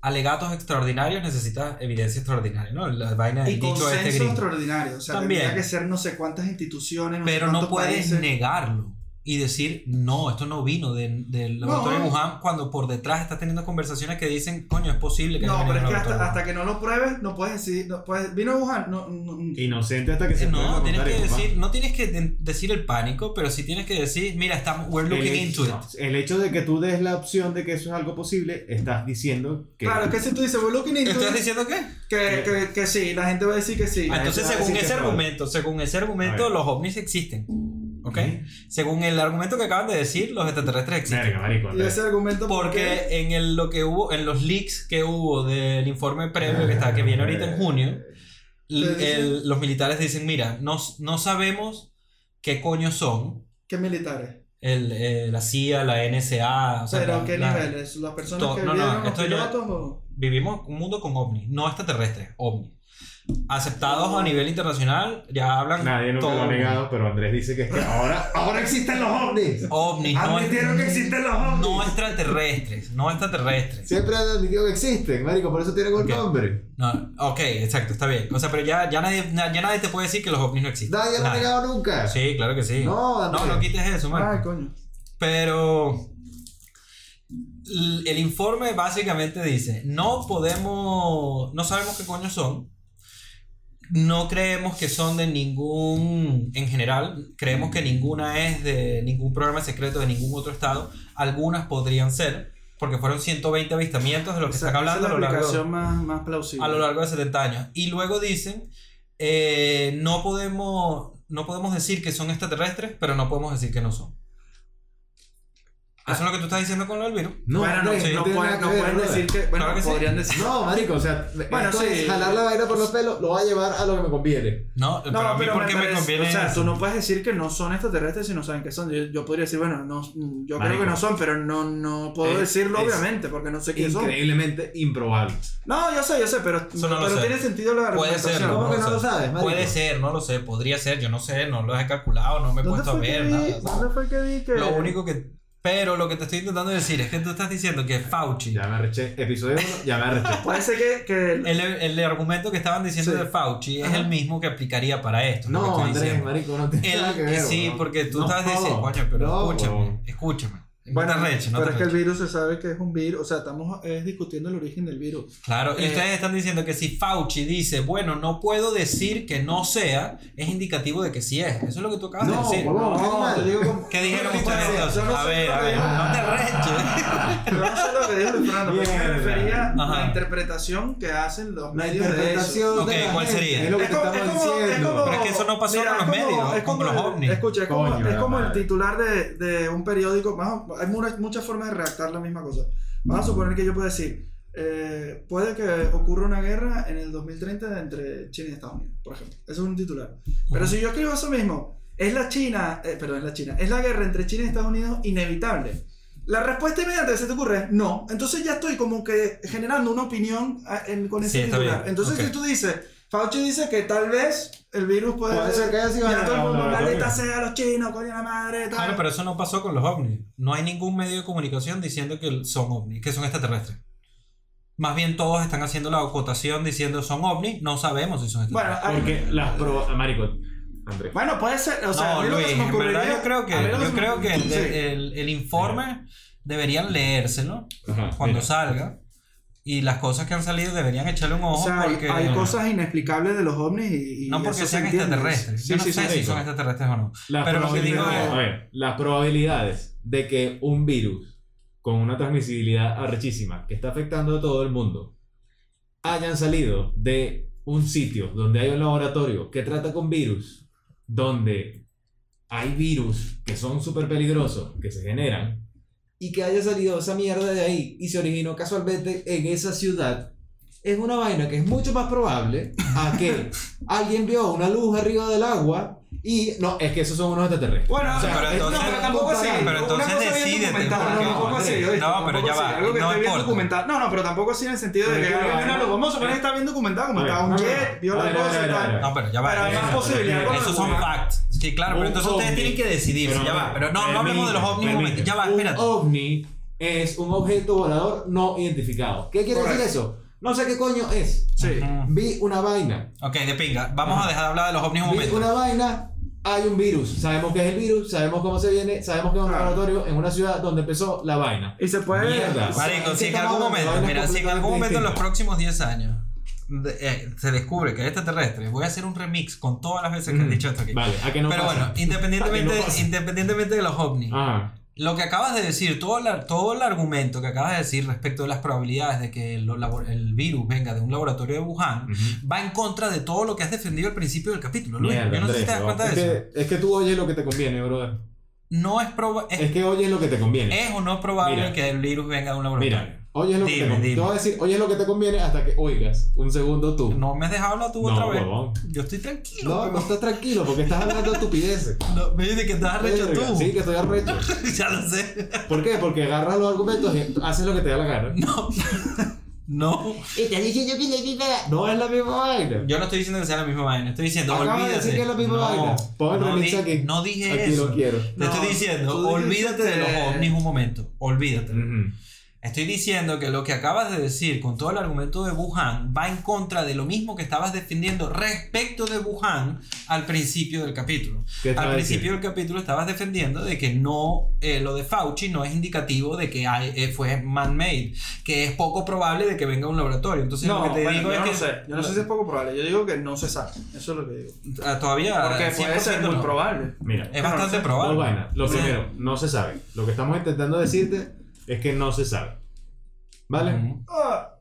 alegatos extraordinarios necesitas evidencia extraordinaria, ¿no? La vaina del
Y
dicho
consenso
este gringo.
extraordinario. O sea,
También.
tendría que ser no sé cuántas instituciones. no sé
Pero no
cuántos
puedes
países.
negarlo y decir, no, esto no vino de- del
No.
laboratorio de Wuhan, cuando por detrás estás teniendo conversaciones que dicen, coño, es posible que haya
No,
venido
pero es
del
que
laboratorio de
hasta,
Wuhan".
hasta que no lo pruebes, no puedes decir. No puedes, vino a Wuhan. No, no, no.
Inocente hasta que se
Eh, No,
puede
tienes
contar
que
y, papá,
decir, no tienes que de- decir el pánico, pero sí tienes que decir, mira, estamos, we're
el,
looking into it.
no, el hecho de que tú des la opción de que eso es algo posible, estás diciendo que.
Claro, que si tú dices, we're looking into
¿Estás
it",
diciendo qué?
que, que, que sí, la gente va a decir que sí.
Ah, entonces,
eso es
según
decir que
ese
es
argumento, según ese argumento,
A ver.
los ovnis existen. ¿Ok?
Ujú.
Según el argumento que acaban de decir, los extraterrestres existen.
Verga, marico.
Y ese argumento.
Porque en el, lo que hubo, en los leaks que hubo del informe previo que está, que viene ahorita en junio, l-
Te dicen-
el- los militares dicen, mira, no, s- no sabemos qué coño son.
¿Qué militares?
El, eh, la CIA, la NSA, o sea,
¿Pero
la-
qué
la-
niveles? ¿Las personas
to-
que
no, no,
vieron los
esto ya-
pilotos o.?
vivimos un mundo con ovnis, no extraterrestres, ovnis. Aceptados a nivel internacional, ya hablan
Nadie nunca lo
todo
ha
el mundo.
negado, pero Andrés dice que es que ahora, ahora existen los ovnis.
Ovnis, no,
Admitieron Ah, que existen los ovnis.
no extraterrestres, no extraterrestres.
Siempre han admitido que existen, marico, por eso tienen un
Ok.
nombre.
No, ok, exacto, está bien. O sea, pero ya, ya, nadie, na- ya nadie te puede decir que los ovnis no existen.
Nadie lo ha
Nadie.
negado nunca.
Sí, claro que sí.
No, Ah,
no,
Andrés.
no quites eso,
Ay,
Marco.
coño.
Pero l- el informe básicamente dice, no podemos, no sabemos qué coño son, no creemos que son de ningún, en general, creemos que ninguna es de ningún programa secreto de ningún otro estado, algunas podrían ser, porque fueron 120 avistamientos de los que
Esa-
están hablando a
esa
lo
es la
largo
explicación más, más plausible.
a lo largo de 70 años. Y luego dicen, eh, no, podemos, no podemos decir que son extraterrestres, pero no podemos decir que no son.
Ah.
Eso es lo que tú estás diciendo con lo del virus.
No,
bueno, no,
Andrés,
sí,
no,
tiene
pueden,
nada
no
que ver,
pueden
brother.
decir que. Bueno,
Claro que sí.
podrían decir.
No, marico, o sea,
Bueno,
esto
sí.
es jalar la vaina por los pelos lo va a llevar a lo que me conviene.
No, pero a
No,
mí
pero
porque
me
me
parece-
conviene.
O sea,
eso?
tú no puedes decir que no son extraterrestres si no saben qué son. Yo, yo podría decir, bueno, no, yo creo
Marico.
que no son, pero no, no puedo
Es-
decirlo,
es
obviamente, porque no sé qué son.
Increíblemente improbable.
No, yo sé, yo sé, pero,
Eso no lo
pero
sé.
tiene sentido la
Puede ser,
argumentación.
¿no?
¿Cómo que
o
no
sea,
lo sabes, marico?
Puede ser, no lo sé, podría ser, yo no sé, no lo he calculado, no me he
¿Dónde
puesto a
fue, que
ver
vi,
nada.
¿Dónde fue que vi que.?
Lo único que. Pero lo que te estoy intentando decir es que tú estás diciendo que Fauci,
Ya me arreché. Episodio 1, ya me
*laughs*
arreché.
Puede ser que. que el-
el, el argumento que estaban diciendo
Sí.
de Fauci es
Ajá.
el mismo que aplicaría para esto. es lo que
No,
estoy
Andrés,
diciendo.
marico, no tiene
El-
nada que ver.
sí,
weón.
porque tú
No,
estás diciendo, coño, pero
no,
escúchame,
weón.
escúchame. No
bueno,
te arreches, no
pero
te
es que el
arreches.
virus se sabe que es un virus. O sea, estamos eh, discutiendo el origen del virus.
Claro, y
eh,
ustedes están diciendo que si Fauci dice, bueno, no puedo decir que no sea, es indicativo de que sí es. Eso es lo que tú acabas de
No,
decir.
huevón, qué
No,
mal.
te digo como.
¿Qué dijeron
Yo no
ustedes
sé,
entonces?
yo no
a
sé
ver,
lo
a
que
ver,
dijo-
no te arreches.
*laughs*
Yo no sé lo que dijo Luis Fernando, pero me
Mierda.
refería a
Ajá.
la interpretación que hacen los
La
medios de
interpretación.
eso.
Ok,
de la
¿cuál
gente,
sería?
Es lo que
Es
te
como-
estamos
es como- es
diciendo.
como-
Pero es que eso no pasó
mira,
con los
es como-
medios,
es
con
como
los
el-
ovnis.
Escucha, es como,
Coño,
es
la
como el
madre.
titular de, de un periódico. vamos, hay muchas, muchas formas de redactar la misma cosa. Vamos a suponer que yo puedo decir: eh, puede que ocurra una guerra en el 2030 entre China y Estados Unidos, por ejemplo. Eso es un titular. Pero si yo escribo eso mismo, es la China, eh, perdón, es la China, es la guerra entre China y Estados Unidos inevitable. La respuesta inmediata que se te ocurre es no. Entonces ya estoy como que generando una opinión ah, en- con
Sí,
ese
está
titular.
bien.
Entonces,
Ok.
si tú dices, Fauci dice que tal vez el virus puede,
Puede ser que haya sido
Ya todo el
Ah,
un
mundo,
laboratorio.
maldita sea los chinos, coño la madre, tal.
Claro, pero eso Ah, no pasó con los ovnis. No hay ningún medio de comunicación diciendo que son ovnis, que son extraterrestres. Más bien todos están haciendo la acotación diciendo son ovnis, no sabemos si son
Bueno,
extraterrestres.
a-
Porque las pro... Marico, Andrés.
bueno, puede ser. O sea,
no,
a mí lo que
Luis,
se me
en verdad
ocurriría-
yo creo que,
a mí lo
yo
se me-
creo que el,
sí.
el- el informe deberían leérselo
Ajá,
cuando
mira.
salga y las cosas que han salido deberían echarle un
O
ojo
sea, hay-
porque
hay cosas inexplicables de los ovnis y. y
no
eso
porque
se
sean
entiende.
extraterrestres. yo
Sí,
no
sí,
sé
sí,
si
sí.
son extraterrestres o no.
Las
Pero lo que digo
probabilidades-
es-
a ver, las probabilidades de que un virus con una transmisibilidad arrechísima que está afectando a todo el mundo hayan salido de un sitio donde hay un laboratorio que trata con virus, donde hay virus que son súper peligrosos, que se generan, y que haya salido esa mierda de ahí y se originó casualmente en esa ciudad, es una vaina que es mucho más probable a
*laughs*
que alguien vio una luz arriba del agua y no, es que esos son unos extraterrestres.
Bueno,
O sea,
pero
es-
entonces-
no, pero tampoco
pero
así.
una
entonces
cosa bien
decídete,
documentada,
porque-
No, tampoco así,
No,
¿oíste?
pero
Tampoco
ya
así,
va,
Algo que
no
esté bien
importa.
documentado. No, no, pero tampoco así en el sentido de
Pero
que
es que
alguien
la-
vino a lo famoso, pero está bien documentado, como
A ver,
estaba un
no,
jet,
no.
vio
A
la
ver, a
cosa
ver, a
y
ver, a ver.
tal.
No, pero ya va.
Pero hay
ya
más
va.
posibilidades Oh, con
Esos
los
son
ovnis.
facts. Sí, claro, pero
Un
entonces ustedes
ovni.
tienen que decidirse.
Pero,
ya va. Pero no, no hablemos de los ovnis un
permite.
momento. Ya va,
un
espérate.
ovni es un objeto volador no identificado. ¿Qué quiere decir eso? No sé qué coño es.
Sí.
Vi una vaina.
Ok, de pinga. Vamos a dejar de hablar de los ovnis un
Vi
momento.
una vaina, hay un virus. Sabemos qué es el virus, sabemos cómo se viene, sabemos que es un
Claro.
laboratorio en una ciudad donde empezó la vaina.
Y se puede.
Mierda.
Marico,
Es
si
que
en
estamos
algún
hablando de
momento,
vainas
mira, si en algún momento en los
completamente
próximos 10 años de- eh, se descubre que hay extraterrestres, voy a hacer un remix con todas las veces que he dicho esto aquí.
Vale,
a que Mm. no Ah.
Pero
pasa.
bueno, independientemente,
Que no pasa.
independientemente de los ovnis,
Ajá.
lo que acabas de decir, todo, la- todo el argumento que acabas de decir respecto de las probabilidades de que el, labo- el virus venga de un laboratorio de Wuhan, va en contra de todo lo que has defendido al principio del capítulo. Luis.
Mierda,
Yo no sé si te das
Andrés,
cuenta
Es
de eso.
que, es que tú oyes lo que te conviene, brother.
No es, proba- es,
Es que oyes lo que te conviene.
es o no probable
Mira.
que el virus venga de un laboratorio.
Mira,
Oyes lo que
Dime,
te conviene.
dime.
Te voy a decir, oyes lo que te conviene hasta que oigas. Un segundo tú.
No me has dejado hablar tú
No,
otra vez.
huevón.
Yo estoy tranquilo.
No, no estás tranquilo porque estás hablando de estupideces.
No, me dice que estás arrecho
Verga,
tú.
Sí, que estoy arrecho.
*laughs* ya lo sé.
¿Por qué? Porque agarras los argumentos y haces lo que te da la gana.
No. no.
Estás diciendo que la misma No es la misma vaina.
Yo no estoy diciendo que sea la misma vaina. Estoy diciendo,
Acabas de
olvídate.
decir que es la misma
no,
vaina. Pon el
no,
remix
di-
aquí.
no dije
Aquí
eso.
lo quiero.
Te
No,
estoy diciendo,
tú dijiste-
olvídate de los ovnis un momento. Olvídate.
ujú.
Estoy diciendo que lo que acabas de decir con todo el argumento de Wuhan va en contra de lo mismo que estabas defendiendo respecto de Wuhan al principio del capítulo.
¿Qué estaba
Al principio
diciendo?
del capítulo estabas defendiendo de que no eh, lo de Fauci no es indicativo de que hay- eh, fue man-made, que es poco probable de que venga de un laboratorio. Entonces
No,
lo que te
bueno,
digo
yo
es
no
que
sé. Yo no sé si es poco probable. Yo digo que no se sabe. Eso es lo que digo.
Ah, todavía
Porque puede ser
100%
muy
no.
probable.
Mira,
Es
no lo
bastante
sé.
dos
probable.
vainas. Lo
Sí.
primero, no se sabe.
Lo que estamos intentando decirte
Es que no se sabe.
¿Vale?
Ujú.
Ah,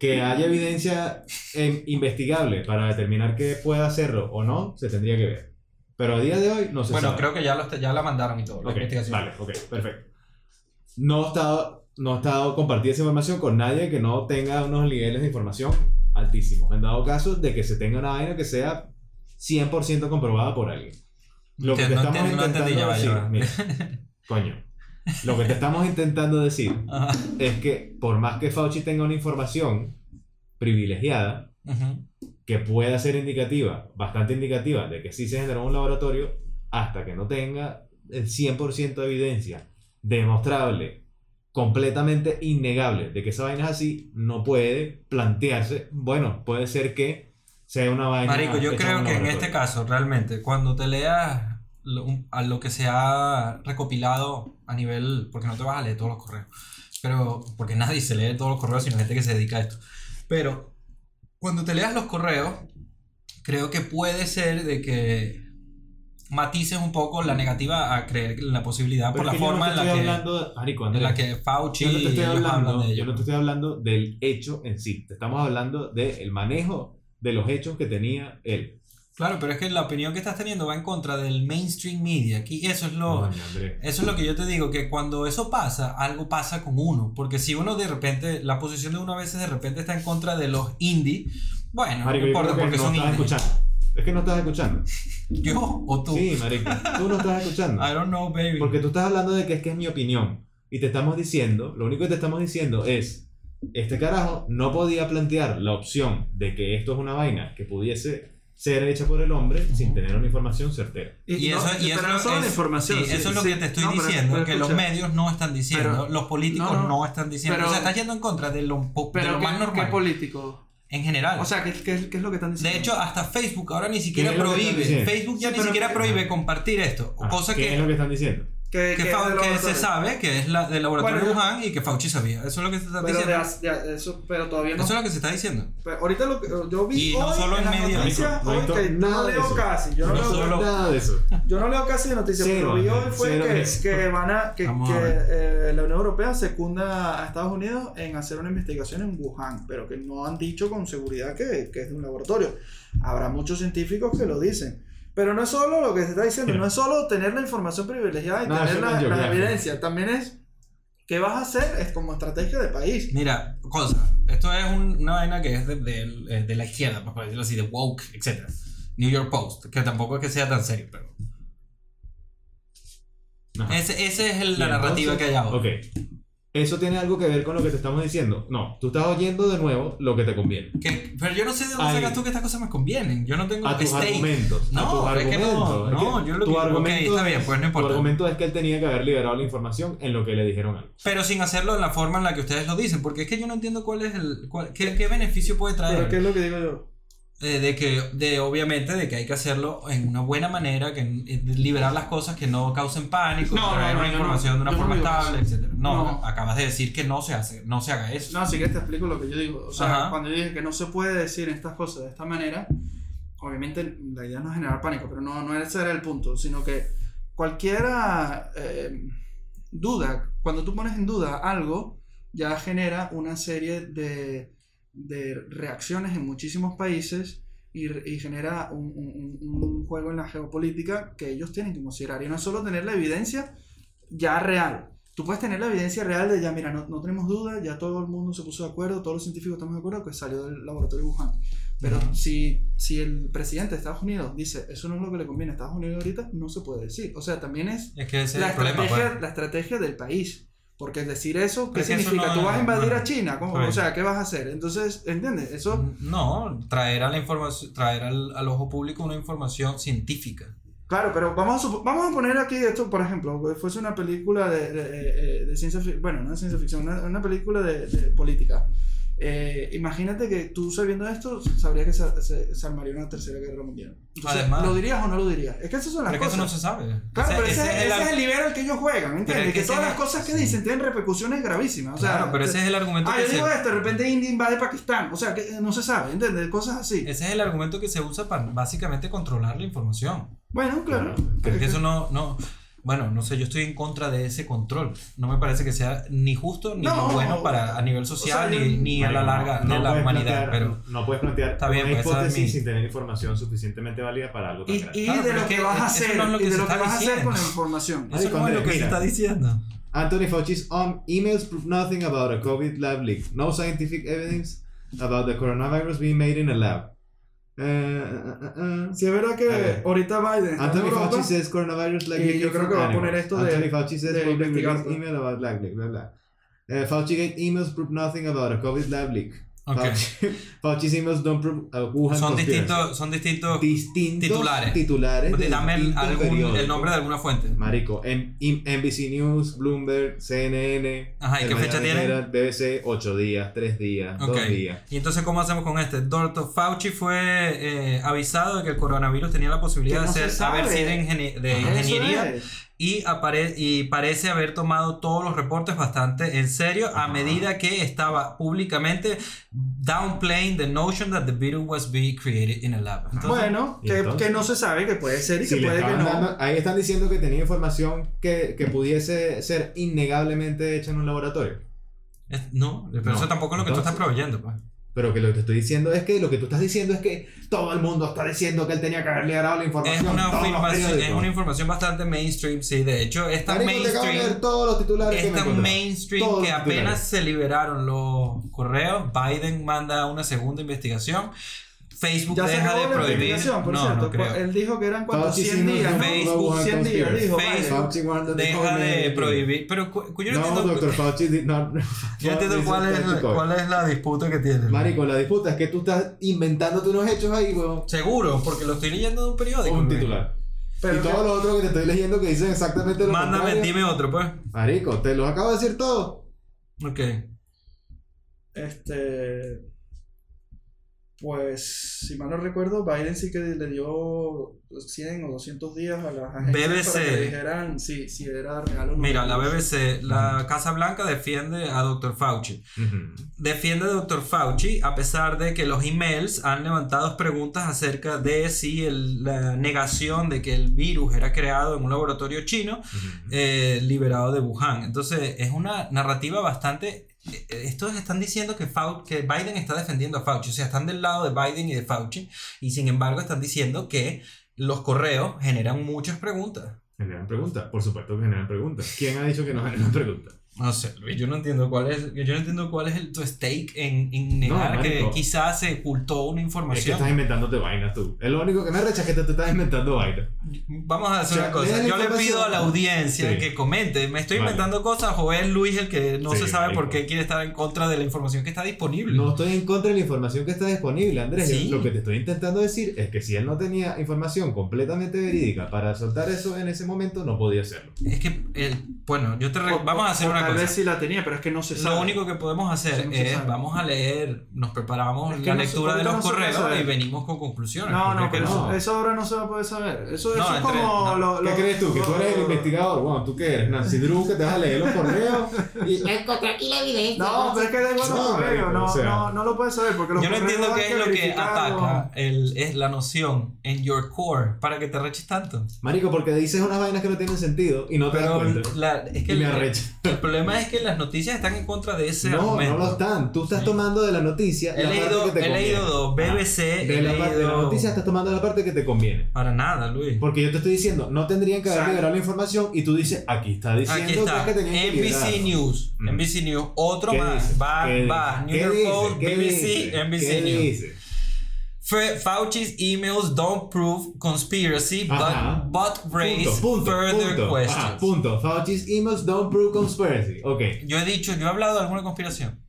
Que haya evidencia eh, investigable para determinar que pueda hacerlo o no, se tendría que ver. Pero a día de hoy no se
Bueno,
sabe.
creo que ya, lo- ya la mandaron y todo. la
Ok,
investigación.
Vale, ok, perfecto.
No he estado, no he estado compartida esa información con nadie que no tenga unos niveles de información altísimos. En dado caso de que se tenga una vaina que sea 100% comprobada por alguien. Lo que
Entiendo,
te estamos
entiendo, no
intentando
entendí, ya va,
decir,
ya va. *laughs*
mira, coño, lo que te estamos intentando decir
Ajá.
es que por más que Fauci tenga una información privilegiada,
Ujú.
que pueda ser indicativa, bastante indicativa, de que sí se generó en un laboratorio, hasta que no tenga el 100% de evidencia demostrable, completamente innegable, de que esa vaina es así, no puede plantearse, bueno, puede ser que sea una vaina...
Marico, yo
hecha
creo
un
que en
laboratorio.
este caso, realmente, cuando te leas lo, un- a lo que se ha recopilado a nivel, porque no te vas a leer todos los correos, pero porque nadie se lee todos los correos, sino gente que se dedica a esto. Pero cuando te leas los correos, creo que puede ser de que matices un poco la negativa a creer en la posibilidad
Pero
por la
es que yo no
forma
te
en, la
estoy
que,
hablando de- Marico,
en
Andrés,
la que Fauci
yo no te estoy
ellos
hablando,
hablan de
yo
ello.
no te estoy hablando del hecho en sí, te estamos hablando del manejo de los hechos que tenía él.
Claro, pero es que la opinión que estás teniendo va en contra del mainstream media. Aquí eso es lo...
Coño, Andrés.
Eso es lo que yo te digo, que cuando eso pasa, algo pasa con uno. Porque si uno de repente, la posición de uno a veces de repente está en contra de los indie, bueno,
Marico,
no
yo
importa
creo que
porque
no
son
estás
indie.
escuchando. Es que no estás escuchando.
Yo o tú.
Sí, marico. Tú no
*laughs*
estás escuchando.
I don't know, baby.
Porque tú estás hablando de que es que es mi opinión. Y te estamos diciendo, lo único que te estamos diciendo es, este carajo no podía plantear la opción de que esto es una vaina que pudiese ser hecha por el hombre sin
Ujú.
tener una información certera.
y
no,
eso, y eso
pero no solo
es,
la información.
sí,
sí,
eso es lo
sí.
que te estoy
No, pero-
diciendo,
pero
que los
escucha,
medios no están diciendo,
Pero-
los políticos
no,
no,
no.
están diciendo.
Pero-
o sea, estás yendo en contra de lo, po- de
Pero
lo
¿qué,
más
¿qué
normal,
político?
en general.
O sea, ¿qué, qué, qué es lo que están diciendo?
de hecho, hasta Facebook ahora ni
¿Qué
siquiera
es lo que están
prohíbe,
diciendo?
Facebook ya ni
Sí, pero-
siquiera prohíbe compartir esto,
Ah,
cosa
¿Qué
que
es lo que están diciendo?
que,
que, Fau- que se sabe que es la del laboratorio
Bueno,
de Wuhan y que Fauci sabía. Eso es lo que se está
Pero,
diciendo.
de as- de- eso, pero todavía no.
Eso es lo que se está diciendo.
pero ahorita lo que eh, yo vi
Y no
hoy
solo en
en las
medio.
noticias,
No
hoy
hay to-
que no
nada de
leo
eso.
casi. Yo no,
No,
leo,
solo nada
*laughs*
de eso.
yo no leo casi las noticias,
Cero,
pero lo que vi hoy
Andrés,
fue
cero
que,
eso.
que van a que,
Vamos
que,
a ver.
eh, la Unión Europea secunda a Estados Unidos en hacer una investigación en Wuhan, pero que no han dicho con seguridad que, que es de un laboratorio. Habrá muchos científicos que lo dicen. Pero no es solo lo que se está diciendo, no es solo tener la información privilegiada y
No,
tener
eso no
la,
es
la
geográfico.
evidencia, también es ¿Qué vas a hacer? Es como estrategia de país.
Mira, cosa, esto es un- una vaina que es de, de- de la izquierda, pues, por decirlo así, de woke, etc. New York Post, que tampoco es que sea tan serio, pero...
Ajá.
Esa ese es el- la
Y
narrativa
entonces-
que hay ahora.
Ok. ¿Eso tiene algo que ver con lo que te estamos diciendo? No, tú estás oyendo de nuevo lo que te conviene.
Que- pero yo no sé de dónde
Ahí.
sacas tú que estas cosas me convienen. Yo no tengo
A Ah, tus
stake.
argumentos.
No,
a tus
es que no, no, yo lo
tu
que- ok,
argumento
está bien, pues no
tu
importa.
argumento es que él tenía que haber liberado la información en lo que le dijeron a él.
Pero sin hacerlo de la forma en la que ustedes lo dicen, porque es que yo no entiendo cuál es el. cuál- qué, qué beneficio puede
Pero ¿qué
traer.
es lo que digo yo?
Eh, de que, de obviamente, de que hay que hacerlo en una buena manera, que eh, liberar las cosas que no causen pánico,
No,
traer
no,
una
no, no,
información
no.
de una
Yo no
forma
digo
estable, etc. No,
No.
acabas de decir que no se hace, no se haga eso.
No, si quieres te explico lo que yo digo. O sea,
Ajá.
cuando yo dije que no se puede decir estas cosas de esta manera, obviamente la idea no es generar pánico, pero no, no ese era el punto, sino que cualquiera eh, duda, cuando tú pones en duda algo, ya genera una serie de, de reacciones en muchísimos países y, y genera un, un- un- un juego en la geopolítica que ellos tienen que considerar. Y no es solo tener la evidencia ya real. Tú puedes tener la evidencia real de ya, mira, no, no tenemos duda, ya todo el mundo se puso de acuerdo, todos los científicos estamos de acuerdo que salió del laboratorio Wuhan. Pero
Ajá.
si, si el presidente de Estados Unidos dice, eso no es lo que le conviene a Estados Unidos ahorita, no se puede decir. O sea, también es
Es que ese
la,
es el problema.
estrategia,
pues.
la estrategia del país. Porque decir eso,
Pero
¿qué
es que eso
significa?
no-
¿Tú vas a invadir
no.
a China? ¿Cómo? O
Correcto.
sea, ¿qué vas a hacer? Entonces, ¿entiendes? Eso,
No, traer a la información, traer al, al ojo público una información científica.
claro, pero vamos a, supo- vamos a poner aquí esto, por ejemplo, que fuese una película de, de- de- de ciencia ficción, bueno, no de ciencia ficción, una, una película de, de política. Eh, imagínate que tú sabiendo esto, sabrías que se, se- se armaría una tercera guerra mundial. Entonces,
Además.
¿Lo dirías o no lo dirías? Es que esas son las
Pero que eso
cosas.
no se sabe.
Claro,
Ese-
pero ese,
ese es el
ese
ar-
es el nivel al que ellos juegan, ¿entiendes?
Pero
Que,
es que ese
todas
es
las
el-
cosas que
sí.
dicen tienen repercusiones gravísimas. O sea,
Claro, pero
te-
ese es el argumento
Ah,
que
yo
se-
digo esto, de repente India invade Pakistán. O sea, que eh, no se sabe, ¿entiendes? Cosas así.
Ese es el argumento que se usa para básicamente controlar la información.
Bueno, claro.
Pero que eso no, no. Bueno, no sé, yo estoy en contra de ese control. No me parece que sea ni justo ni
No.
bueno para a nivel social
O sea,
ni,
yo-
ni a la larga de la
puedes
humanidad.
plantear-
Pero
No puedes plantear
Está bien,
una
pues, esa es
hipótesis
mi-
sin tener información suficientemente válida para algo tan
Y,
grave.
y
Claro,
de
pero
lo
es
que
que
vas a
eso
hacer
no es lo
y
que
de
se
lo que
está
vas a hacer
diciendo.
con la información.
eso no es
Marico,
lo que se
mira.
está diciendo.
Anthony Fauci's own emails prove nothing about a COVID lab leak. No scientific evidence about the coronavirus being made in a lab. Eh, eh, eh, eh.
Si es verdad que
Eh,
ahorita Biden está en
Anthony
Europa,
Fauci says coronavirus lag
Y
leak
yo creo que va a poner esto de-
Anthony Fauci says
de
public
investigar,
release
pues.
email about lag leak, bla bla. Eh, Fauci gate emails prove nothing about a COVID lab leak.
Ok.
Fauci, *laughs* Fauci's emails don't prove a Wuhan
Son
conspiracy.
distintos, son distintos.
Distintos
titulares.
titulares de
Dame el,
distintos
algún- el
periódicos.
nombre de alguna fuente.
Marico, en, en- NBC News, Bloomberg, CNN.
Ajá, ¿y
El
qué fecha
Mañanero, BBC, 8 días, 3 días,
Ok.
2 días.
Y entonces, ¿cómo hacemos con este? Dorto Fauci fue eh, avisado de que el coronavirus tenía la posibilidad
Que no
de
se
ser
sabe.
haber sido ingenie- de
eso
Eh, ingeniería.
es.
y, apare- y parece haber tomado todos los reportes bastante en serio a medida que estaba públicamente downplaying the notion that the virus was being created in a lab. Entonces,
Bueno,
¿y
que,
entonces?
que no se sabe, que puede ser y
Si
que
le
puede que
estaban
no.
dando- ahí están diciendo que tenía información que, que pudiese ser innegablemente hecha en un laboratorio.
es- no, pero
No.
eso tampoco es lo que tú
Entonces-
estás proveyendo. pues.
Pero que lo que te estoy diciendo es que lo que tú estás diciendo es que todo el mundo está diciendo que él tenía que haberle dado la
Es
información.
una,
todos los
afirmación- es
periódicos.
una información bastante mainstream, sí. De hecho, es tan
Marico, te acabo de leer
mainstream,
todos los titulares que
es
me
tan
encontré.
mainstream
Todos
que
los
apenas
titulares.
se liberaron los correos, Biden manda una segunda investigación. Facebook
Ya se
deja
acabó
de
la
prohibir.
investigación, por
no,
cierto.
no creo.
Él dijo que eran cuántos
Fauci
100
sí,
días, ¿no?
Facebook,
100 días, dijo
Facebook.
Biden.
Fauci wanted to
Deja de
coordinate.
prohibir. Pero cu- cu- yo no
No,
entiendo,
doctor Fauci did not.
yo entiendo cuál, es, la- cuál es la disputa que tiene.
Marico, la disputa es que tú estás inventándote unos hechos ahí, weón.
Seguro, porque lo estoy leyendo de un periódico.
Un
güey.
titular.
Pero
y
que-
todos los otros que te estoy leyendo que dicen exactamente lo
Mándame,
contrario.
dime otro, pues.
Marico, te los acabo de decir todo.
Ok.
Este. Pues, si mal no recuerdo, Biden sí que le dio 100 o 200 días a las agencias
BBC.
para que dijeran si, si era real o no.
Mira, la BBC, la Casa Blanca defiende a Dr. Fauci. Defiende a Dr. Fauci a pesar de que los emails han levantado preguntas acerca de si el- la negación de que el virus era creado en un laboratorio chino eh, liberado de Wuhan. Entonces, es una narrativa bastante... eh, Estos están diciendo que, Fau- que Biden está defendiendo a Fauci, o sea, están del lado de Biden y de Fauci, y sin embargo están diciendo que los correos generan muchas preguntas.
Generan preguntas, por supuesto que generan preguntas. ¿Quién ha dicho que no generan preguntas?
No sé, Luis, yo no entiendo cuál es, yo no entiendo cuál es el- tu stake en, en negar que
marico.
quizás se ocultó una
Es que
información.
estás inventándote vainas tú. Es lo único que me arrecha es que te, te estás inventando vainas.
Vamos a hacer
O sea,
una
le
cosa.
dan
Yo le pido
información.
a la audiencia
Sí.
que comente. Me estoy
Vale.
inventando cosas o es Luis el que no
Sí,
se sabe por
marico.
qué quiere estar en contra de la información que está disponible.
No estoy en contra de la información que está disponible, Andrés.
Sí.
Lo que te estoy intentando decir es que si él no tenía información completamente verídica para soltar eso en ese momento, no podía hacerlo.
Es que, el- bueno, yo te re-
O-
vamos a hacer
o
una
Tal
cosa.
vez sí la tenía, pero es que no se sabe.
Lo único que podemos hacer
Eso no se
es,
sabe.
vamos a leer, nos preparamos
Es que
la
no se-
lectura de
ahorita
los
no se puede
correos
saber.
y venimos con conclusiones.
No, no,
porque
pero
es que
eso, eso ahora no se va a poder saber. Eso,
No,
eso es
entre-
como
no.
lo-
¿Qué
lo-
crees tú? ¿Que tú eres el
lo-
investigador? Bueno, ¿tú qué eres? Nancy Drew, que te vas a leer los correos. Y...
Ya encontré aquí la evidencia.
No, pero es que da igual los
No,
correos,
marico,
no,
o sea.
no, no lo puedes saber porque los
Yo no
correos
entiendo
hay
qué es lo que
verificarlo.
ataca, el, es la noción en your core para que te reches tanto.
Marico, porque dices unas vainas que no tienen sentido y no te
Pero
das cuenta.
la- es que
Y me
el,
arrecha.
el problema es que las noticias están en contra de ese
No,
argumento.
no lo están. Tú estás
Sí.
tomando de la noticia
He
la
leído,
parte que te
he
conviene. Ah,
leído dos, BBC,
Ah,
De
he
la, parte- de la
leído-
noticia estás tomando la parte que te conviene.
Para nada, Luis.
Porque yo te estoy diciendo, no tendrían que haber
O sea,
liberado la información y tú dices, aquí está diciendo
Aquí
que
está,
es que tenían que
NBC
liberarlo.
News,
Mm.
NBC News, otro
¿Qué dice?
más, va,
¿Qué
va, New
dice?
York
¿Qué
Post,
dice?
BBC,
¿Qué
NBC News.
dice?
Fe- Fauci's emails don't prove conspiracy,
Ajá.
but, but raise
Punto, punto,
further
punto.
questions.
Ajá, punto. Fauci's emails don't prove conspiracy. Ok.
Yo he dicho, yo he hablado de alguna conspiración.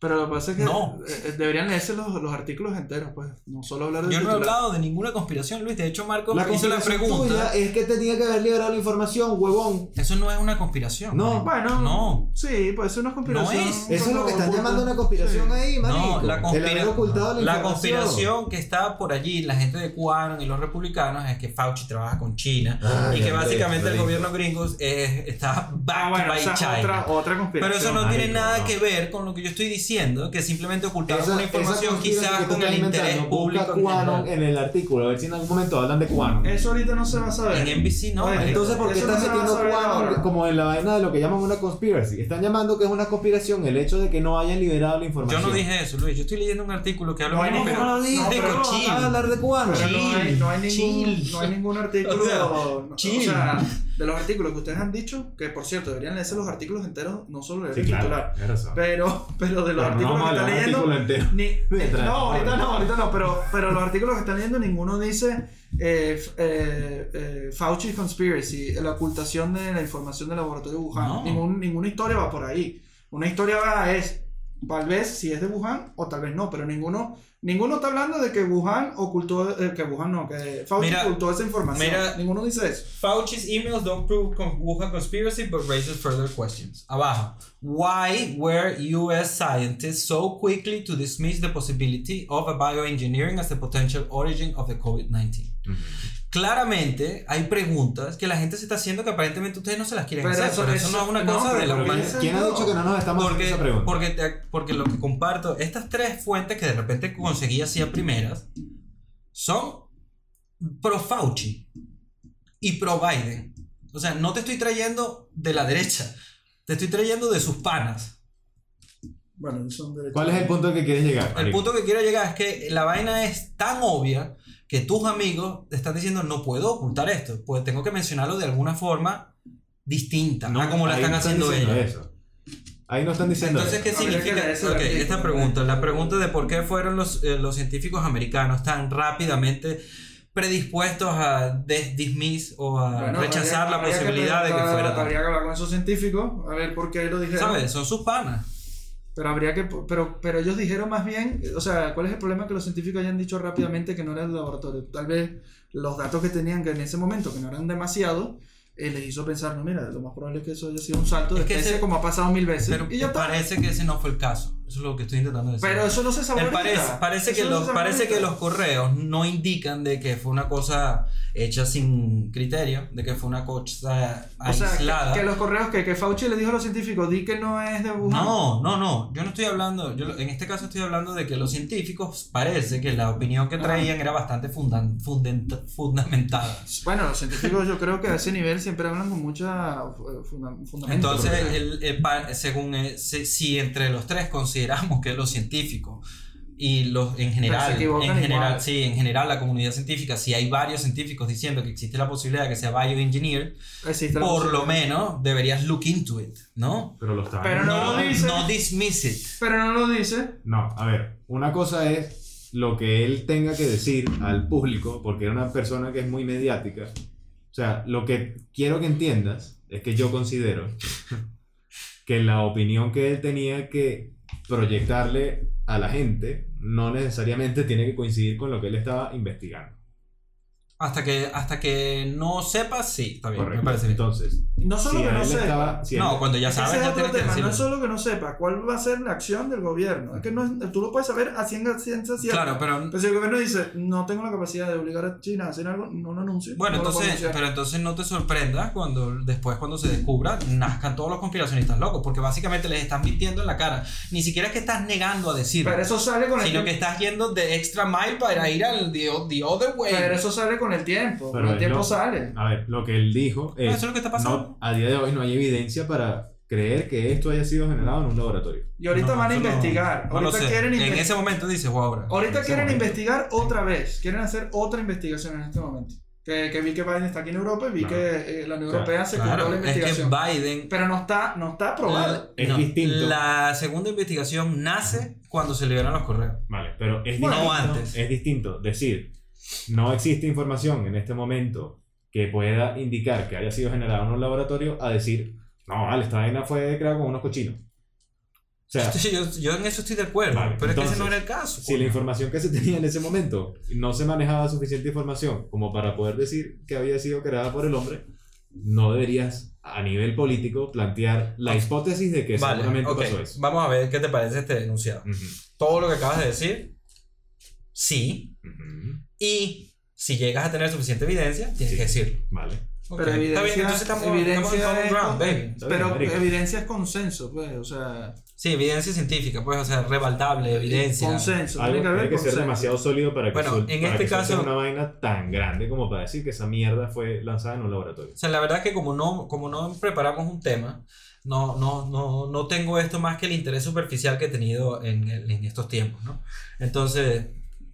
Pero lo que pasa es que
No.
eh, eh, deberían leerse los, los artículos enteros, pues, no solo hablar de
Yo no he
titular.
hablado de ninguna conspiración, Luis. De hecho, Marco
La
hizo la
conspiración
pregunta.
tuya es que tenía que haber liberado la información, huevón.
Eso no es una conspiración.
No,
Bueno,
No.
sí, pues eso no es conspiración.
No es.
Eso es lo que están
Cuando-
llamando una conspiración
Sí.
ahí, marico.
No, la,
El haber
conspira-
ocultado la,
la
información.
conspiración que está por allí, la gente de Cubanon y los republicanos, es que Fauci trabaja con China
Ay,
y que
Andrés,
básicamente el
marico.
gobierno gringo es- está backed
Ah, bueno,
by
esa
China.
es otra, otra conspiración.
Pero eso no tiene
marico,
nada
no.
que ver con lo que yo estoy diciendo, que simplemente ocultaron
Esa-
una
esa
información
conspiración que
quizás
tú
con
estás
el interés
inventando,
público.
Busca
en
Quanon
general.
en el artículo, a ver si en algún momento hablan de Quanon.
Eso ahorita no se va a saber.
En NBC no.
Oye,
marico.
Entonces, ¿por qué
Eh, Eso
están
no se va a
metiendo
saber
cubanos
ahora.
como en la vaina de lo que llaman una conspiracy? Están llamando que es una conspiración el hecho de que no hayan liberado la
yo
información.
no dije eso, Luis. Yo estoy leyendo un artículo que habla
No,
de
no,
pero-
no lo
No,
dije,
pero
no,
chill.
Ah, hablar de cubanos.
Pero no hay, no hay ningún,
Chill.
no hay ningún artículo.
O sea,
no,
chill.
o sea, de los artículos que ustedes han dicho, que por cierto, deberían leerse los artículos enteros, no solo leer
Sí,
el
claro,
titular.
tienes razón.
Pero, pero de
Pero
los
no
artículos
vamos
que
a
están
hablar del
leyendo.
artículo entero.
Ni- eh,
Mientras-
no, ahorita no, ahorita no, pero, pero los artículos que están leyendo, ninguno dice eh, f- eh, eh, Fauci Conspiracy, eh, la ocultación de la información del laboratorio de Wuhan.
No.
Ningún- ninguna historia va por ahí. Una historia va es, tal vez si es de Wuhan o tal vez no, pero ninguno, ninguno está hablando de que Wuhan ocultó, eh, que Wuhan no, que Fauci
Mira,
ocultó esa información.
mira.
ninguno dice eso.
Fauci's emails don't prove con- Wuhan conspiracy but raises further questions. Abajo. Why were US scientists so quickly to dismiss the possibility of a bioengineering as the potential origin of the COVID-19? Claramente hay preguntas que la gente se está haciendo que aparentemente ustedes no se las quieren
Pero
hacer,
eso-
pero eso
eso-
no es una
no,
cosa
pero
de la
¿por qué?
humanidad.
Ese
¿Quién ha
no.
dicho que no nos estamos haciendo
Porque,
esa pregunta?
porque, te- porque lo que comparto, estas tres fuentes que de repente conseguí así a primeras son pro Fauci y pro Biden. O sea, no te estoy trayendo de la derecha, te estoy trayendo de sus panas.
Bueno, son derechos.
¿Cuál es el punto al que quieres llegar?
El
marico?
punto que quiero llegar es que la vaina es tan obvia que tus amigos te están diciendo no puedo ocultar esto, pues tengo que mencionarlo de alguna forma distinta
No,
a como la
ahí
están
no
haciendo
diciendo
ellos.
eso. Ahí no están diciendo
Entonces, ¿qué
eso.
Habría que
significa?
leer ese
Ok,
artículo.
esta pregunta, la pregunta de por qué fueron los, eh, los científicos americanos tan rápidamente predispuestos a des- dismiss o a
Bueno,
rechazar
habría-
la
habría
posibilidad de que
preguntar-
fuera tan-
Habría que hablar con esos científicos, a ver por qué lo dijeron.
¿Sabes? Son sus panas.
Pero habría que. Pero, pero ellos dijeron más bien. O sea, ¿cuál es el problema que los científicos hayan dicho rápidamente que no era el laboratorio? Tal vez los datos que tenían que en ese momento, que no eran demasiado, eh, les hizo pensar, no, mira, lo más probable es que eso haya sido un salto de
Es que
especie,
ese-
como ha pasado mil veces.
Pero
y ya está.
parece que ese no fue el caso. Eso es lo que estoy intentando decir.
Pero eso no se sabe.
Él
ahorita.
parece, parece, que
Eso no se
los,
sabe
parece que
ahorita.
los correos no indican de que fue una cosa hecha sin criterio, de que fue una cosa
O sea,
aislada.
que, que los correos que, que Fauci le dijo a los científicos, di que no es de Wuhan.
No, no, no. Yo no estoy hablando. Yo en este caso estoy hablando de que los científicos parece que la opinión que traían era bastante fundan- fundenta- fundamentada.
Bueno, los científicos yo creo que a ese nivel siempre hablan con mucha eh, funda- fundamento.
Entonces,
porque-
el- el pa- según eh, si, si entre los tres consideramos que los científicos y los, en
Pero se
general,
equivocan
en general,
igual.
sí, en general la comunidad científica, si hay varios científicos diciendo que existe la posibilidad de que sea bioengineer,
Existe la
por lo
posibilidad.
menos deberías look into it, ¿no?
Pero lo está.
Pero no lo dice.
no dismiss it.
Pero no lo dice.
No, a ver, una cosa es lo que él tenga que decir al público, porque es una persona que es muy mediática. O sea, lo que quiero que entiendas es que yo considero que la opinión que él tenía que proyectarle a la gente no necesariamente tiene que coincidir con lo que él estaba investigando.
Hasta que, hasta que no sepas, sí, está bien,
Correcto.
me parece bien.
Entonces,
No
si
solo que
a
no
él
sepa.
estaba... si a él-
No, cuando ya
Ese
sabes,
es
ya
otro
tienes que
tema,
decirlo.
No es solo que no sepa cuál va a ser la acción del gobierno. Es que no es- tú lo puedes saber a cien- a ciencia cierta.
Claro, pero
Pero si el gobierno dice, no tengo la capacidad de obligar a China a hacer algo, no lo anuncio.
Bueno,
no lo puedo
entonces,
anunciar.
pero entonces no te sorprendas cuando después cuando se descubra nazcan todos los conspiracionistas locos, porque básicamente les estás mintiendo en la cara. Ni siquiera es que estás negando a decirlo,
Pero eso sale con el
sino que
tiempo.
estás yendo de extra mile para ir al the, o- the other way.
Pero eso sale con el tiempo.
Pero
con el
es
tiempo
lo-
sale.
A ver, lo que él dijo
No,
es...
eso es lo que está pasando.
no, a día de hoy no hay evidencia para creer que esto haya sido generado en un laboratorio.
Y ahorita
No,
van a
eso no-
investigar.
no lo
ahorita
sé.
quieren
En
investigar.
ese momento dices, wow, ahora.
Ahorita
ese
quieren
momento.
investigar otra vez. Quieren hacer otra investigación en este momento. Que, que vi que Biden está aquí en Europa y vi
Claro.
que eh, la Unión Europea se compró
Claro,
la
es que
investigación.
Biden.
Pero no está, no está aprobado.
Es
no,
distinto.
La segunda investigación nace cuando se liberan los correos.
Vale, pero es
Bueno,
distinto,
no antes.
Es distinto decir, no existe información en este momento que pueda indicar que haya sido generada en un laboratorio a decir, no, vale, esta vaina fue creada con unos cochinos. O sea,
Sí, yo, yo en eso estoy de acuerdo,
Vale,
pero es que ese
entonces,
no era el caso.
si la información que se tenía en ese momento no se manejaba suficiente información como para poder decir que había sido creada por el hombre, no deberías a nivel político plantear la hipótesis de que
Vale,
seguramente
ok.
pasó eso.
Vamos a ver qué te parece este denunciado.
Ujú,
Todo lo que acabas de decir, sí.
ujú,
Y si llegas a tener suficiente evidencia, tienes
Sí.
que decirlo.
Vale.
Ok,
Pero
está bien,
evidencia-
entonces estamos, estamos en
evidencia
common
es-
ground, baby.
Está bien,
Pero
marico.
evidencia es consenso, pues. O sea,
Sí, evidencia científica, pues, o sea, rebaldable, evidencia.
consenso.
Algo
tiene
que
que haber
tiene que ser
consenso.
demasiado sólido para que,
Bueno, en
sol- para
este
que suelten
caso-
una vaina tan grande como para decir que esa mierda fue lanzada en un laboratorio.
O sea, la verdad es que como no, como no preparamos un tema, no, no, no, no tengo esto más que el interés superficial que he tenido en, el- en estos tiempos, ¿no? Entonces,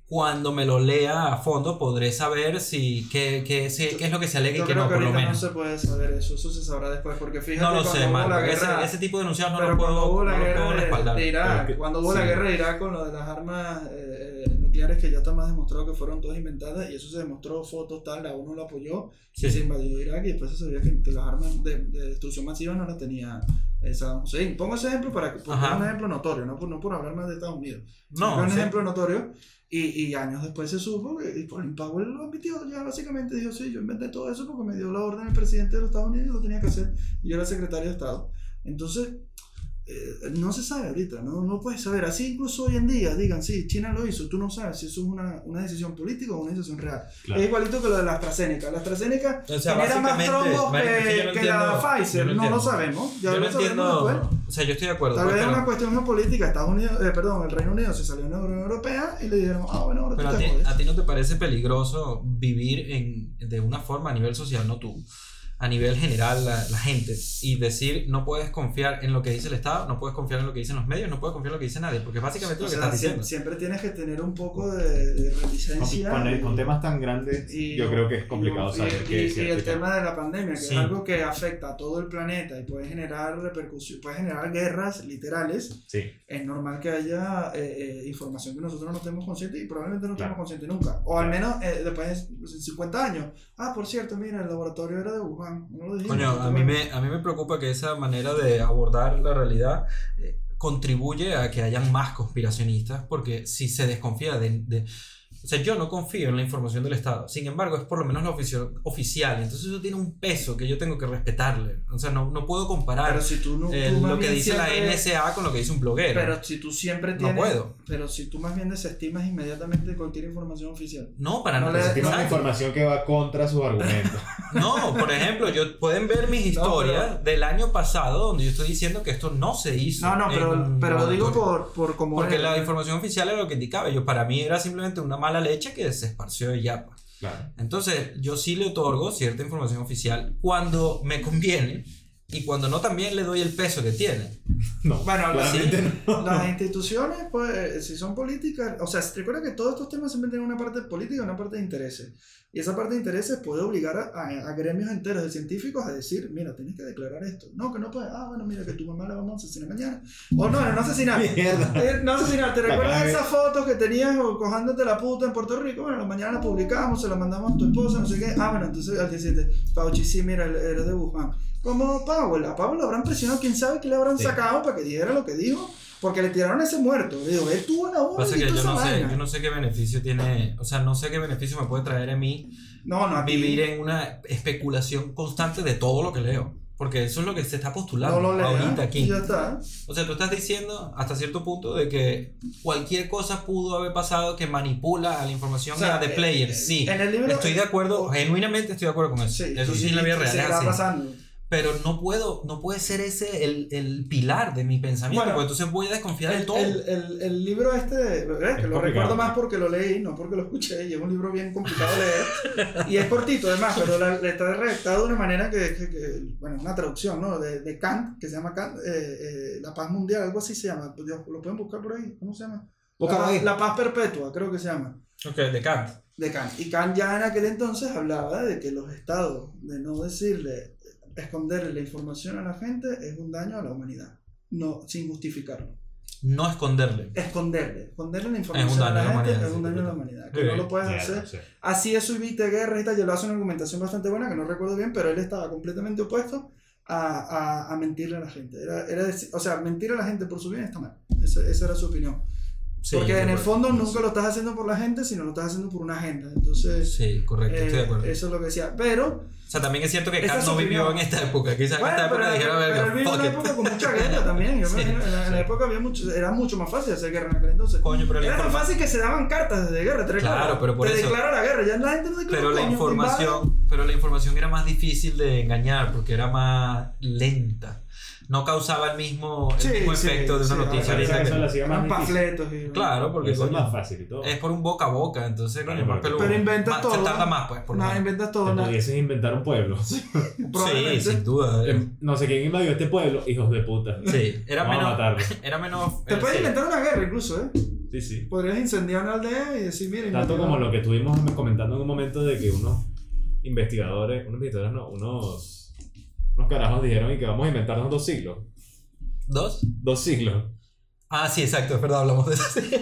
cuando me lo lea a fondo, podré saber si qué, qué, si- qué es lo que se alega y
Yo
qué
creo
no,
que
por lo
ahorita no
menos.
se puede saber eso, eso se sabrá después, porque fíjate
No lo
cuando
sé,
hubo
Marco.
la
Ese,
guerra,
ese tipo de denunciados no
pero
lo
cuando
puedo,
hubo la
no lo puedo
guerra de- de,
respaldar.
Irak,
Pero que-
cuando hubo la
sí.
guerra de Irak con lo de las armas eh, eh, nucleares que ya está más demostrado que fueron todas inventadas y eso se demostró fotos tal, a uno lo apoyó
Sí.
y se invadió Irak y después se sabía que, que las armas de, de destrucción masiva no las tenía eh, Saddam Hussein. Pongo ese ejemplo para que, porque
Ajá.
es un ejemplo notorio, no por, no por hablar más de Estados Unidos.
No,
Fue un
sí.
ejemplo notorio. Y, y años después se supo que y Colin Powell lo admitió. Ya básicamente dijo: Sí, yo inventé todo eso porque me dio la orden el presidente de los Estados Unidos y lo tenía que hacer. Y yo era secretario de Estado. Entonces, eh, no se sabe ahorita, no, no puedes saber. Así incluso hoy en día digan: Sí, China lo hizo. Tú no sabes si eso es una, una decisión política o una decisión real.
Claro.
Es igualito que lo de la AstraZeneca. La AstraZeneca
O sea,
genera más
básicamente,
trombos
marico, es que yo
que,
no
que
entiendo- yo
la
no
Pfizer. No,
entiendo.
lo sabemos. Ya
Yo
lo
no
sabremos después.
entiendo. O sea, yo estoy de acuerdo.
Tal
pues,
vez es
pero-
una cuestión geopolítica. Estados Unidos, eh, perdón, el Reino Unido se salió de la Unión Europea y le dijeron, ah, bueno, ahora
Pero
tú
a
te
ti,
jodes.
a ti no te parece peligroso vivir en, de una forma a nivel social, no tú, a nivel general la, la gente, y decir no puedes confiar en lo que dice el Estado, no puedes confiar en lo que dicen los medios, no puedes confiar en lo que dice nadie, porque es básicamente
O
lo que
sea,
estás
sie-
diciendo.
siempre tienes que tener un poco de, de reticencia.
Con,
y-
con temas tan grandes,
y-
yo creo que es
y-
complicado
y,
saber
y-
qué
y
decir
el
aquí.
tema de la pandemia, que
Sí.
es algo que afecta a todo el planeta y puede generar repercusiones, puede generar guerras literales.
Sí.
Es normal que haya eh, eh, información que nosotros no tenemos consciente y probablemente no
Claro.
tenemos consciente nunca. O al menos eh, después de 50 años. Ah, por cierto, mira, el laboratorio era de Wuhan. No lo dijimos.
Coño, a mí, me, a mí me preocupa que esa manera de abordar la realidad eh, contribuye a que hayan más conspiracionistas, porque si se desconfía de, de- O sea, yo no confío en la información del Estado, sin embargo, es por lo menos la oficio- oficial, entonces eso tiene un peso que yo tengo que respetarle. O sea, no, no puedo comparar
Pero si tú no.
eh,
tú más
lo que
bien
dice la
siempre-
NSA con lo que dice un bloguero.
Pero si tú siempre
No
tienes.
puedo.
Pero si tú más bien desestimas inmediatamente cualquier información oficial.
no, para
No
nada.
le-
Tiene
no
una información que va contra sus *laughs* argumentos.
No, por ejemplo, yo pueden ver mis historias del año pasado donde yo estoy diciendo que esto no se hizo.
No, no,
en
pero,
un
pero lo digo
laboratorio.
por, por como.
Porque
es.
la información oficial era lo que indicaba. Yo, para mí era simplemente una mala leche que se esparció pues. de Yapa.
claro.
Entonces, yo sí le otorgo cierta información oficial cuando me conviene Y cuando no, también le doy el peso que tiene.
No,
Bueno, algo así.
claramente
*laughs* Las instituciones, pues, eh, si son políticas, o sea, recuerda que todos estos temas siempre tienen una parte política y una parte de intereses. Y esa parte de intereses puede obligar a, a- a gremios enteros de científicos a decir, mira, tienes que declarar esto. No, que no puedes. Ah, bueno, mira, que tu mamá la vamos a asesinar mañana. O no, no asesinar.
Mierda.
Eh, No asesinar. ¿Te
La
recuerdas
clave.
esas fotos que tenías o, cojándote la puta en Puerto Rico? Bueno, la mañana la publicamos, se la mandamos a tu esposa, no sé qué. Ah, bueno, entonces al 17, Pauchi, sí, mira, el- eres de Wuhan. Como Powell, a Powell lo habrán presionado, quién sabe qué le habrán sacado para que dijera lo que dijo, porque le tiraron ese muerto. Le Digo, él tuvo la bola
Pasa
y
que
toda
yo
esa
no sé,
vaina.
yo no sé qué beneficio tiene, o sea, no sé qué beneficio me puede traer a mí
No, no, a ti.
vivir en una especulación constante de todo lo que leo. Porque eso es lo que se está postulando
No lo leas,
ahorita
y
aquí.
Ya está.
O sea, tú estás diciendo hasta cierto punto de que cualquier cosa pudo haber pasado que manipula a la información
O sea,
de
eh,
player.
eh,
sí,
en el libro-
estoy de acuerdo,
o-
genuinamente estoy de acuerdo con eso. eso sí,
y-
en la vida
y
real
se
es
está
así.
pasando.
Pero no puedo, no puede ser ese el, el pilar de mi pensamiento,
Bueno,
porque entonces voy a desconfiar del
El,
todo.
el, el- el libro este, de- ¿ves? que lo
complicado.
recuerdo más porque lo leí, no porque lo escuché, y es un libro bien complicado de leer, y es cortito además, pero la- le está redactado de una manera que, que- que- bueno, una traducción, ¿no? De, de Kant, que se llama Kant, eh, eh, La Paz Mundial, algo así se llama, Dios, lo pueden buscar por ahí, ¿cómo se llama?
Búscalo
La-
ahí.
la Paz Perpetua, creo que se llama
ok, de Kant.
de Kant. Y Kant ya en aquel entonces hablaba de que los estados, de no decirle, esconderle la información a la gente es un daño a la humanidad, no, sin justificarlo.
No esconderle.
Esconderle, esconderle la información
Es un
a
daño
la
a la
gente
humanidad,
es un
sí,
daño a la
sí.
humanidad, que no lo puedes hacer.
Sí.
Así es, subiste guerras y tal, yo lo hace una argumentación bastante buena, que no recuerdo bien, pero él estaba completamente opuesto a, a, a mentirle a la gente. Era, era decir- o sea, mentir a la gente por su bien está mal. Esa, esa era su opinión.
Sí,
Porque en el
recuerdo.
fondo nunca lo estás haciendo por la gente, sino lo estás haciendo por una agenda. Entonces,
Sí, correcto, estoy de
eh,
acuerdo.
eso es lo que decía. Pero,
O sea, también es cierto que
Esa
Kant
es
no
su
vivió en
opinión.
esta época. Quizás en esta
bueno, pero,
época dijera,
pero él
verga,
vivió en
fuck
una
it.
época con
*laughs*
mucha guerra también. Yo me
Sí,
imagino, en, la, en la época había mucho, era mucho más fácil hacer guerra en aquel entonces.
Coño, pero la
Era tan
informa-
fácil que se daban cartas de guerra, te
Claro,
recuerdas?
pero por
Te
eso-
declara la guerra, ya la gente no declara
Pero la
coño, invade.
información, pero la información era más difícil de engañar porque era más lenta. No causaba el mismo, el
Sí,
mismo
sí,
efecto de una
sí,
noticia.
ahora
ahorita
sí,
que-
eso lo hacía más
Eran
difícil.
panfletos. y-
Claro, porque
Eso es
coño,
más fácil y todo.
es por un boca a boca, entonces
Claro,
coño, más
porque-
peludo.
Pero inventas
Más-
todo.
Se tarda más, pues, por lo
Nada,
menos.
inventas
Te
todo. nada.
pudieses inventar un pueblo.
Sí,
Probablemente.
sin duda. eh.
No sé quién invadió este pueblo, hijos de puta.
Sí, era
Em, Vamos a
menos. *laughs*
matarlo.
Era menos.
Te
eh,
puedes
sí.
inventar una guerra incluso, ¿eh?
Sí, sí.
Podrías incendiar una aldea y decir, mira,
Tanto
invadieron.
como lo que estuvimos comentando en un momento de que unos investigadores, unos investigadores no, unos, unos carajos dijeron y que vamos a inventarnos dos siglos.
¿Dos?
Dos siglos.
Ah, sí, exacto, es verdad, hablamos de eso. Sí,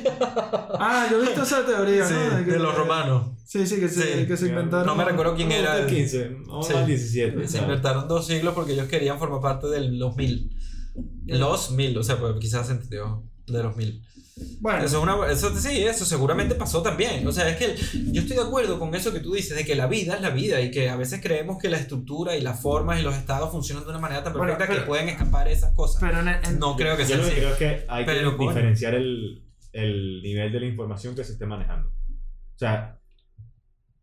Ah, yo he visto esa teoría, ¿no? que-
de los romanos.
Sí, sí, que se,
Sí.
que se inventaron.
No me recuerdo quién era
El
el-
15, vamos
Sí.
al 17.
Se
¿sabes?
inventaron dos siglos porque ellos querían formar parte de los mil. Los mil, o sea, pues quizás se entendió de los mil.
Bueno,
Eso es una, eso, sí, eso seguramente pasó también. O sea, es que el- yo estoy de acuerdo con eso que tú dices, de que la vida es la vida y que a veces creemos que la estructura y las formas y los estados funcionan de una manera tan
Bueno,
perfecta que
pero-
pueden escapar esas cosas.
pero en, en-
No creo que
Yo
sea
lo que
así.
creo es que hay que
Pero, coño.
diferenciar el, el nivel de la información que se esté manejando. O sea,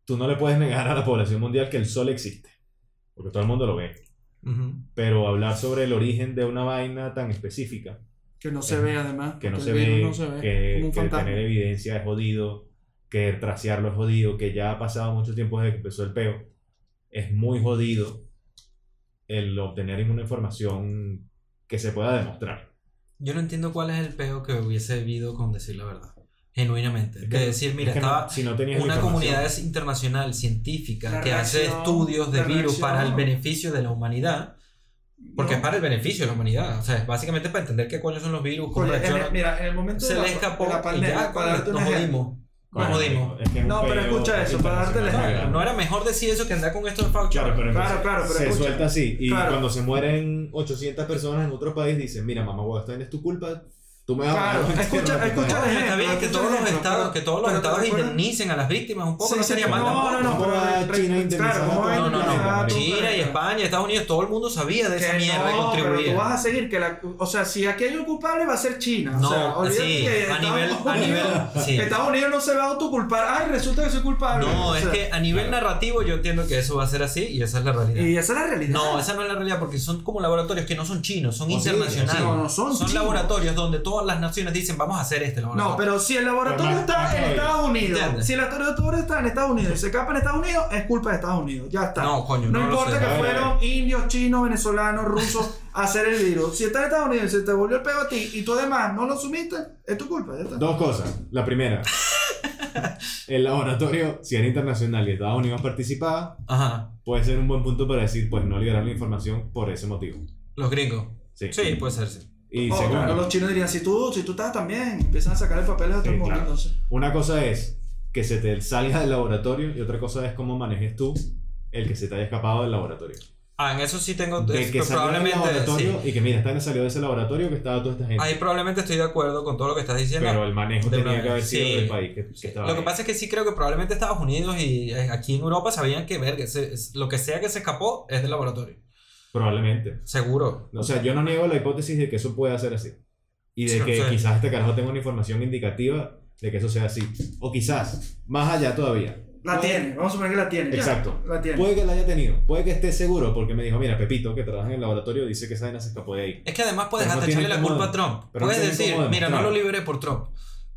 tú no le puedes negar a la población mundial que el sol existe, porque todo el mundo lo ve.
Ujú.
Pero hablar sobre el origen de una vaina tan específica,
Que no se ve, además.
que no,
el
se
virus
ve,
no se ve,
que,
como un
que
fantasma.
tener evidencia es jodido, que trasearlo es jodido, que ya ha pasado mucho tiempo desde que empezó el peo, es muy jodido el obtener una información que se pueda demostrar.
Yo no entiendo cuál es el peo que hubiese debido con decir la verdad. Genuinamente.
Es
De
que-
decir, mira,
Es que no-
estaba,
si no tenías la
una
información.
comunidad es- internacional científica
La
que hace
reacción,
estudios de
la
virus para el
reacción.
beneficio de la humanidad, porque
No.
es para el beneficio de la humanidad, o sea, es básicamente para entender qué cuáles son los virus, cómo
Oye, en el-
reaccionan.
mira, en el momento
Se
de, la,
le escapó
de la
y
pandemia,
ya
para darte un
nos
ejemplo.
jodimos. Nos
Bueno,
jodimos.
es que es un
No, pero
peo
escucha eso, para darte el
internacional.
ejemplo.
No era mejor decir eso que andar con esto de Fauci.
Claro, pero entonces
Claro, claro, pero
se
escucha.
suelta así. Y
Claro.
cuando se mueren 800 personas en otro país, dicen: Mira, mamá, huevo, esta vaina es tu culpa. Tú me vas
Claro,
a matar. *laughs*
escucha, escucha el ejemplo.
Está bien que
escucha
todos
el
los
ejemplo,
estados,
pero-
que todos los
pero te
estados
recuerdas-
indemnicen a las víctimas un poco,
Sí,
no
sí,
sería mal
no,
tampoco.
no, no,
Tampoco
pero-
a China indemnizar a
claro, ¿cómo
todos.
va a
No, no, no.
indemnizar a tu-
China y España, Estados Unidos, todo el mundo sabía de esa
Que
mierda y
no, pero
contribuía.
tú vas a seguir que la, o sea, si aquí hay un culpable va a ser China.
No,
o sea, olvídate
sí,
que
a
Estados
nivel, a nivel,
Unidos-
sí.
Estados Unidos no se va a autoculpar. Ay, resulta que soy culpable.
No,
O
es
sea,
que a nivel narrativo yo entiendo que eso va a ser así y esa es la realidad.
Y esa es la realidad.
No, esa no es la realidad porque son como laboratorios que no son chinos, son
Oh,
Posible,
internacionales.
sí, no, no, son chinos.
laboratorios donde todos todas las naciones dicen, vamos a hacer este laboratorio.
No, pero si el laboratorio
Pero más- más
está en
obvio.
Estados Unidos,
¿Entiendes?
si el laboratorio está en Estados Unidos y se escapa en Estados Unidos, es culpa de Estados Unidos. Ya está.
No, coño, no lo
importa
sé.
que
A ver.
fueron indios, chinos, venezolanos, rusos a hacer el virus. Si está en Estados Unidos y se te volvió el pego a ti y tú además no lo asumiste, es tu culpa. Ya está.
Dos cosas. La primera, el laboratorio, si era internacional y Estados Unidos participaba,
Ajá,
puede ser un buen punto para decir, pues no liberar la información por ese motivo.
los gringos. Sí, pues, puede ser, sí.
Y
Oh,
segundo,
claro, los chinos dirían, si tú, si tú estás también, empiezan a sacar el papel de todo
Sí,
el mundo.
claro.
entonces.
una cosa es que se te salga del laboratorio y otra cosa es cómo manejes tú el que se te haya escapado del laboratorio.
Ah, en eso sí tengo...
De
es-
que salió del
probablemente, sí.
laboratorio y que mira, esta salió de ese laboratorio que estaba toda esta gente.
Ahí probablemente estoy de acuerdo con todo lo que estás diciendo.
pero el manejo
de
tenía
manera-
que haber sido
sí.
del país que, que estaba.
Lo que
ahí.
pasa es que sí creo que probablemente Estados Unidos y eh, aquí en Europa sabían que verga, se- es- lo que sea que se escapó es del laboratorio.
Probablemente.
Seguro.
O sea, yo no niego la hipótesis de que eso pueda ser así. Y de
Sí,
que
sí.
quizás este carajo tenga una información indicativa de que eso sea así. O quizás, más allá todavía.
La tiene, vamos a suponer que la tiene. ya.
Exacto.
La tiene.
Puede que la haya tenido, puede que esté seguro, porque me dijo, mira, Pepito, que trabaja en el laboratorio, dice que esa vaina se escapó de ahí.
Es que además puedes
Pero no
hasta
tiene
echarle la
cómo
culpa a
de-
Trump.
pero no
Puedes
tiene
decir,
cómo
mira, no
demostrar".
lo liberé por Trump.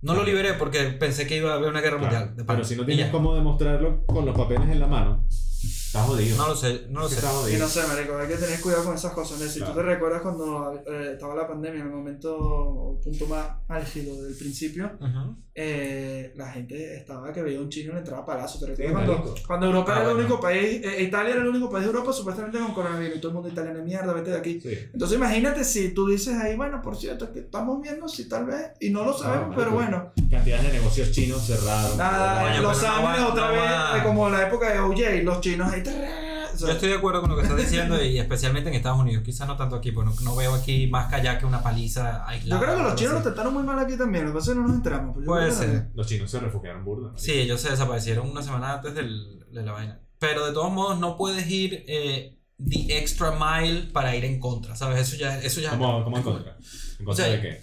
No lo liberé porque pensé que iba a haber una guerra
Claro.
mundial. de pana.
Pero si no
Y
tienes
ya.
cómo demostrarlo con los papeles en la mano, estás jodido.
No lo sé, no lo
Es que
sé.
estás
Y
jodido.
no sé, marico, hay que tener cuidado con esas cosas. ¿no? Si tú
Claro.
te recuerdas cuando eh, estaba la pandemia, en el momento o punto más álgido del principio,
Ujú.
eh, la gente estaba que veía un chino y le entraba palazo. ¿Te
Sí,
recuerdas cuando,
marico.
cuando Europa
Ah,
era el
bueno.
único país, eh, Italia era el único país de Europa supuestamente con coronavirus y todo el mundo italiano de mierda, vete de aquí.
Sí.
Entonces imagínate si tú dices ahí, bueno, por cierto, es que estamos viendo si tal vez, y no lo sabemos,
marico.
pero bueno,
Cantidades de negocios chinos cerrados.
Ah,
nada,
Coño,
los
pero no
ángeles
va-
otra
no
vez,
va.
eh, como la época de OJ, los chinos ahí. tará, o sea,
Yo estoy de acuerdo con lo que estás diciendo y especialmente en Estados Unidos. Quizás no tanto aquí, porque no, no veo aquí más callada que una paliza
Yo
aislada.
creo que los
pero
chinos lo
sí.
trataron muy mal aquí también, lo que pasa es que no nos entramos. pero yo
Puede
creo que-
ser.
Los chinos se refugiaron burda. marico.
Sí, ellos se desaparecieron una semana antes del- de la vaina. Pero de todos modos, no puedes ir eh, the extra mile para ir en contra, ¿sabes? Eso ya, eso ya
¿Cómo, cómo en contra? ¿En contra
O sea,
de qué?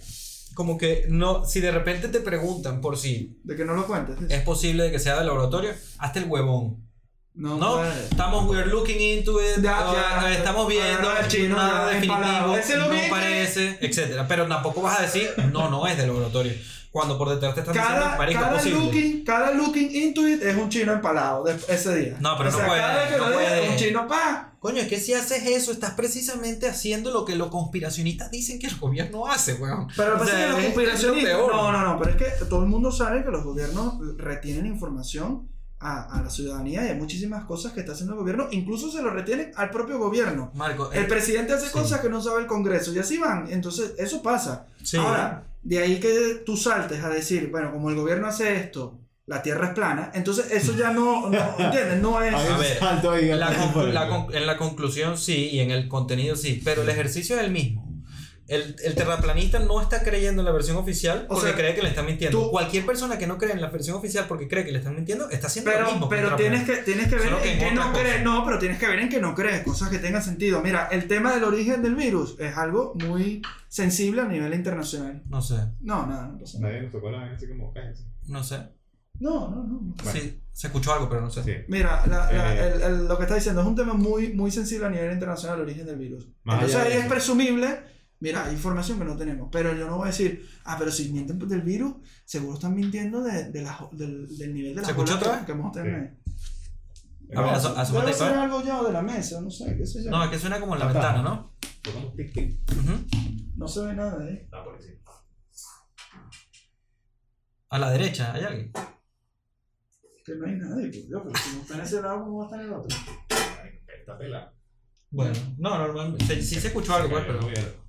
como que no, si de repente te preguntan por si
De que no lo cuentes. dice.
es posible de que sea del laboratorio, hazte el huevón.
No,
No,
puede.
estamos we're looking into it,
Ya,
o,
ya.
eh, estamos viendo,
Agarra el chino,
nada
ya, empalado.
definitivo,
Ese lo
no
vi.
parece, etcétera. Pero tampoco vas a decir, no, no es del laboratorio. Cuando por detrás te están diciendo,
Cada,
marico, es
cada,
posible.
looking, cada looking into it es un chino empalado de- ese día.
No, pero
O
no
sea,
puede,
Cada vez que
no
lo diga
puede.
es un chino pa.
Coño, es que si haces eso, estás precisamente haciendo lo que los conspiracionistas dicen que el gobierno hace, weón.
Pero lo que
O
pasa
sea,
es que los
es- es lo
conspiracionistas.
peor.
No, no, no, pero es que todo el mundo sabe que los gobiernos retienen información a, a la ciudadanía y hay muchísimas cosas que está haciendo el gobierno, incluso se lo retienen al propio gobierno.
Marco,
El
eh,
presidente hace
Sí.
cosas que no sabe el Congreso y así van. Entonces, eso pasa.
sí.
Ahora, de ahí que tú saltes a decir, bueno, como el gobierno hace esto, la tierra es plana, entonces eso ya
*laughs*
no, no ¿entiendes? No es...
Hay
a
un
ver,
salto ahí.
La
atrás
con-
por el-
la con- en la conclusión sí, y en el contenido sí, pero el ejercicio es el mismo. El, el terraplanista no está creyendo en la versión oficial
O
porque
sea,
cree que le están mintiendo.
tú-
Cualquier persona que no cree en la versión oficial porque cree que le están mintiendo está haciendo lo
Pero,
mismo. que el
pero tienes, que, tienes que ver
Solo que
en
en
qué no
otra
crees.
cosa.
No, pero tienes que ver en qué no crees, cosas que tengan sentido. Mira, el tema del origen del virus es algo muy sensible a nivel internacional.
No sé,
No, nada, no pasa nada.
Nadie nos tocó la vaina así como cállense.
no sé.
No, no, no. no.
Bueno.
Sí, se escuchó algo, pero no sé.
Sí.
Mira, la- la-
Eh.
el- el- lo que está diciendo es un tema muy, muy sensible a nivel internacional, el origen del virus.
Más
Entonces
allá de
ahí es
eso.
presumible, mira, hay información que no tenemos, pero yo no voy a decir, ah, pero si mienten del virus, seguro están mintiendo de, de la jo- del, del nivel de la
¿Se escuchó
jola
otra
que-
vez?
que vamos a tener.
A ver, aso- asómate,
Debe ser
¿sabes?
algo ya de la mesa, no sé, qué sé yo.
No,
No,
es que suena como en la
Papá.
ventana, ¿no?
Tocamos tic tic.
Ujú.
se ve nada, ¿eh?
Ah, por ahí sí.
A la derecha, ¿hay alguien?
Que no hay nadie, por Dios, pero si no está en ese lado, ¿cómo va a estar en el otro?
Está pelado.
Bueno, no, normalmente. se- Sí, se escuchó algo, pues, pero.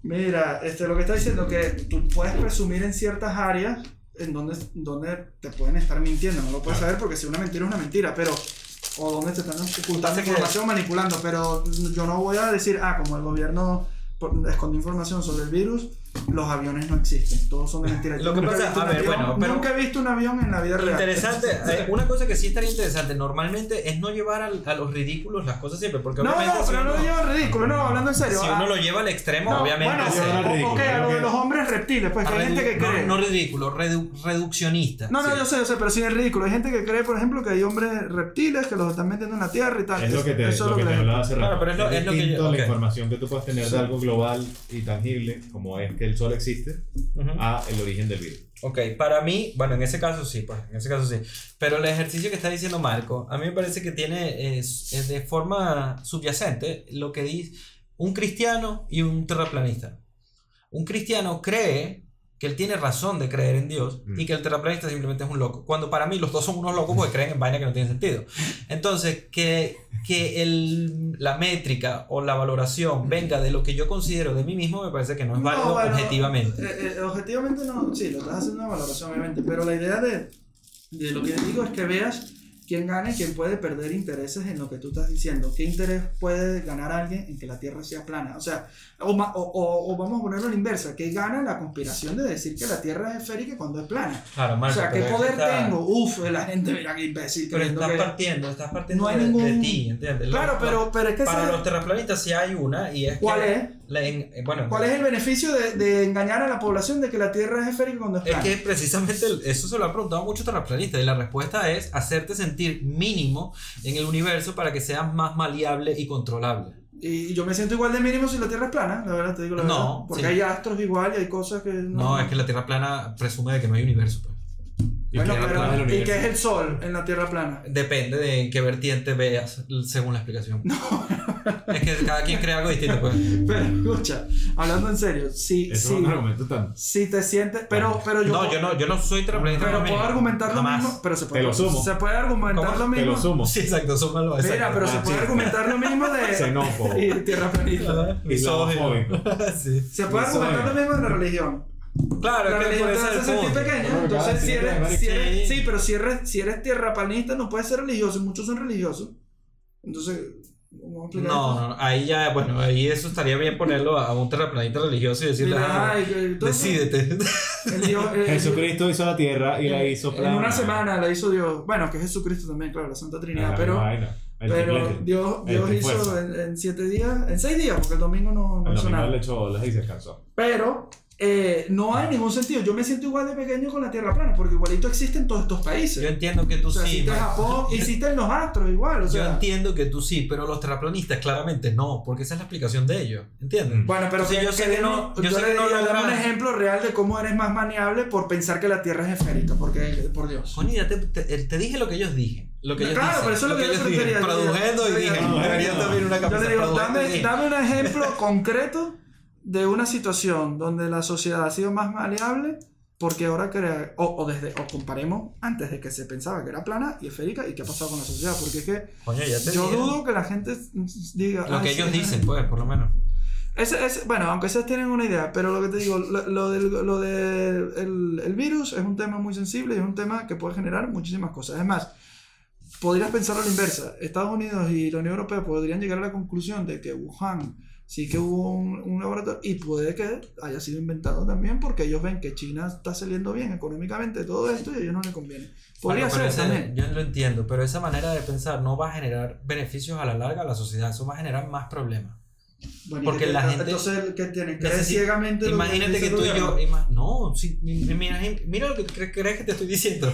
Mira, este, lo que está diciendo que tú puedes presumir en ciertas áreas en donde, donde te pueden estar mintiendo. No lo puedes saber porque si una mentira es una mentira, pero. O donde te están ocultando
Pasa que-
información, manipulando. Pero yo no voy a decir, ah, como el gobierno por- esconde información sobre el virus, los aviones no existen. Todos son de mentira. Yo
Lo que
nunca he
pasa-
visto
a
un
ver,
avión-
bueno, pero-
Nunca he visto un avión en la vida real. *laughs*
Interesante, eh, una cosa que sí estaría interesante normalmente es no llevar al- a los ridículos las cosas siempre, porque
No, no,
obviamente si
pero no
uno-
lo llevo ridículo, no, hablando en serio.
Si
ah,
uno lo lleva al extremo,
no,
obviamente.
Bueno,
se-
no,
o-
ridículo,
ok, a
creo
lo de
que-
los hombres reptiles, pues que hay
redu-
gente que
no,
cree.
no ridículo, redu- reduccionista.
No, no,
sí.
yo sé, yo sé, pero sí es ridículo. Hay gente que cree, por ejemplo, que hay hombres reptiles que los están metiendo en la tierra y tal.
Es lo que te,
Eso es
lo que te
creo.
hablaba hace rato.
Claro, pero es lo- es lo que
distinto
yo-
la
ok.
información que tú puedes tener
Sí.
de algo global y tangible, como es que el Sol existe
Ujú.
a el origen del virus.
Ok, para mí, bueno, en ese caso sí, pues, en ese caso sí. Pero el ejercicio que está diciendo Marco, a mí me parece que tiene eh, s- eh, de forma subyacente lo que dice un cristiano y un terraplanista. Un cristiano cree que él tiene razón de creer en Dios y que el terraplanista simplemente es un loco. Cuando para mí los dos son unos locos porque creen en vaina que no tiene sentido. Entonces, que, que el, la métrica o la valoración venga de lo que yo considero de mí mismo me parece que no es válido
No, bueno,
objetivamente.
eh, eh, objetivamente no, sí, lo estás haciendo una valoración, obviamente, pero la idea de, de lo que digo es que veas quién gana y quién puede perder intereses en lo que tú estás diciendo. ¿Qué interés puede ganar alguien en que la Tierra sea plana? O sea, o, ma- o- o- o vamos a ponerlo a la inversa, ¿qué gana la conspiración de decir que la Tierra es esférica cuando es plana?
Claro, Marco,
o sea, ¿qué
pero
poder
está-
tengo? Uf, la gente, mira qué imbécil.
Pero
creyendo
estás
que-
partiendo, estás partiendo
No hay
de, de
ningún-
ti, ¿entiendes?
Claro,
Los-
pero, pero es que...
Para
ese-
los terraplanistas sí hay una y es
¿Cuál
que...
es?
la- en- eh, bueno,
¿Cuál es el beneficio de, de engañar a la población de que la Tierra es esférica cuando es
es
plana?
que precisamente el- eso se lo han preguntado muchos terraplanistas y la respuesta es hacerte sentir mínimo en el universo para que seas más maleable y controlable.
Y yo me siento igual de mínimo si la Tierra es plana, la verdad te digo la
No,
verdad. Porque
sí.
hay astros igual y hay cosas que.
No, es que la Tierra plana presume de que no hay universo. pues.
Bueno,
que-
pero.
del
¿Y
universo.
qué es el Sol en la Tierra plana? *laughs*
Depende de en qué vertiente veas, l- según la explicación. Es que cada quien cree algo distinto. Pues.
Pero escucha, hablando en serio, si,
Eso
si,
es un argumento tan...
si te sientes. Pero, pero yo.
No, yo no, yo no soy terraplanista.
Pero
conmigo.
puedo argumentar lo
Jamás.
mismo. Pero se puede,
Te lo sumo.
Se puede argumentar
¿Cómo?
lo
Te lo
mismo.
sumo.
Sí, exacto, súmalo.
Mira,
exacto.
pero se puede
Machista.
argumentar lo mismo
*laughs*
de.
Xenófobo.
*laughs* y Tierra planista.
Ajá.
Islamofóbico.
Sí.
Se puede
Eso
argumentar
es.
lo mismo de la religión.
Claro,
Pero
es que
te
por ese
hace
es el
sentir
punto.
Bueno,
pequeño. Entonces,
claro,
si
sí,
eres,
claro,
si eres-
sí.
sí, pero si eres, si eres tierraplanista, no puedes ser religioso. y Muchos son religiosos. Entonces, ¿cómo explicar
No,
esto?
no, no, ahí ya, bueno, ahí eso estaría bien ponerlo a un terraplanista religioso y decirle,
Mira,
"Ah,
ay, que- entonces,
decídete.
*laughs* el Dios- el-
Jesucristo hizo la tierra y la hizo
En
plana.
una semana la hizo Dios. Bueno, que Jesucristo también, claro, la Santa Trinidad.
Ah,
pero
vaina. El
pero
triplete.
Dios,
El
Dios hizo
trifuerzo.
en, en siete días, en seis días, porque el domingo no, no
El
hizo
domingo le
nada.
echó bolas y se descansó.
Pero eh, no hay ningún sentido. Yo me siento igual de pequeño con la tierra plana, porque igualito existen todos estos países.
Yo entiendo que tú
O sea,
sí.
hiciste
Mar-
*laughs* Japón, hiciste en los astros igual. O
Yo
sea,
entiendo que tú sí, pero los terraplanistas claramente no, porque esa es la explicación de ellos, ¿entiendes?
Bueno, pero
Entonces,
que-
yo sé que no- yo
yo
sé
le
que no
diría,
logran-
dame un ejemplo real de cómo eres más maniable por pensar que la Tierra es esférica, porque por Dios.
Coño, ya te, te- te dije lo que ellos dije. Lo que ellos
Claro,
dicen,
pero eso es lo que yo
ellos dije.
quería-
Produjendo y
yo
dije.
quería-
Debería también una
Yo
camisa.
le digo,
produjendo y
dame,
dije. *laughs*
dame un ejemplo concreto de una situación donde la sociedad ha sido más maleable porque ahora crea o, o desde o comparemos antes de que se pensaba que era plana y esférica y qué ha pasado con la sociedad porque es que
Coño, ya te
yo
dije.
dudo que la gente diga
Lo
"Ay,
que
sí,
ellos
es-
dicen, pues, por lo menos.
Ese- ese- bueno, aunque ustedes tienen una idea, pero lo que te digo, lo, lo del lo del- el, el virus es un tema muy sensible y es un tema que puede generar muchísimas cosas. Es más, podrías pensar a la inversa. Estados Unidos y la Unión Europea podrían llegar a la conclusión de que Wuhan sí que hubo un, un laboratorio y puede que haya sido inventado también porque ellos ven que China está saliendo bien económicamente de todo esto y a ellos no les conviene. Podría
Bueno, pero
ser
esa-
también.
Yo lo entiendo, pero esa manera de pensar no va a generar beneficios a la larga a la sociedad, eso va a generar más problemas.
Bueno, ¿y
porque
qué-
la gente-
Entonces, ¿qué tienen? ¿Creer
Necesi-
ciegamente? lo
Imagínate
dice
que
el
tú y
gobierno?
yo. ima- no, sí, mi- mi- mira, mira lo que cre- crees que te estoy diciendo.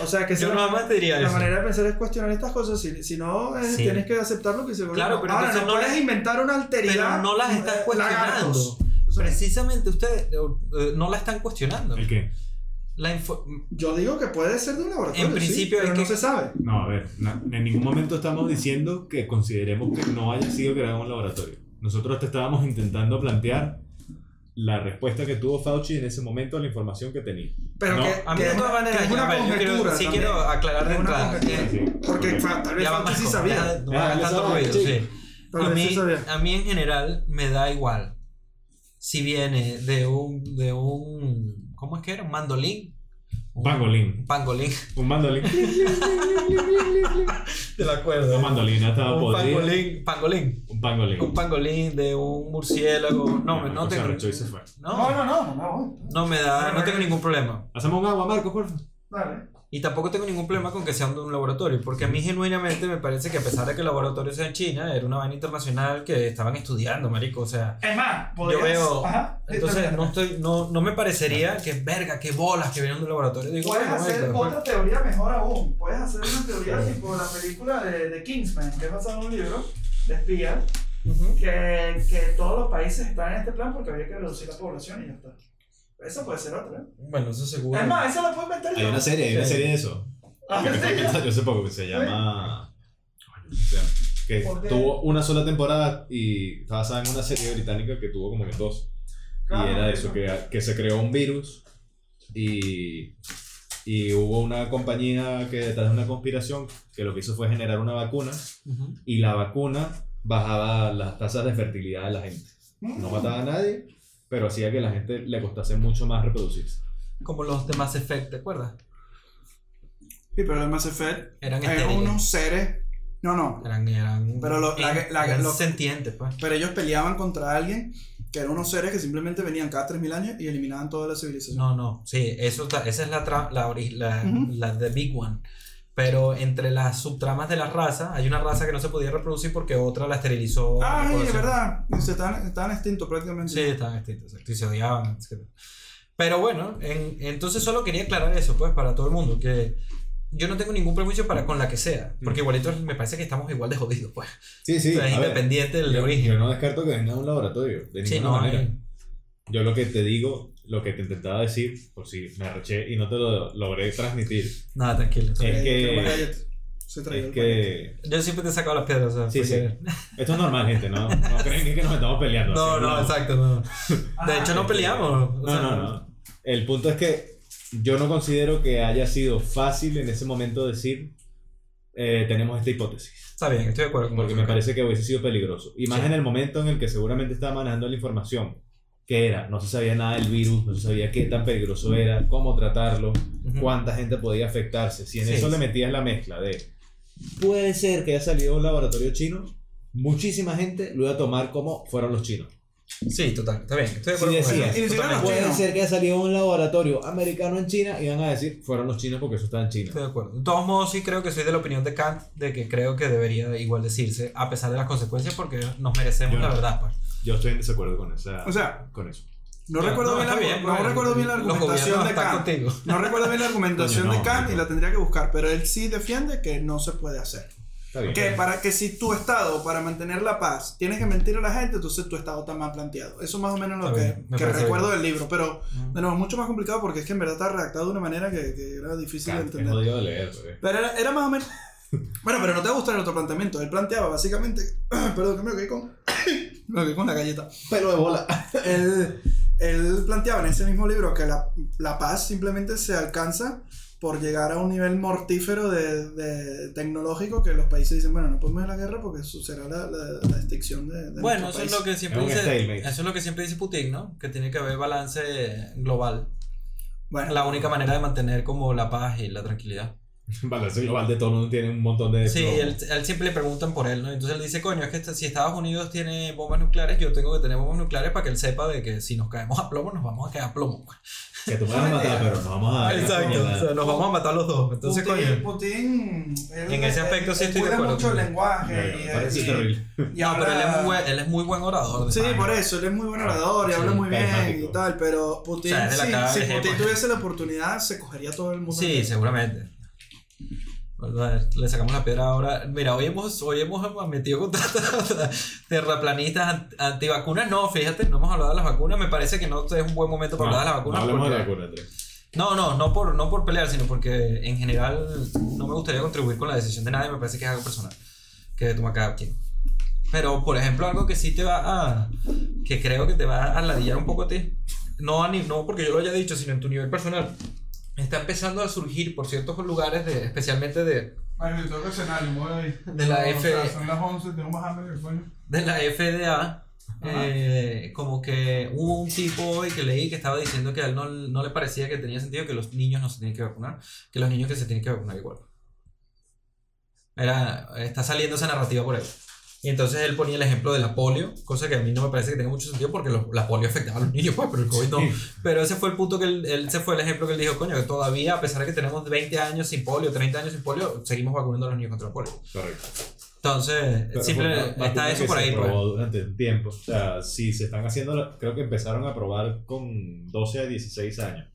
O sea, *laughs* que
Yo
sea-
nada más te diría
La
eso.
manera de pensar es cuestionar estas cosas, si, si no es-
Sí.
tienes que aceptar lo que se
Claro, pero
Ahora,
entonces
no
no
puedes
las-
inventar una alteridad.
Pero no las estás
eh,
cuestionando.
lagartos. O sea,
Precisamente ustedes eh, no la están cuestionando.
¿El qué?
La info-
yo digo que puede ser de un laboratorio,
En
sí,
principio
pero
es
no
que-
se sabe.
No, a ver, na- en ningún momento estamos diciendo que consideremos que no haya sido creado en un laboratorio. Nosotros te estábamos intentando plantear la respuesta que tuvo Fauci en ese momento a la información que tenía.
Pero
No,
que,
a mí
que
de
es
todas
una-
maneras,
que es
ya,
una
a ver, yo quiero-
conjetura
sí
también.
quiero aclarar de
Es una
entrada, eh,
conjetura.
Sí,
Porque
ok.
fa- tal vez
ya va
Fauci sí
Marco, ya
sabía.
no hagas
Ya, ya
tanto
sabes,
ruido,
sí.
sí.
Tal
a,
vez
mí,
sí sabía.
a mí en general me da igual si viene de un, de un ¿cómo es que era? ¿Un mandolín? Un
Pangolín.
Un pangolín.
Un mandolín.
De la
Una
cuerda. Ah,
mandolina estaba
Un
podrida.
pangolín. Pangolín.
Un pangolín.
Un pangolín de un murciélago. No, me- no
Marco se
tengo...
arrechó y se fue.
No,
No,
no, no, no, no.
no me da... No tengo ningún problema.
Hacemos un agua, Marco, porfa.
Dale.
Y tampoco tengo ningún problema con que sean de un laboratorio, porque a mí genuinamente me parece que a pesar de que el laboratorio sea en China, era una vaina internacional que estaban estudiando, marico, o sea...
Es más,
Yo
podrías-
veo...
Ajá.
Entonces no, estoy, no, no me parecería que verga, que bolas que vinieron de un laboratorio. Digo,
Puedes
bueno,
hacer
marico,
otra teoría mejor aún. Puedes hacer una teoría tipo la película de, de Kingsman, que es basada en un libro de espías,
Ujú.
que, que todos los países están en este plan porque había que reducir la población y ya está. Esa puede ser otra. ¿eh?
Bueno, eso seguro.
Es más, esa la puedo meter
Hay
yo.
una serie, hay una
Sí.
serie de eso.
Ah,
Yo
*laughs* sí.
sé poco que se llama. Coño, o sea, Que
Porque-
tuvo una sola temporada y está basada en una serie británica que tuvo como que dos.
Claro,
y era
claro.
eso, que, que se creó un virus y, y hubo una compañía que detrás de una conspiración que lo que hizo fue generar una vacuna
Ujú.
y la vacuna bajaba las tasas de fertilidad de la gente. No mataba a nadie, pero hacía que la gente le costase mucho más reproducirse.
Como los de Mass Effect, ¿te acuerdas?
Sí, pero el Mass Effect
Eran
eran
estériles.
unos seres. No, no.
Eran, eran,
Pero lo- la-
eran-
la-
eran
lo-
sentientes, pues.
Pero ellos peleaban contra alguien que eran unos seres que simplemente venían cada 3.000 años y eliminaban toda la civilización.
No, no, sí, eso, ta- esa es la, tra- la, ori- la,
Ujú.
la The Big One. Pero entre las subtramas de la raza, hay una raza que no se podía reproducir porque otra la esterilizó. a la
Ah, sí, es
población.
verdad. Se estaban, estaban extintos prácticamente.
Sí, estaban extintos, exacto, y se odiaban, etc. Pero bueno, en- entonces solo quería aclarar eso, pues, para todo el mundo, que yo no tengo ningún prejuicio para con la que sea, porque igualito me parece que estamos igual de jodidos, pues.
Sí, sí.
o sea, es
a ver,
independiente del
yo, yo
origen.
no descarto que venga de un laboratorio. De
sí,
ninguna
no, eh.
manera.
hay-
Yo lo que te digo, lo que te intentaba decir, por si me arreché y no te lo logré transmitir,
nada, tranquilo.
es
Pero la
que.
galleta. Se traía
Es
el paquete.
que.
Yo siempre te he sacado las piedras, o sea,
Sí,
porque-
sí. Esto es normal, gente, ¿no? No creen que nos estamos peleando.
*laughs* No,
así,
no, exacto, no. De hecho, no peleamos. o
Ah, No,
sea,
no, no. El punto es que yo no considero que haya sido fácil en ese momento decir eh, tenemos esta hipótesis.
Está bien, estoy de acuerdo con
Porque
eso.
me parece que hubiese sido peligroso. Y más
Sí.
en el momento en el que seguramente estaba manejando la información. que era? No se sabía nada del virus, no se sabía qué tan peligroso era, cómo tratarlo,
Ujú.
cuánta gente podía afectarse. Si en
Sí,
eso le
sí.
metías la mezcla de puede ser que haya salido de un laboratorio chino, muchísima gente lo iba a tomar como fueron los chinos.
Sí, total, está bien, estoy de
Si
acuerdo con
decías,
eso.
Y ni siquiera los
Puede
chinos.
ser que haya salido un laboratorio americano en China y van a decir, fueron los chinos porque eso está en China.
Estoy de acuerdo. De todos modos, sí creo que soy de la opinión de Kant de que creo que debería igual decirse, a pesar de las consecuencias, porque nos merecemos
Yo
la
no.
verdad. Pues.
Yo estoy en desacuerdo con, esa,
O sea,
con eso.
no,
Ya,
recuerdo, bien
está
la, no
pues,
recuerdo bien la
los gobiernos
argumentación de
están
Kant.
contigo.
No recuerdo bien la argumentación
Coño, no,
de Kant y
marico.
la tendría que buscar, pero él sí defiende que no se puede hacer.
Está bien.
Que para que si tu estado, para mantener la paz, tienes que mentir a la gente, entonces tu estado está mal planteado. Eso más o menos lo
Está
que,
bien, me
que
parece
recuerdo del libro, pero de nuevo, mucho más complicado porque es que en verdad está redactado de una manera que, que era difícil de
Kant, es
entender.
jodido de leer, bebé.
Pero era, era más o menos... Bueno, pero no te va a gustar el otro planteamiento. Él planteaba básicamente... *clears throat* Perdón, que me quedé con... *coughs* me quedé con la galleta.
Pero de bola. *laughs*
él, él planteaba en ese mismo libro que la, la paz simplemente se alcanza por llegar a un nivel mortífero de, de- tecnológico que los países dicen, bueno, no podemos ir a la guerra porque eso será la, la, la extinción de, de
Bueno, eso
nuestro
es,
país".
lo que siempre
Es un
dice,
stalemate.
eso es lo que siempre dice Putin, ¿no? Que tiene que haber balance global.
Bueno,
La única manera de mantener como la paz y la tranquilidad.
Vale, ese global de todo el mundo tiene un montón de...
Sí,
plomo.
él, a él siempre le preguntan por él, ¿no? Entonces él dice, coño, es que esta- si Estados Unidos tiene bombas nucleares, yo tengo que tener bombas nucleares para que él sepa de que si nos caemos a plomo, nos vamos a quedar a plomo.
Que tú me vas a matar, pero no vamos a...
Exacto, o sea, nos vamos a matar los dos. Entonces,
Putin,
coño.
Putin, él-
En ese aspecto
él-
sí
él
estoy de
cuida
acuerdo
mucho el
con él.
lenguaje.
Me
y-
parece
y-
terrible.
y
No, pero él es,
habla-
muy buen, él es muy buen orador. de Ah,
Sí,
pana.
por eso, él es muy buen orador y
Sí,
habla muy bien
carismático.
y tal, pero Putin,
O sea, es de la
sí,
cara
si
del
Putin
jefe.
tuviese la oportunidad, se cogería todo el mundo.
Sí, seguramente. A ver, Le sacamos la piedra ahora. Mira, hoy hemos, hoy hemos metido contra contra *laughs* terraplanistas ant- antivacunas. No, fíjate, no hemos hablado de las vacunas. Me parece que no es un buen momento para
No,
hablar de las
no
vacunas.
hablemos
porque-
de la vacuna, Andrés.
No, no, no por, no por pelear, sino porque en general no me gustaría contribuir con la decisión de nadie, me parece que es algo personal que toma cada quien. Pero, por ejemplo, algo que sí te va a. que creo que te va a ladillar un poco a ti, no, a ni- no porque yo lo haya dicho, sino en tu nivel personal. Está empezando a surgir por ciertos lugares, de, especialmente de,
Ay, me toca cenar, me voy a ir.
De la
No,
F. E
o sea, son las 11, tengo más hambre que el coño.
de la E FDA, eh, como que hubo un tipo hoy que leí que estaba diciendo que a él no, no le parecía que tenía sentido que los niños no se tienen que vacunar, que los niños que se tienen que vacunar igual. Era, está saliendo esa narrativa por ahí. Y entonces él ponía el ejemplo de la polio, cosa que a mí no me parece que tenga mucho sentido porque los- la polio afectaba a los niños, pues, pero el COVID no. Pero ese fue el punto que él, él- ese fue el ejemplo que él dijo, coño, que todavía, a pesar de que tenemos 20 años sin polio, 30 años sin polio, seguimos vacunando a los niños contra la polio.
Correcto.
Entonces,
Pero fue una
simple,
vacuna
está eso
que
por
se
ahí. pues.
probó durante un tiempo. O sea, sí, se están haciendo, la- creo que empezaron a probar con 12 a 16 años.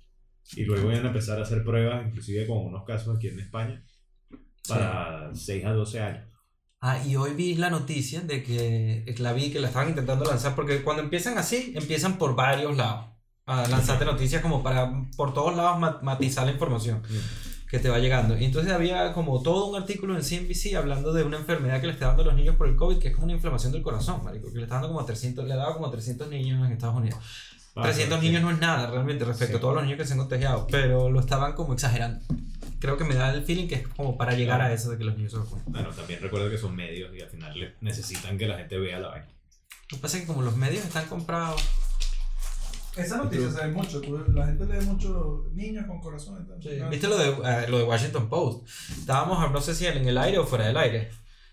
Y luego iban a empezar a hacer pruebas, inclusive con unos casos aquí en España, para 6 a 12 años.
Ah, y hoy vi la noticia de que eh, la vi que la estaban intentando lanzar, porque cuando empiezan así, empiezan por varios lados. A lanzarte noticias como para por todos lados ma- matizar la información que te va llegando. Y entonces había como todo un artículo en CNBC hablando de una enfermedad que le está dando a los niños por el COVID, que es como una inflamación del corazón, marico, que le está dando como a 300, le ha dado como a 300 niños en Estados Unidos.
Ah,
300 niños no es nada realmente respecto a todos los niños que se han contagiado, pero lo estaban como exagerando. Creo que me da el feeling que es como para llegar a eso de que los niños se vacunen.
Bueno, también recuerdo que son medios y al final le- necesitan que la gente vea la vaina.
Lo que pasa es que como los medios están comprados,
Esa noticia se ve mucho. tú- La gente lee mucho niños con corazones. tal. Claro.
¿Viste lo de, eh, lo de Washington Post? Estábamos, no sé si en el aire o fuera del aire,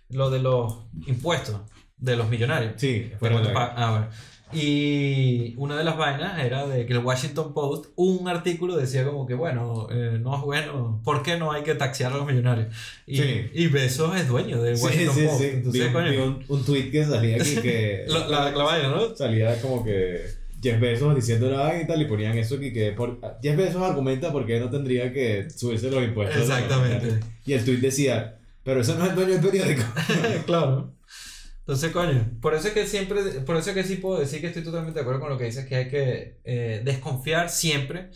lo de los impuestos de los millonarios.
Sí,
Pero tú pa- ah, bueno. Y una de las vainas era de que el Washington Post, un artículo decía como que, bueno, eh, no es bueno, ¿por qué no hay que taxear a los millonarios? Y,
Sí.
y Besos es dueño de
Sí,
Washington
sí,
Post.
sí. Vi,
Entonces,
un-
coño,
vi un, un tweet que salía aquí
*laughs*
que.
la, la, la vaina, ¿no?
salía como que Jeff Bezos diciendo la vaina y tal, y ponían eso aquí que por, Jeff Bezos argumenta por qué no tendría que subirse los impuestos.
Exactamente.
Y el tweet decía, pero eso no es el dueño del periódico.
claro. Entonces, coño, por eso es que siempre, por eso es que sí puedo decir que estoy totalmente de acuerdo con lo que dices, que hay que eh, desconfiar siempre.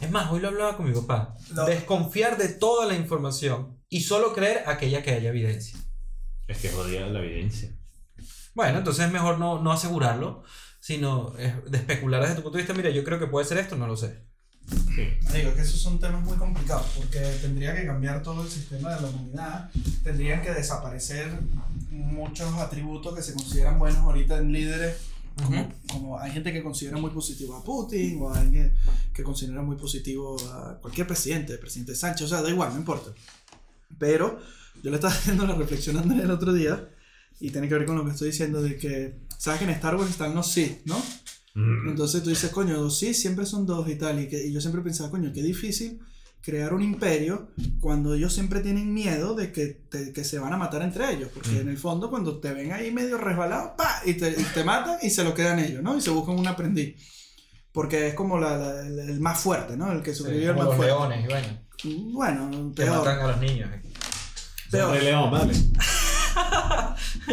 Es más, hoy lo hablaba con mi papá.
No.
Desconfiar de toda la información y solo creer aquella que haya evidencia.
*laughs* Es que jodía la evidencia.
Bueno, entonces es mejor no, no asegurarlo, sino eh, de especular desde tu punto de vista, mira, yo creo que puede ser esto, no lo sé.
Digo, que esos son temas muy complicados porque tendría que cambiar todo el sistema de la humanidad, tendrían que desaparecer muchos atributos que se consideran buenos ahorita en líderes. Como, como hay gente que considera muy positivo a Putin o hay alguien que considera muy positivo a cualquier presidente, el presidente Sánchez, o sea, da igual, no importa. Pero yo le estaba *laughs* haciendo la reflexión a Andrés el otro día y tiene que ver con lo que estoy diciendo de que, ¿sabes que en Star Wars están los sí, no?
Mm.
Entonces tú dices, coño, dos sí, siempre son dos y tal. Y, que, y yo siempre pensaba, coño, qué difícil crear un imperio cuando ellos siempre tienen miedo de que, te- que se van a matar entre ellos. Porque
Mm.
en el fondo, cuando te ven ahí medio resbalado, pa, y te, y te matan y se lo quedan ellos, ¿no? Y se buscan un aprendiz. Porque es como la- la- el, el más fuerte, ¿no? El que sobrevive al más fuerte.
leones, y bueno,
Bueno,
que
peor.
matan a los niños.
peor.
Rey León, vale.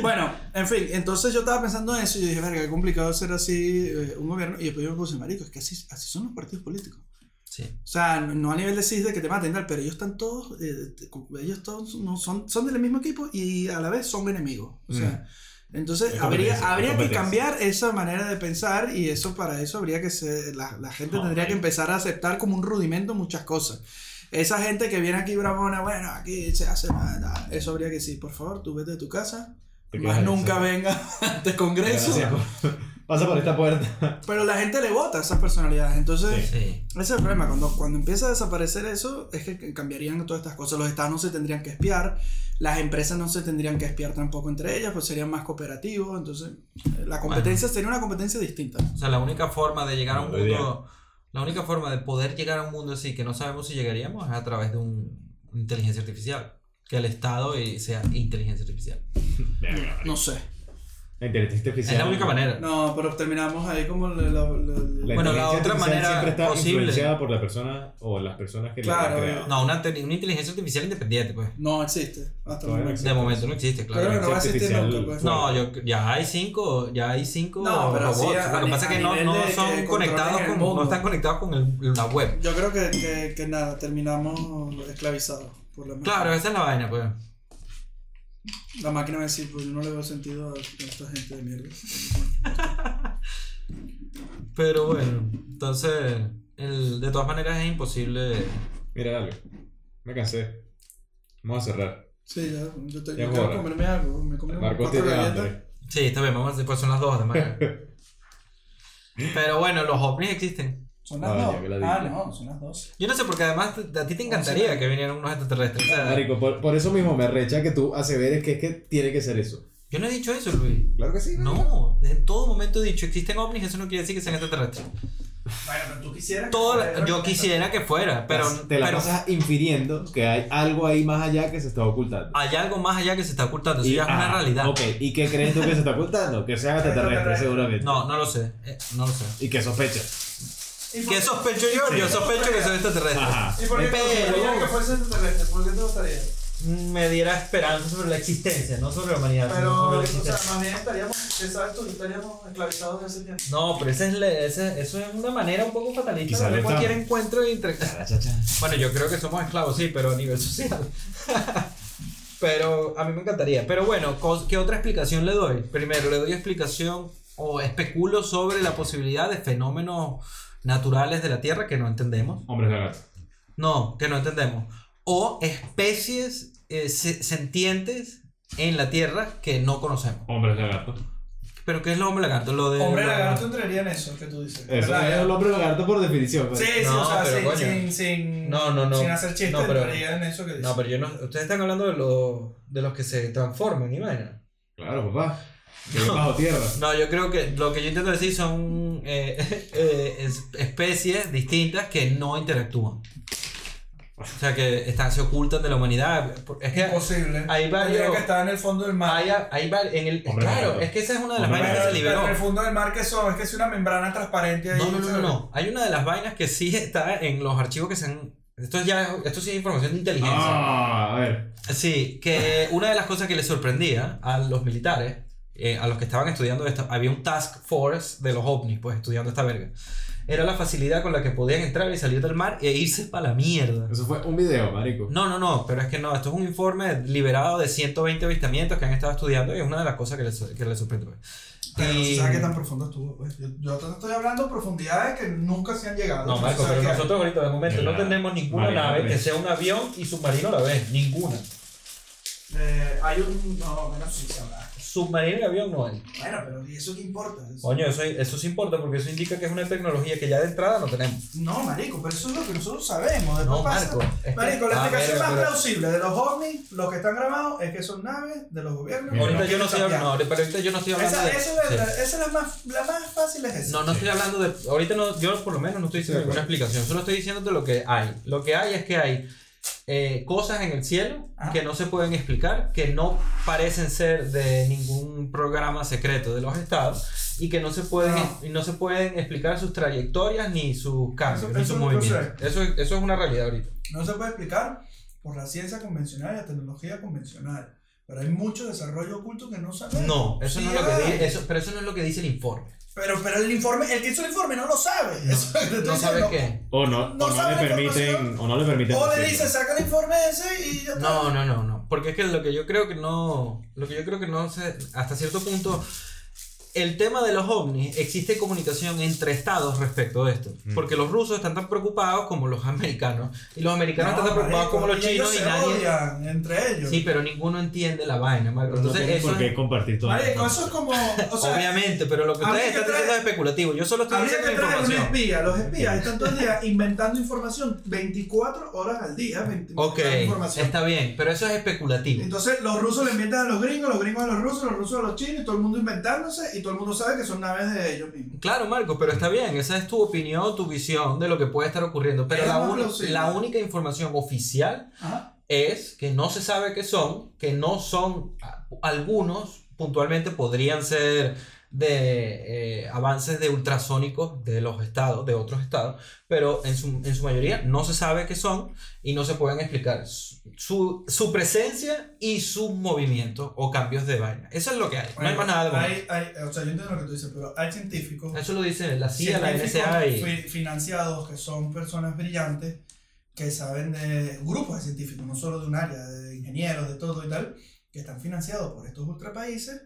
Bueno, en fin, entonces yo estaba pensando en eso y yo dije, verga, qué complicado ser así eh, un gobierno. Y después yo me puse, marico, es que así, así son los partidos políticos.
Sí.
O sea, no- no a nivel de CIS de que te maten, tal, pero ellos están todos, eh, te- como- ellos todos no son, son del mismo equipo y a la vez son enemigos. O sea, entonces
Es
habría,
competencia,
habría
es
que
competencia.
cambiar esa manera de pensar y eso para eso habría que ser, la, la gente tendría que empezar a aceptar como un rudimento muchas cosas. Esa gente que viene aquí bravona, bueno, aquí se hace nada, eso habría que decir, por favor, tú vete de tu casa,
Te quedas
más
ahí,
nunca
sí.
venga *laughs* ante Congreso.
Gracias por- *laughs* Pasa por esta puerta.
Pero la gente le vota esas personalidades, entonces...
Sí.
Ese es el problema, cuando, cuando empieza a desaparecer eso, es que cambiarían todas estas cosas. Los estados no se tendrían que espiar, las empresas no se tendrían que espiar tampoco entre ellas, pues serían más cooperativos. Entonces, eh, la competencia sería una competencia distinta.
O sea, la única forma de llegar a un
Muy bien.
mundo. La única forma de poder llegar a un mundo así que no sabemos si llegaríamos es a través de un, una inteligencia artificial. Que el Estado y sea inteligencia artificial.
No sé.
La inteligencia
Es
artificial.
la única manera.
No, pero terminamos ahí como. La, la- la- la-
La
Bueno, la
inteligencia
otra
artificial
manera
siempre está
posible.
influenciada por la persona o las personas que
Claro,
la han creado.
No, una, te- una inteligencia artificial independiente, pues.
no existe. Hasta el
Todavía no
momento.
existe.
De momento no existe,
Yo creo que
claro.
no va a existir
Inteligencia
nunca.
artificial.
pues.
No, yo, ya hay cinco, ya hay cinco
No, pero sí,
robots.
a-
Lo que pasa es que
a
no,
nivel
no
de que
son conectados
controlen el
con,
mundo.
no están conectados con el- la web.
Yo creo que, que- que nada, terminamos esclavizados por la máquina.
Claro, esa es la vaina, pues.
La máquina va a decir, pues yo no le veo sentido a esta gente de mierda.
Pero bueno, entonces, el- de todas maneras es imposible.
Mira algo. Me cansé. Vamos a cerrar.
Sí, ya, yo, te,
Ya
yo
es
quiero
hora.
comerme algo, me comí unas
Marcos
cuatro
tiene
galletas.
hambre.
Sí, está bien, vamos, después son las dos
*laughs*
además. Pero bueno, los ovnis existen.
Son las
Ah,
dos.
ya que la dije.
Ah, no, son las dos.
Yo no sé, porque además te- a ti te
Ah,
encantaría que vinieran unos extraterrestres. o sea,
Marico, por, por eso mismo me recha que tú aseveres que es que tiene que ser eso.
yo no he dicho eso, Luis.
Claro que sí.
No, en todo momento he dicho, existen ovnis, eso no quiere decir que sean extraterrestres.
Bueno, pero tú quisieras.
Todo la- yo quisiera que fuera, pero,
te la
pero
pasas infiriendo que hay algo ahí más allá que se está ocultando.
hay algo más allá que se está ocultando, eso ya es una
ah,
realidad.
Ok, ¿y qué crees tú que se está ocultando? Que sea extraterrestre, seguramente.
No, no lo sé, eh, no lo sé.
Y que sospecha.
¿Qué sospecho yo? Yo sospecho que son extraterrestres.
Ajá.
¿Y por qué te
Pero-
gustaría que fuese extraterrestre? ¿Por qué te gustaría?
me diera esperanza sobre la existencia, no sobre la humanidad, sino sobre
Pero,
la
o sea,
existencia.
más bien estaríamos, ¿qué sabes tú? Estaríamos esclavizados de ese tiempo.
No, pero esa es la- esa- eso es una manera un poco fatalista
Quizá
de ver
le
cualquier
estamos.
encuentro de intercambio. Bueno, yo creo que somos esclavos, sí, pero a nivel social. *laughs* pero a mí me encantaría. Pero bueno, cos- ¿qué otra explicación le doy? Primero, le doy explicación o especulo sobre la posibilidad de fenómenos naturales de la Tierra que no entendemos.
Hombres de gato.
No, que no entendemos. O especies eh, se- sentientes en la Tierra que no conocemos.
Hombres de gato.
¿Pero qué es lo hombre lagarto? Lo de
Hombre
la-
lagarto entraría en eso que tú dices.
Eso
¿verdad?
es el hombre lagarto por definición. pues.
Sí, sí,
No,
o sea,
pero
sin,
coño.
sin, sin,
No, no, no.
sin hacer chistes
No, pero-
entraría en eso que dices.
No, pero yo no. Ustedes están hablando de, lo- de los que se transforman y vaina.
Claro, papá. Que es
*laughs*
bajo tierra.
No, yo creo que lo que yo intento decir son eh, *laughs* eh, es- especies distintas que no interactúan. O sea, que están, se ocultan de la humanidad. Es que
Imposible.
Hay varios-
Tendría que estar en el fondo del mar.
hay, hay va- en el,
Hombre,
claro,
no.
es que esa es una de las
Hombre,
vainas
no.
que se
Pero
liberó.
en el fondo del mar, que son? Es que es una membrana transparente ahí.
No, no, no, no,
¿sabes?
no. Hay una de las vainas que sí está en los archivos que se han. Esto ya es- esto sí es información de inteligencia.
Ah, a ver.
Sí, que una de las cosas que les sorprendía a los militares, eh, a los que estaban estudiando esto, había un task force de los ovnis, pues estudiando esta verga. Era la facilidad con la que podían entrar y salir del mar e irse para la mierda.
Eso fue un video, marico.
No, no, no, pero es que no, esto es un informe liberado de 120 avistamientos que han estado estudiando y es una de las cosas que les, que les sorprendió.
Pero no
Y-
se sabe qué tan profundo estuvo. Pues. Yo, yo te estoy hablando de profundidades que nunca se han llegado.
No,
se
Marco,
sabe
pero
qué hay.
nosotros ahorita de momento no tenemos ninguna
Marina
nave que
tres.
sea un avión y submarino a la vez. Ninguna.
Eh, hay un. No, bueno, sí se habla.
Submarino y avión no hay.
Bueno, pero ¿y eso qué importa? Eso-
Coño, eso, eso sí importa porque eso indica que es una tecnología que ya de entrada no tenemos.
No, marico, pero eso es lo que nosotros sabemos. Después
No,
pasa-
Marco. es que-
Marico, la
Ah,
explicación
verga,
más
pero-
plausible de los ovnis, los que están grabados, es que son naves de los gobiernos. que
Ahorita yo
quieren
no estoy
cambiar.
hablando, no, pero ahorita yo no estoy hablando
Esa,
de...
eso es
sí.
la, esa es la más, la más fácil es esa.
No, no estoy hablando de... Ahorita no, yo por lo menos no estoy diciendo ninguna explicación, solo estoy diciéndote lo que hay. Lo que hay es que hay eh, cosas en el cielo
Ajá.
que no se pueden explicar, que no parecen ser de ningún programa secreto de los estados y que no se pueden,
No.
y no se pueden explicar sus trayectorias ni sus cambios,
Eso-
ni
eso
sus
no lo
movimientos. Eso, es- eso es una realidad ahorita.
No se puede explicar por la ciencia convencional y la tecnología convencional. Pero hay mucho desarrollo oculto que no sabemos.
No, eso
Sí
no es lo que
hay.
di- eso, pero eso no es lo que dice el informe.
Pero, pero el informe, el que hizo el informe no lo sabe. *laughs* Eso es lo que te estoy
No sabe
diciendo.
qué.
O no,
No
o no
sabe
le
la
permiten.
información.
O no le permiten.
O le
decirlo.
dice, saca el informe ese y ya está.
No, no, no, no. Porque es que lo que yo creo que no. Lo que yo creo que no se. Hasta cierto punto. El tema de los ovnis, existe comunicación entre estados respecto de esto.
Mm.
Porque los rusos están tan preocupados como los americanos. Y los americanos están tan preocupados como los
marico, ellos
chinos y
se
nadie.
odian entre ellos.
Sí, pero ninguno entiende la vaina, Marco.
Pero no
Entonces,
tienen
eso.
por qué
es-
compartir todo.
Marico, eso es como. O sea,
obviamente, pero lo que
habría
ustedes
que
están diciendo
traer-
es especulativo. Yo solo estoy
Habría
diciendo la
que traer un
información.
espía. Los espías están todo el día inventando información 24 horas al día. 20,
Ok,
información.
está bien, pero eso es especulativo.
Entonces los rusos le inventan a los gringos, los gringos a los rusos, los rusos a los chinos, y todo el mundo inventándose y todo el mundo sabe que son naves de ellos mismos.
Claro, Marco, pero está bien, esa es tu opinión, tu visión de lo que puede estar ocurriendo. Pero
Es
la,
más
uni-
plausible.
la única información oficial
Ajá.
es que no se sabe qué son, que no son, a- algunos puntualmente podrían ser de eh, avances de ultrasónicos de los estados, de otros estados, pero en su, en su mayoría no se sabe qué son y no se pueden explicar su, su- su presencia y sus movimientos o cambios de vaina. Eso es lo que hay, no hay más nada de momento.
Hay- hay- o sea, yo entiendo lo que tú dices, pero hay científicos,
Eso lo dice la CIA, la
científicos
NSA y...
fi- financiados que son personas brillantes que saben de grupos de científicos, no solo de un área, de ingenieros, de todo y tal, que están financiados por estos ultrapaíses.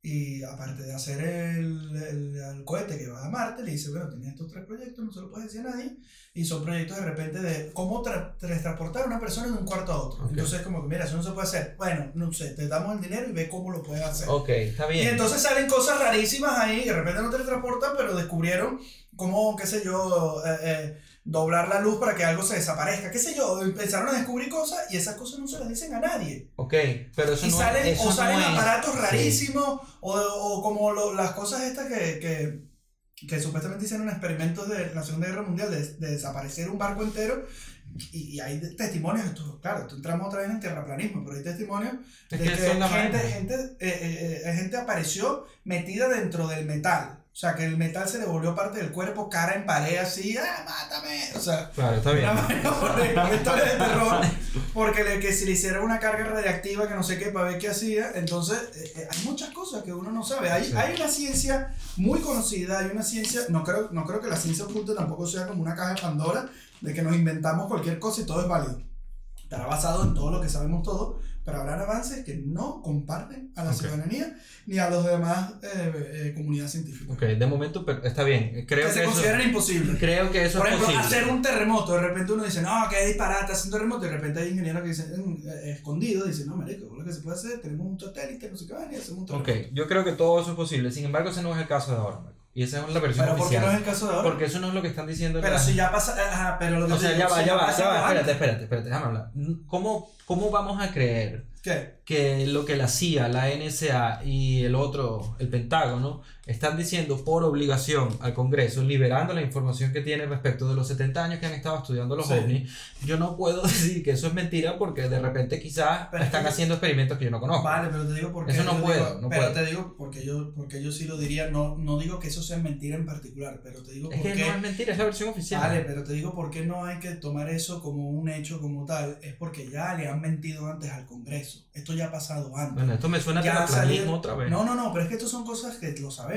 Y aparte de hacer el, el- el cohete que va a Marte, le dice, bueno, tienes estos tres proyectos, no se lo puedes decir a nadie. Y son proyectos de repente de cómo tra- tra- transportar a una persona de un cuarto a otro.
Ok.
Entonces como que, mira, eso no se puede hacer. Bueno, no sé, te damos el dinero y ve cómo lo puedes hacer.
Ok, está
Y
bien.
entonces salen cosas rarísimas ahí, que de repente no teletransportan, pero descubrieron cómo, qué sé yo, eh, eh, doblar la luz para que algo se desaparezca, qué sé yo. Empezaron a descubrir cosas y esas cosas no se las dicen a nadie.
Ok, pero eso
y
no
salen,
es. eso
o salen
no es-
aparatos
sí.
rarísimos, o, o como lo- las cosas estas que, que, que supuestamente hicieron experimentos de la Segunda Guerra Mundial, de, de desaparecer un barco entero. Y, y hay testimonios, esto, claro, tú entramos otra vez en terraplanismo, pero hay testimonios
Es
de
que
que
eso es la
gente,
vaina.
gente, eh, eh, eh, gente apareció metida dentro del metal. O sea, que el metal se le volvió parte del cuerpo, cara en pared, así, ¡ah, mátame! O sea,
Claro, está bien.
una vaina horrible, una historia de terror. Porque le, que si le hiciera una carga radiactiva que no sé qué para ver qué hacía, entonces eh, eh, hay muchas cosas que uno no sabe. Hay, hay una ciencia muy conocida, hay una ciencia, no creo, no creo que la ciencia oculta tampoco sea como una caja de Pandora, de que nos inventamos cualquier cosa y todo es válido. Estará basado en todo lo que sabemos todos, pero habrán avances que no comparten a la ciudadanía ni a los demás eh, eh, comunidad científica.
Ok, de momento pero está bien. Creo
Que
que,
se
eso,
consideran imposibles.
creo que eso
Por
es
ejemplo,
posible.
hacer un terremoto, de repente uno dice, no, qué disparate, hacer un terremoto, y de repente hay ingenieros que dicen, "Mm, eh, escondido, dicen, no, marico, lo que se puede hacer, tenemos un satélite, no sé qué, van y hacemos un
Ok,
terremoto.
yo creo que todo eso es posible. Sin embargo, ese no es el caso de ahora. Marco. Y esa pues es la versión
Pero ¿por qué
oficial.
no es el caso de ahora?
Porque eso no es lo que están diciendo.
pero
las-
si ya pasa, ajá, pero lo que
O
te
sea,
digo,
ya va,
si
ya va, ya
pasa
va.
antes,
Espérate, espérate, espérate, déjame hablar. ¿Cómo, cómo vamos a creer
¿Qué?
que lo que la CIA, la NSA y el otro, el Pentágono, están diciendo por obligación al Congreso, liberando la información que tiene respecto de los 70 años que han estado estudiando los
Sí.
ovnis? Yo no puedo *laughs* decir que eso es mentira porque de repente quizás
Pero es
están
que-
haciendo experimentos que yo no conozco.
Vale, pero te digo porque
Eso no
yo
puedo,
digo-
no
pero
puedo.
te digo porque yo, porque yo sí lo diría, no, no digo que eso sea mentira en particular, pero te digo
es que
porque...
no es mentira, es la versión oficial.
Vale, pero te digo por qué no hay que tomar eso como un hecho como tal, es porque ya le han mentido antes al Congreso, esto ya ha pasado antes.
Bueno, esto me suena a
Ya
terraplanismo
salió-
otra vez.
No, no, no, pero es que estas son cosas que lo sabemos.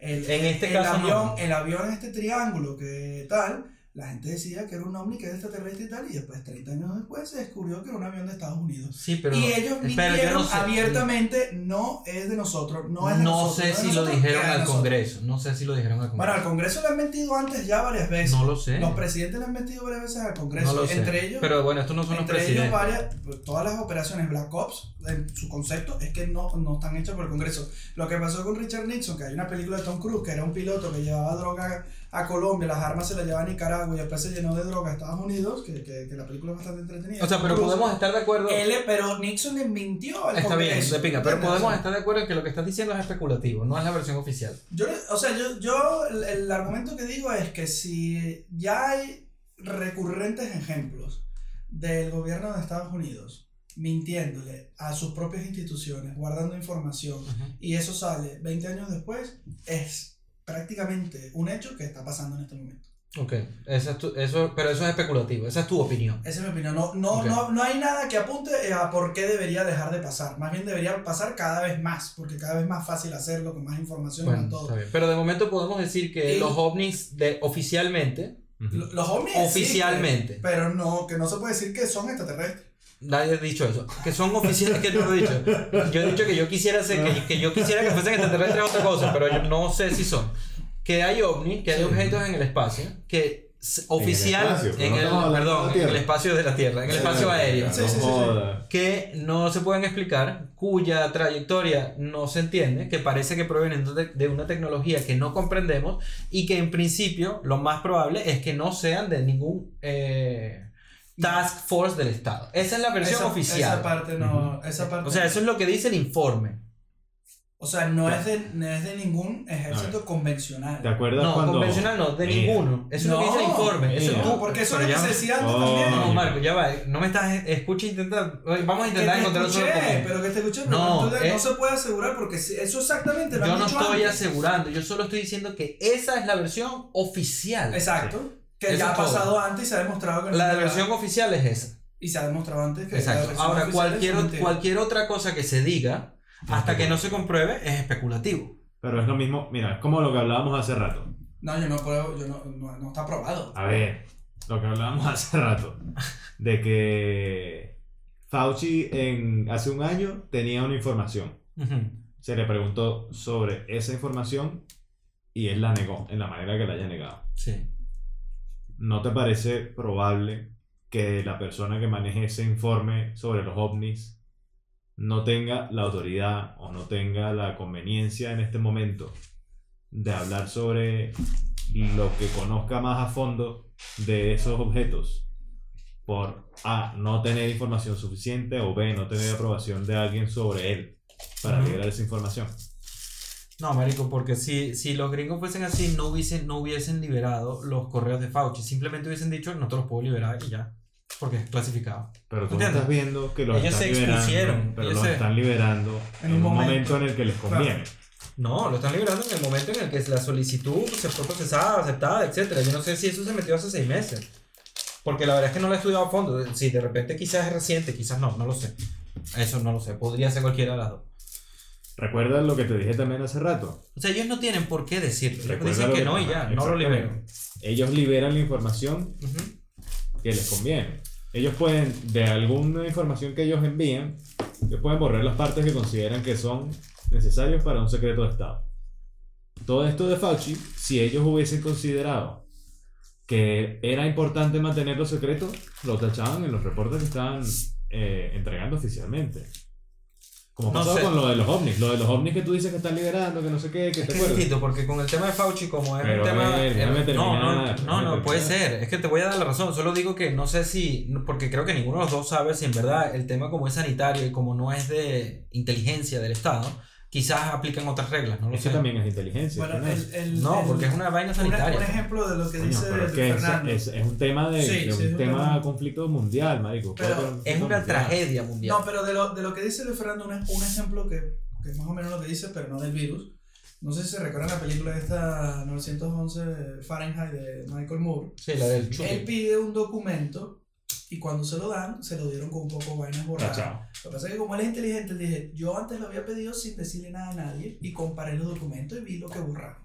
El,
En este
el
caso no.
avión, el avión en este triángulo que tal, la gente decía que era un ovni, que era extraterrestre y tal, y después 30 años después se descubrió que era un avión de Estados Unidos.
Sí, pero
y ellos
espera, yo
mintieron
no sé.
abiertamente, no es de nosotros, no
no,
es de nosotros.
sé
no es de
si lo
nosotros,
dijeron
era de
al
nosotros.
Congreso, no sé si lo dijeron al
Bueno, al
Congreso.
Congreso le han mentido antes ya varias veces.
no lo sé.
Los presidentes le han mentido varias veces al Congreso.
no lo sé.
entre ellos,
pero bueno, estos no son los
entre
presidentes.
ellos varias, todas las operaciones Black Ops, en su concepto es que no, no están hechas por el Congreso. Lo que pasó con Richard Nixon, que hay una película de Tom Cruise, que era un piloto que llevaba droga a Colombia, las armas se las llevaba a Nicaragua y después se llenó de droga a Estados Unidos, que, que, que la película es bastante entretenida.
o sea, pero
Tom Cruise,
podemos estar de acuerdo.
Él, pero Nixon le mintió al
Está bien,
Congreso.
se pica, pero
¿entiendes?
podemos
O sea,
estar de acuerdo en que lo que estás diciendo es especulativo, no es la versión oficial.
Yo, le- o sea, yo, yo el, el argumento que digo es que si ya hay recurrentes ejemplos del gobierno de Estados Unidos mintiéndole a sus propias instituciones, guardando información, y eso sale 20 años después, es prácticamente un hecho que está pasando en este momento.
Ok, esa es tu- eso, pero eso es especulativo, esa es tu opinión.
Esa es mi opinión. No, no,
Ok.
no, no hay nada que apunte a por qué debería dejar de pasar. Más bien debería pasar cada vez más, porque cada vez es más fácil hacerlo, con más información,
Bueno,
con todo.
está bien. Pero de momento podemos decir que
Y-
los ovnis de, oficialmente,
Lo- Los ovnis existen,
oficialmente,
pero no, que no se puede decir que son extraterrestres.
Nadie ha dicho eso. Que son oficiales que yo no he dicho. Yo he dicho que yo quisiera ser, que, que yo quisiera que fuesen extraterrestres es otra cosa, pero yo no sé si son. Que hay ovnis, que hay objetos en el espacio, que s- oficial
espacio, pero
en
no
el,
estamos hablando de
perdón,
la
en el
Tierra.
espacio de la Tierra, en el espacio aéreo,
Sí, sí, sí, sí.
que no se pueden explicar, cuya trayectoria no se entiende, que parece que provienen de, de una tecnología que no comprendemos y que en principio lo más probable es que no sean de ningún eh, task force del Estado. Esa es la versión
Esa-
oficial.
Esa parte no, esa parte.
O sea, eso es lo que dice el informe.
o sea, no es de, no es de ningún ejército convencional.
¿Te acuerdas
No,
cuando.?
convencional no, de
Mira.
ninguno. Eso es lo que dice el
No,
informe. Eso
mira.
es tú.
porque eso es
pero
lo que
ya-
se decía antes
Oh,
No,
también.
Marco, ya va. No me estás. Escucha, intenta. Vamos a
Que
intentar
te
encontrar un solo
escuché,
común.
pero que te escuché, pero
No,
no, te- no
eh.
se puede asegurar porque si- eso exactamente lo
Yo
han
no
dicho
estoy
antes.
asegurando, yo solo estoy diciendo que esa es la versión oficial.
Exacto. Que
Eso
ya ha
es todo.
pasado antes y se ha demostrado que no
La
es verdad.
versión oficial es esa.
Y se ha demostrado antes que la
Exacto.
versión
Ahora,
oficial es
cualquier,
mentira.
cualquier otra cosa que se diga, hasta que no se compruebe, es especulativo.
Pero es lo mismo, mira, es como lo que hablábamos hace rato.
No, yo no puedo, yo no, no, no está probado.
A ver, lo que hablábamos *laughs* hace rato, de que Fauci en, hace un año tenía una información. Se le preguntó sobre esa información y él la negó en la manera que la haya negado.
Sí.
¿No te parece probable que la persona que maneje ese informe sobre los ovnis no tenga la autoridad o no tenga la conveniencia en este momento de hablar sobre lo que conozca más a fondo de esos objetos por A, no tener información suficiente o B, no tener aprobación de alguien sobre él para
Ujú.
liberar esa información?
No, Marico, porque si, si los gringos fuesen así, no hubiesen, no hubiesen liberado los correos de Fauci. Simplemente hubiesen dicho, no te los puedo liberar y ya. Porque es clasificado.
Pero tú no
¿Entiendes?
estás viendo que los
Ellos
están
se
liberando,
expusieron,
pero
ellos
los
se-
están liberando en un momento en el que les
Claro.
conviene.
No, lo están liberando en el momento en el que la solicitud se fue procesada, aceptada, etcétera. Yo no sé si eso se metió hace seis meses. Porque la verdad es que no lo he estudiado a fondo. Si de repente quizás es reciente, quizás no, no lo sé. Eso no lo sé. Podría ser cualquiera de las dos.
Recuerda lo que te dije también hace rato.
O sea, ellos no tienen por qué decirlo. Ellos
Recuerda
dicen
lo
que
que-
no y ya,
ajá,
no lo
exactamente.
libero.
Ellos liberan la información
Ujú.
que les conviene. Ellos pueden, de alguna información que ellos envían, ellos pueden borrar las partes que consideran que son necesarios para un secreto de Estado. Todo esto de Fauci, si ellos hubiesen considerado que era importante mantenerlo secreto, lo tachaban en los reportes que estaban eh, entregando oficialmente. Como
No
pasó
sé.
con lo de los ovnis, lo de los ovnis que tú dices que están liberando, que no sé qué, que
Es
te
que
acuerdas.
distinto, porque con el tema de Fauci, como es
Pero,
un tema.
ver,
el-
déjame
no,
terminar,
no,
déjame
no, no, puede
terminar.
ser. Es que te voy a dar la razón. Solo digo que no sé si. Porque creo que ninguno de los dos sabe si en verdad el tema, como es sanitario y como no es de inteligencia del Estado, quizás aplican otras reglas. No lo
Eso
sé.
también es inteligencia.
Bueno,
¿no?
el, el-
No,
el-
porque es una vaina
un, un
sanitaria.
ejemplo de lo que
Coño,
dice
pero es que es,
Fernando.
es- es un tema de,
Sí,
de
sí,
un
es un
tema
tema.
conflicto mundial, marico.
Pero
Puede haber un
Es
conflicto
una
mundial.
tragedia mundial.
No, pero de lo, de lo que dice Luis Fernando, un, un ejemplo que, que es más o menos lo que dice, pero no del virus. No sé si se recuerdan la película esta 911 Fahrenheit de Michael Moore.
Sí, la del chute.
Él pide un documento y cuando se lo dan, se lo dieron con un poco de vainas borradas.
Tachado.
Lo que pasa es que como él es inteligente, le dije, yo antes lo había pedido sin decirle nada a nadie y comparé los documentos y vi lo que borraron.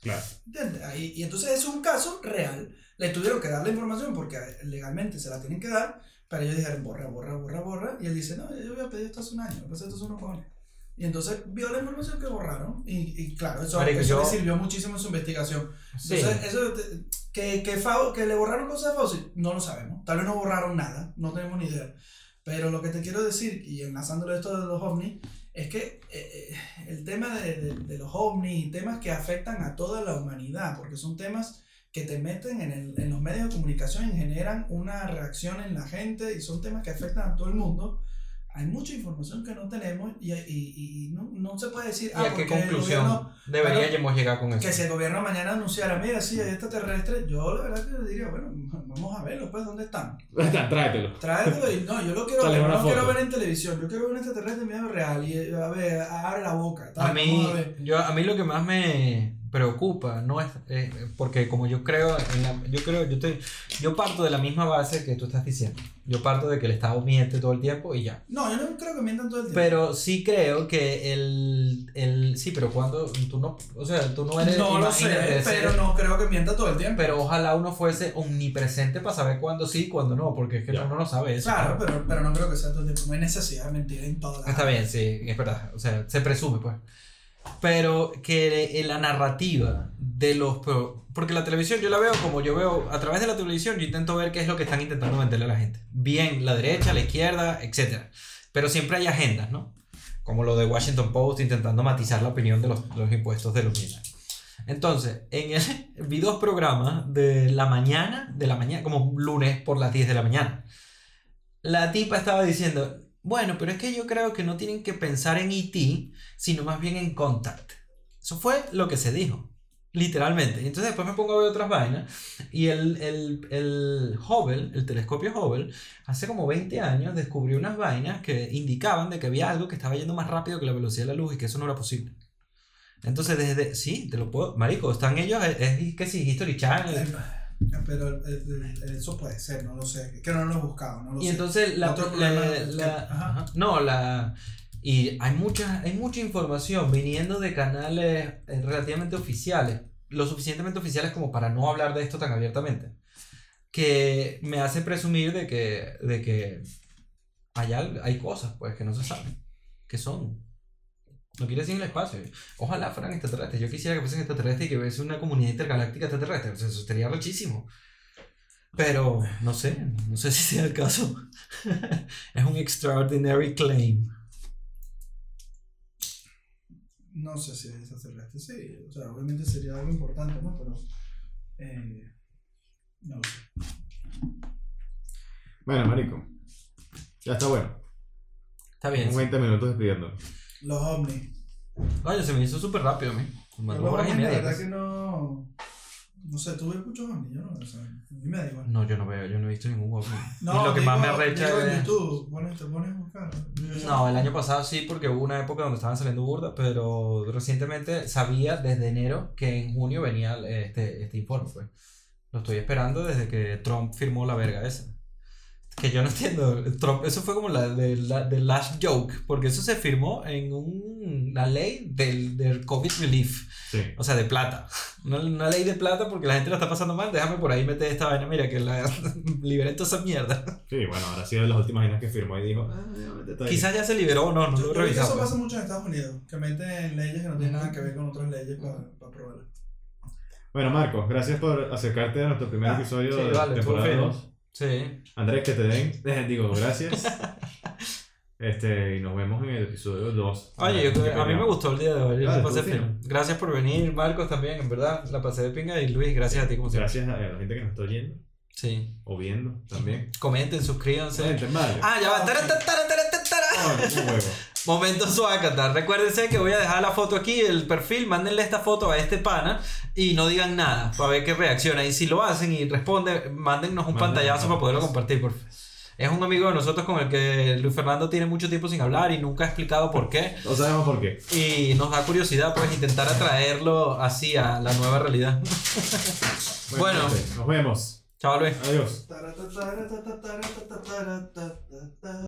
Claro.
¿Entiendes? Ahí- y entonces es un caso real. Le tuvieron que dar la información porque legalmente se la tienen que dar, pero ellos dijeron borra, borra, borra, borra. Y él dice, no, yo había pedido esto hace un año, lo que pasa es que estos son unos cojones. Y entonces vio la información que borraron y, y claro, eso,
Marico,
eso
yo-
le sirvió muchísimo en su investigación.
Sí.
Entonces, eso te- que, que, Fau- que le borraron cosas a Fauci, no lo sabemos. Tal vez no borraron nada, no tenemos ni idea. Pero lo que te quiero decir, y enlazándolo esto de los ovnis, es que eh, eh, el tema de, de- de los ovnis y temas que afectan a toda la humanidad, porque son temas que te meten en, el- en los medios de comunicación y generan una reacción en la gente y son temas que afectan a todo el mundo. Hay mucha información que no tenemos y, y- y no, no se puede decir,
¿Y
ah,
a qué
porque el gobierno
conclusión deberíamos llegar con eso?
que si el gobierno mañana anunciara, mira, sí, hay extraterrestres, yo la verdad que diría, bueno, vamos a verlo, pues, ¿dónde están?
*laughs* Está, Tráetelo.
Tráetelo y no, yo lo quiero
Dale
ver,
una
no lo quiero
foto.
ver en televisión, yo quiero ver un extraterrestre en medio real y, eh, a ver, abre la boca, tal,
A mí,
vamos a ver.
yo, a mí lo que más me preocupa no es eh, porque como yo creo en la- yo creo yo estoy yo parto de la misma base que tú estás diciendo yo parto de que el estado miente todo el tiempo y ya
No, yo no creo que mientan todo el tiempo.
pero sí creo que el, el sí pero cuando tú no o sea tú no eres
no lo
imagínate
sé,
ser-
pero no creo que mientan todo el tiempo.
pero ojalá uno fuese omnipresente para saber cuándo sí y cuándo no porque es que
Ya.
uno no sabe eso
Claro, pero, pero no creo que sea todo el tiempo, no hay necesidad de mentir en todas
Ah, Está
las...
bien, sí, es verdad. O sea, se presume, pues. Pero que eh, la narrativa de los... pro- Porque la televisión yo la veo como yo veo... A través de la televisión yo intento ver qué es lo que están intentando venderle a la gente. Bien, la derecha, la izquierda, etc. Pero siempre hay agendas, ¿no? Como lo de Washington Post intentando matizar la opinión de los, los impuestos de los millonarios. Entonces, en el, *laughs* vi dos programas de la mañana, de la mañana, como lunes por las 10 de la mañana la tipa estaba diciendo, bueno, pero es que yo creo que no tienen que pensar en IT, sino más bien en Contact. Eso fue lo que se dijo, literalmente. Y entonces después me pongo a ver otras vainas y el, el, el Hubble, el telescopio Hubble, hace como 20 años descubrió unas vainas que indicaban de que había algo que estaba yendo más rápido que la velocidad de la luz y que eso no era posible. Entonces desde, sí, te lo puedo, marico, están ellos, es, es que sí, History Channel.
Pero eh, eh, eso puede ser, no lo sé, que no lo he buscado, no lo
Y
sé.
entonces la,
Otro
la-
problema es que-
la-
ajá.
ajá, no la y hay mucha hay mucha información viniendo de canales eh, relativamente oficiales, lo suficientemente oficiales como para no hablar de esto tan abiertamente, que me hace presumir de que de que hay al- hay cosas pues que no se saben, que son no quiere decir en el espacio. Ojalá fueran extraterrestres. Yo quisiera que fuesen extraterrestres y que hubiese una comunidad intergaláctica extraterrestre. O sea, eso sería rechísimo. Pero no sé, no sé si sea el caso. *laughs* es un extraordinary claim.
No sé si es extraterrestre, sí. O sea, obviamente sería algo importante, ¿no? Pero. Eh, no lo sé.
Bueno, marico. Ya está bueno.
Está bien.
Un 20 minutos despidiéndolo.
Los ovnis.
Coño, se me hizo súper rápido a mí. Como
Pero
dos
los
horas y
ovnis, la
media,
verdad
pues.
que no. No sé, tuve muchos ovnis, yo no. O sea, a mí me da igual.
No, yo no veo, yo no he visto ningún ovni.
No,
y lo que más me
digo-
arrecha
digo en
es-
YouTube, pones, te pones a buscar.
No, el año pasado sí, porque hubo una época donde estaban saliendo burdas, pero recientemente sabía desde enero que en junio venía este, este informe, pues. Lo estoy esperando desde que Trump firmó la verga esa. Que yo no entiendo. Trump, eso fue como la de la, de Last Joke, porque eso se firmó en un- una ley del, del COVID Relief.
Sí.
O sea, de plata. *laughs* Una, una ley de plata porque la gente la está pasando mal. Déjame por ahí meter esta vaina. Mira, que la *laughs* liberé toda esa mierda.
Sí, bueno, ahora sí de las últimas líneas que firmó y dijo, ah, déjame te
Quizás ya se liberó o no, no
Yo-
lo he
yo creo que eso
revisado.
pasa mucho en Estados Unidos, que meten leyes que no tienen nada que ver con otras leyes para, para probarlas.
Bueno, Marcos, gracias por acercarte a nuestro primer
Ah,
episodio
sí,
de
vale, estuvo
temporada
fino.
2.
Sí.
Andrés, que te
*laughs*
den, digo, gracias. este, y nos vemos en el episodio 2.
Ah,
Oye, yo creo- a mí me
gusta.
gustó el día de hoy. yo
Claro,
la pasé
estuvo fino.
fino. Gracias por venir, Marcos, también, en verdad. La pasé de pinga. Y Luis, gracias a ti, como siempre.
Gracias a la gente que nos está oyendo
Sí.
o viendo también.
Comenten, suscríbanse.
Gente, vale.
Ah, ya va. Tara, tara, tara, tara, tara.
Ay, un huevo.
Momento Suácata. Recuérdense que voy a dejar la foto aquí, el perfil. Mándenle esta foto a este pana y no digan nada para ver qué reacciona. Y si lo hacen y responde, mándennos un
Mándenos
pantallazo
un
para poderlo compartir. Por... favor. Es un amigo de nosotros con el que Luis Fernando tiene mucho tiempo sin hablar y nunca ha explicado por qué.
No sabemos por qué.
Y nos da curiosidad, pues, intentar atraerlo así a la nueva realidad. Bueno.
gente, nos vemos.
Chao, Luis.
Adiós.
Taratataratataratataratata.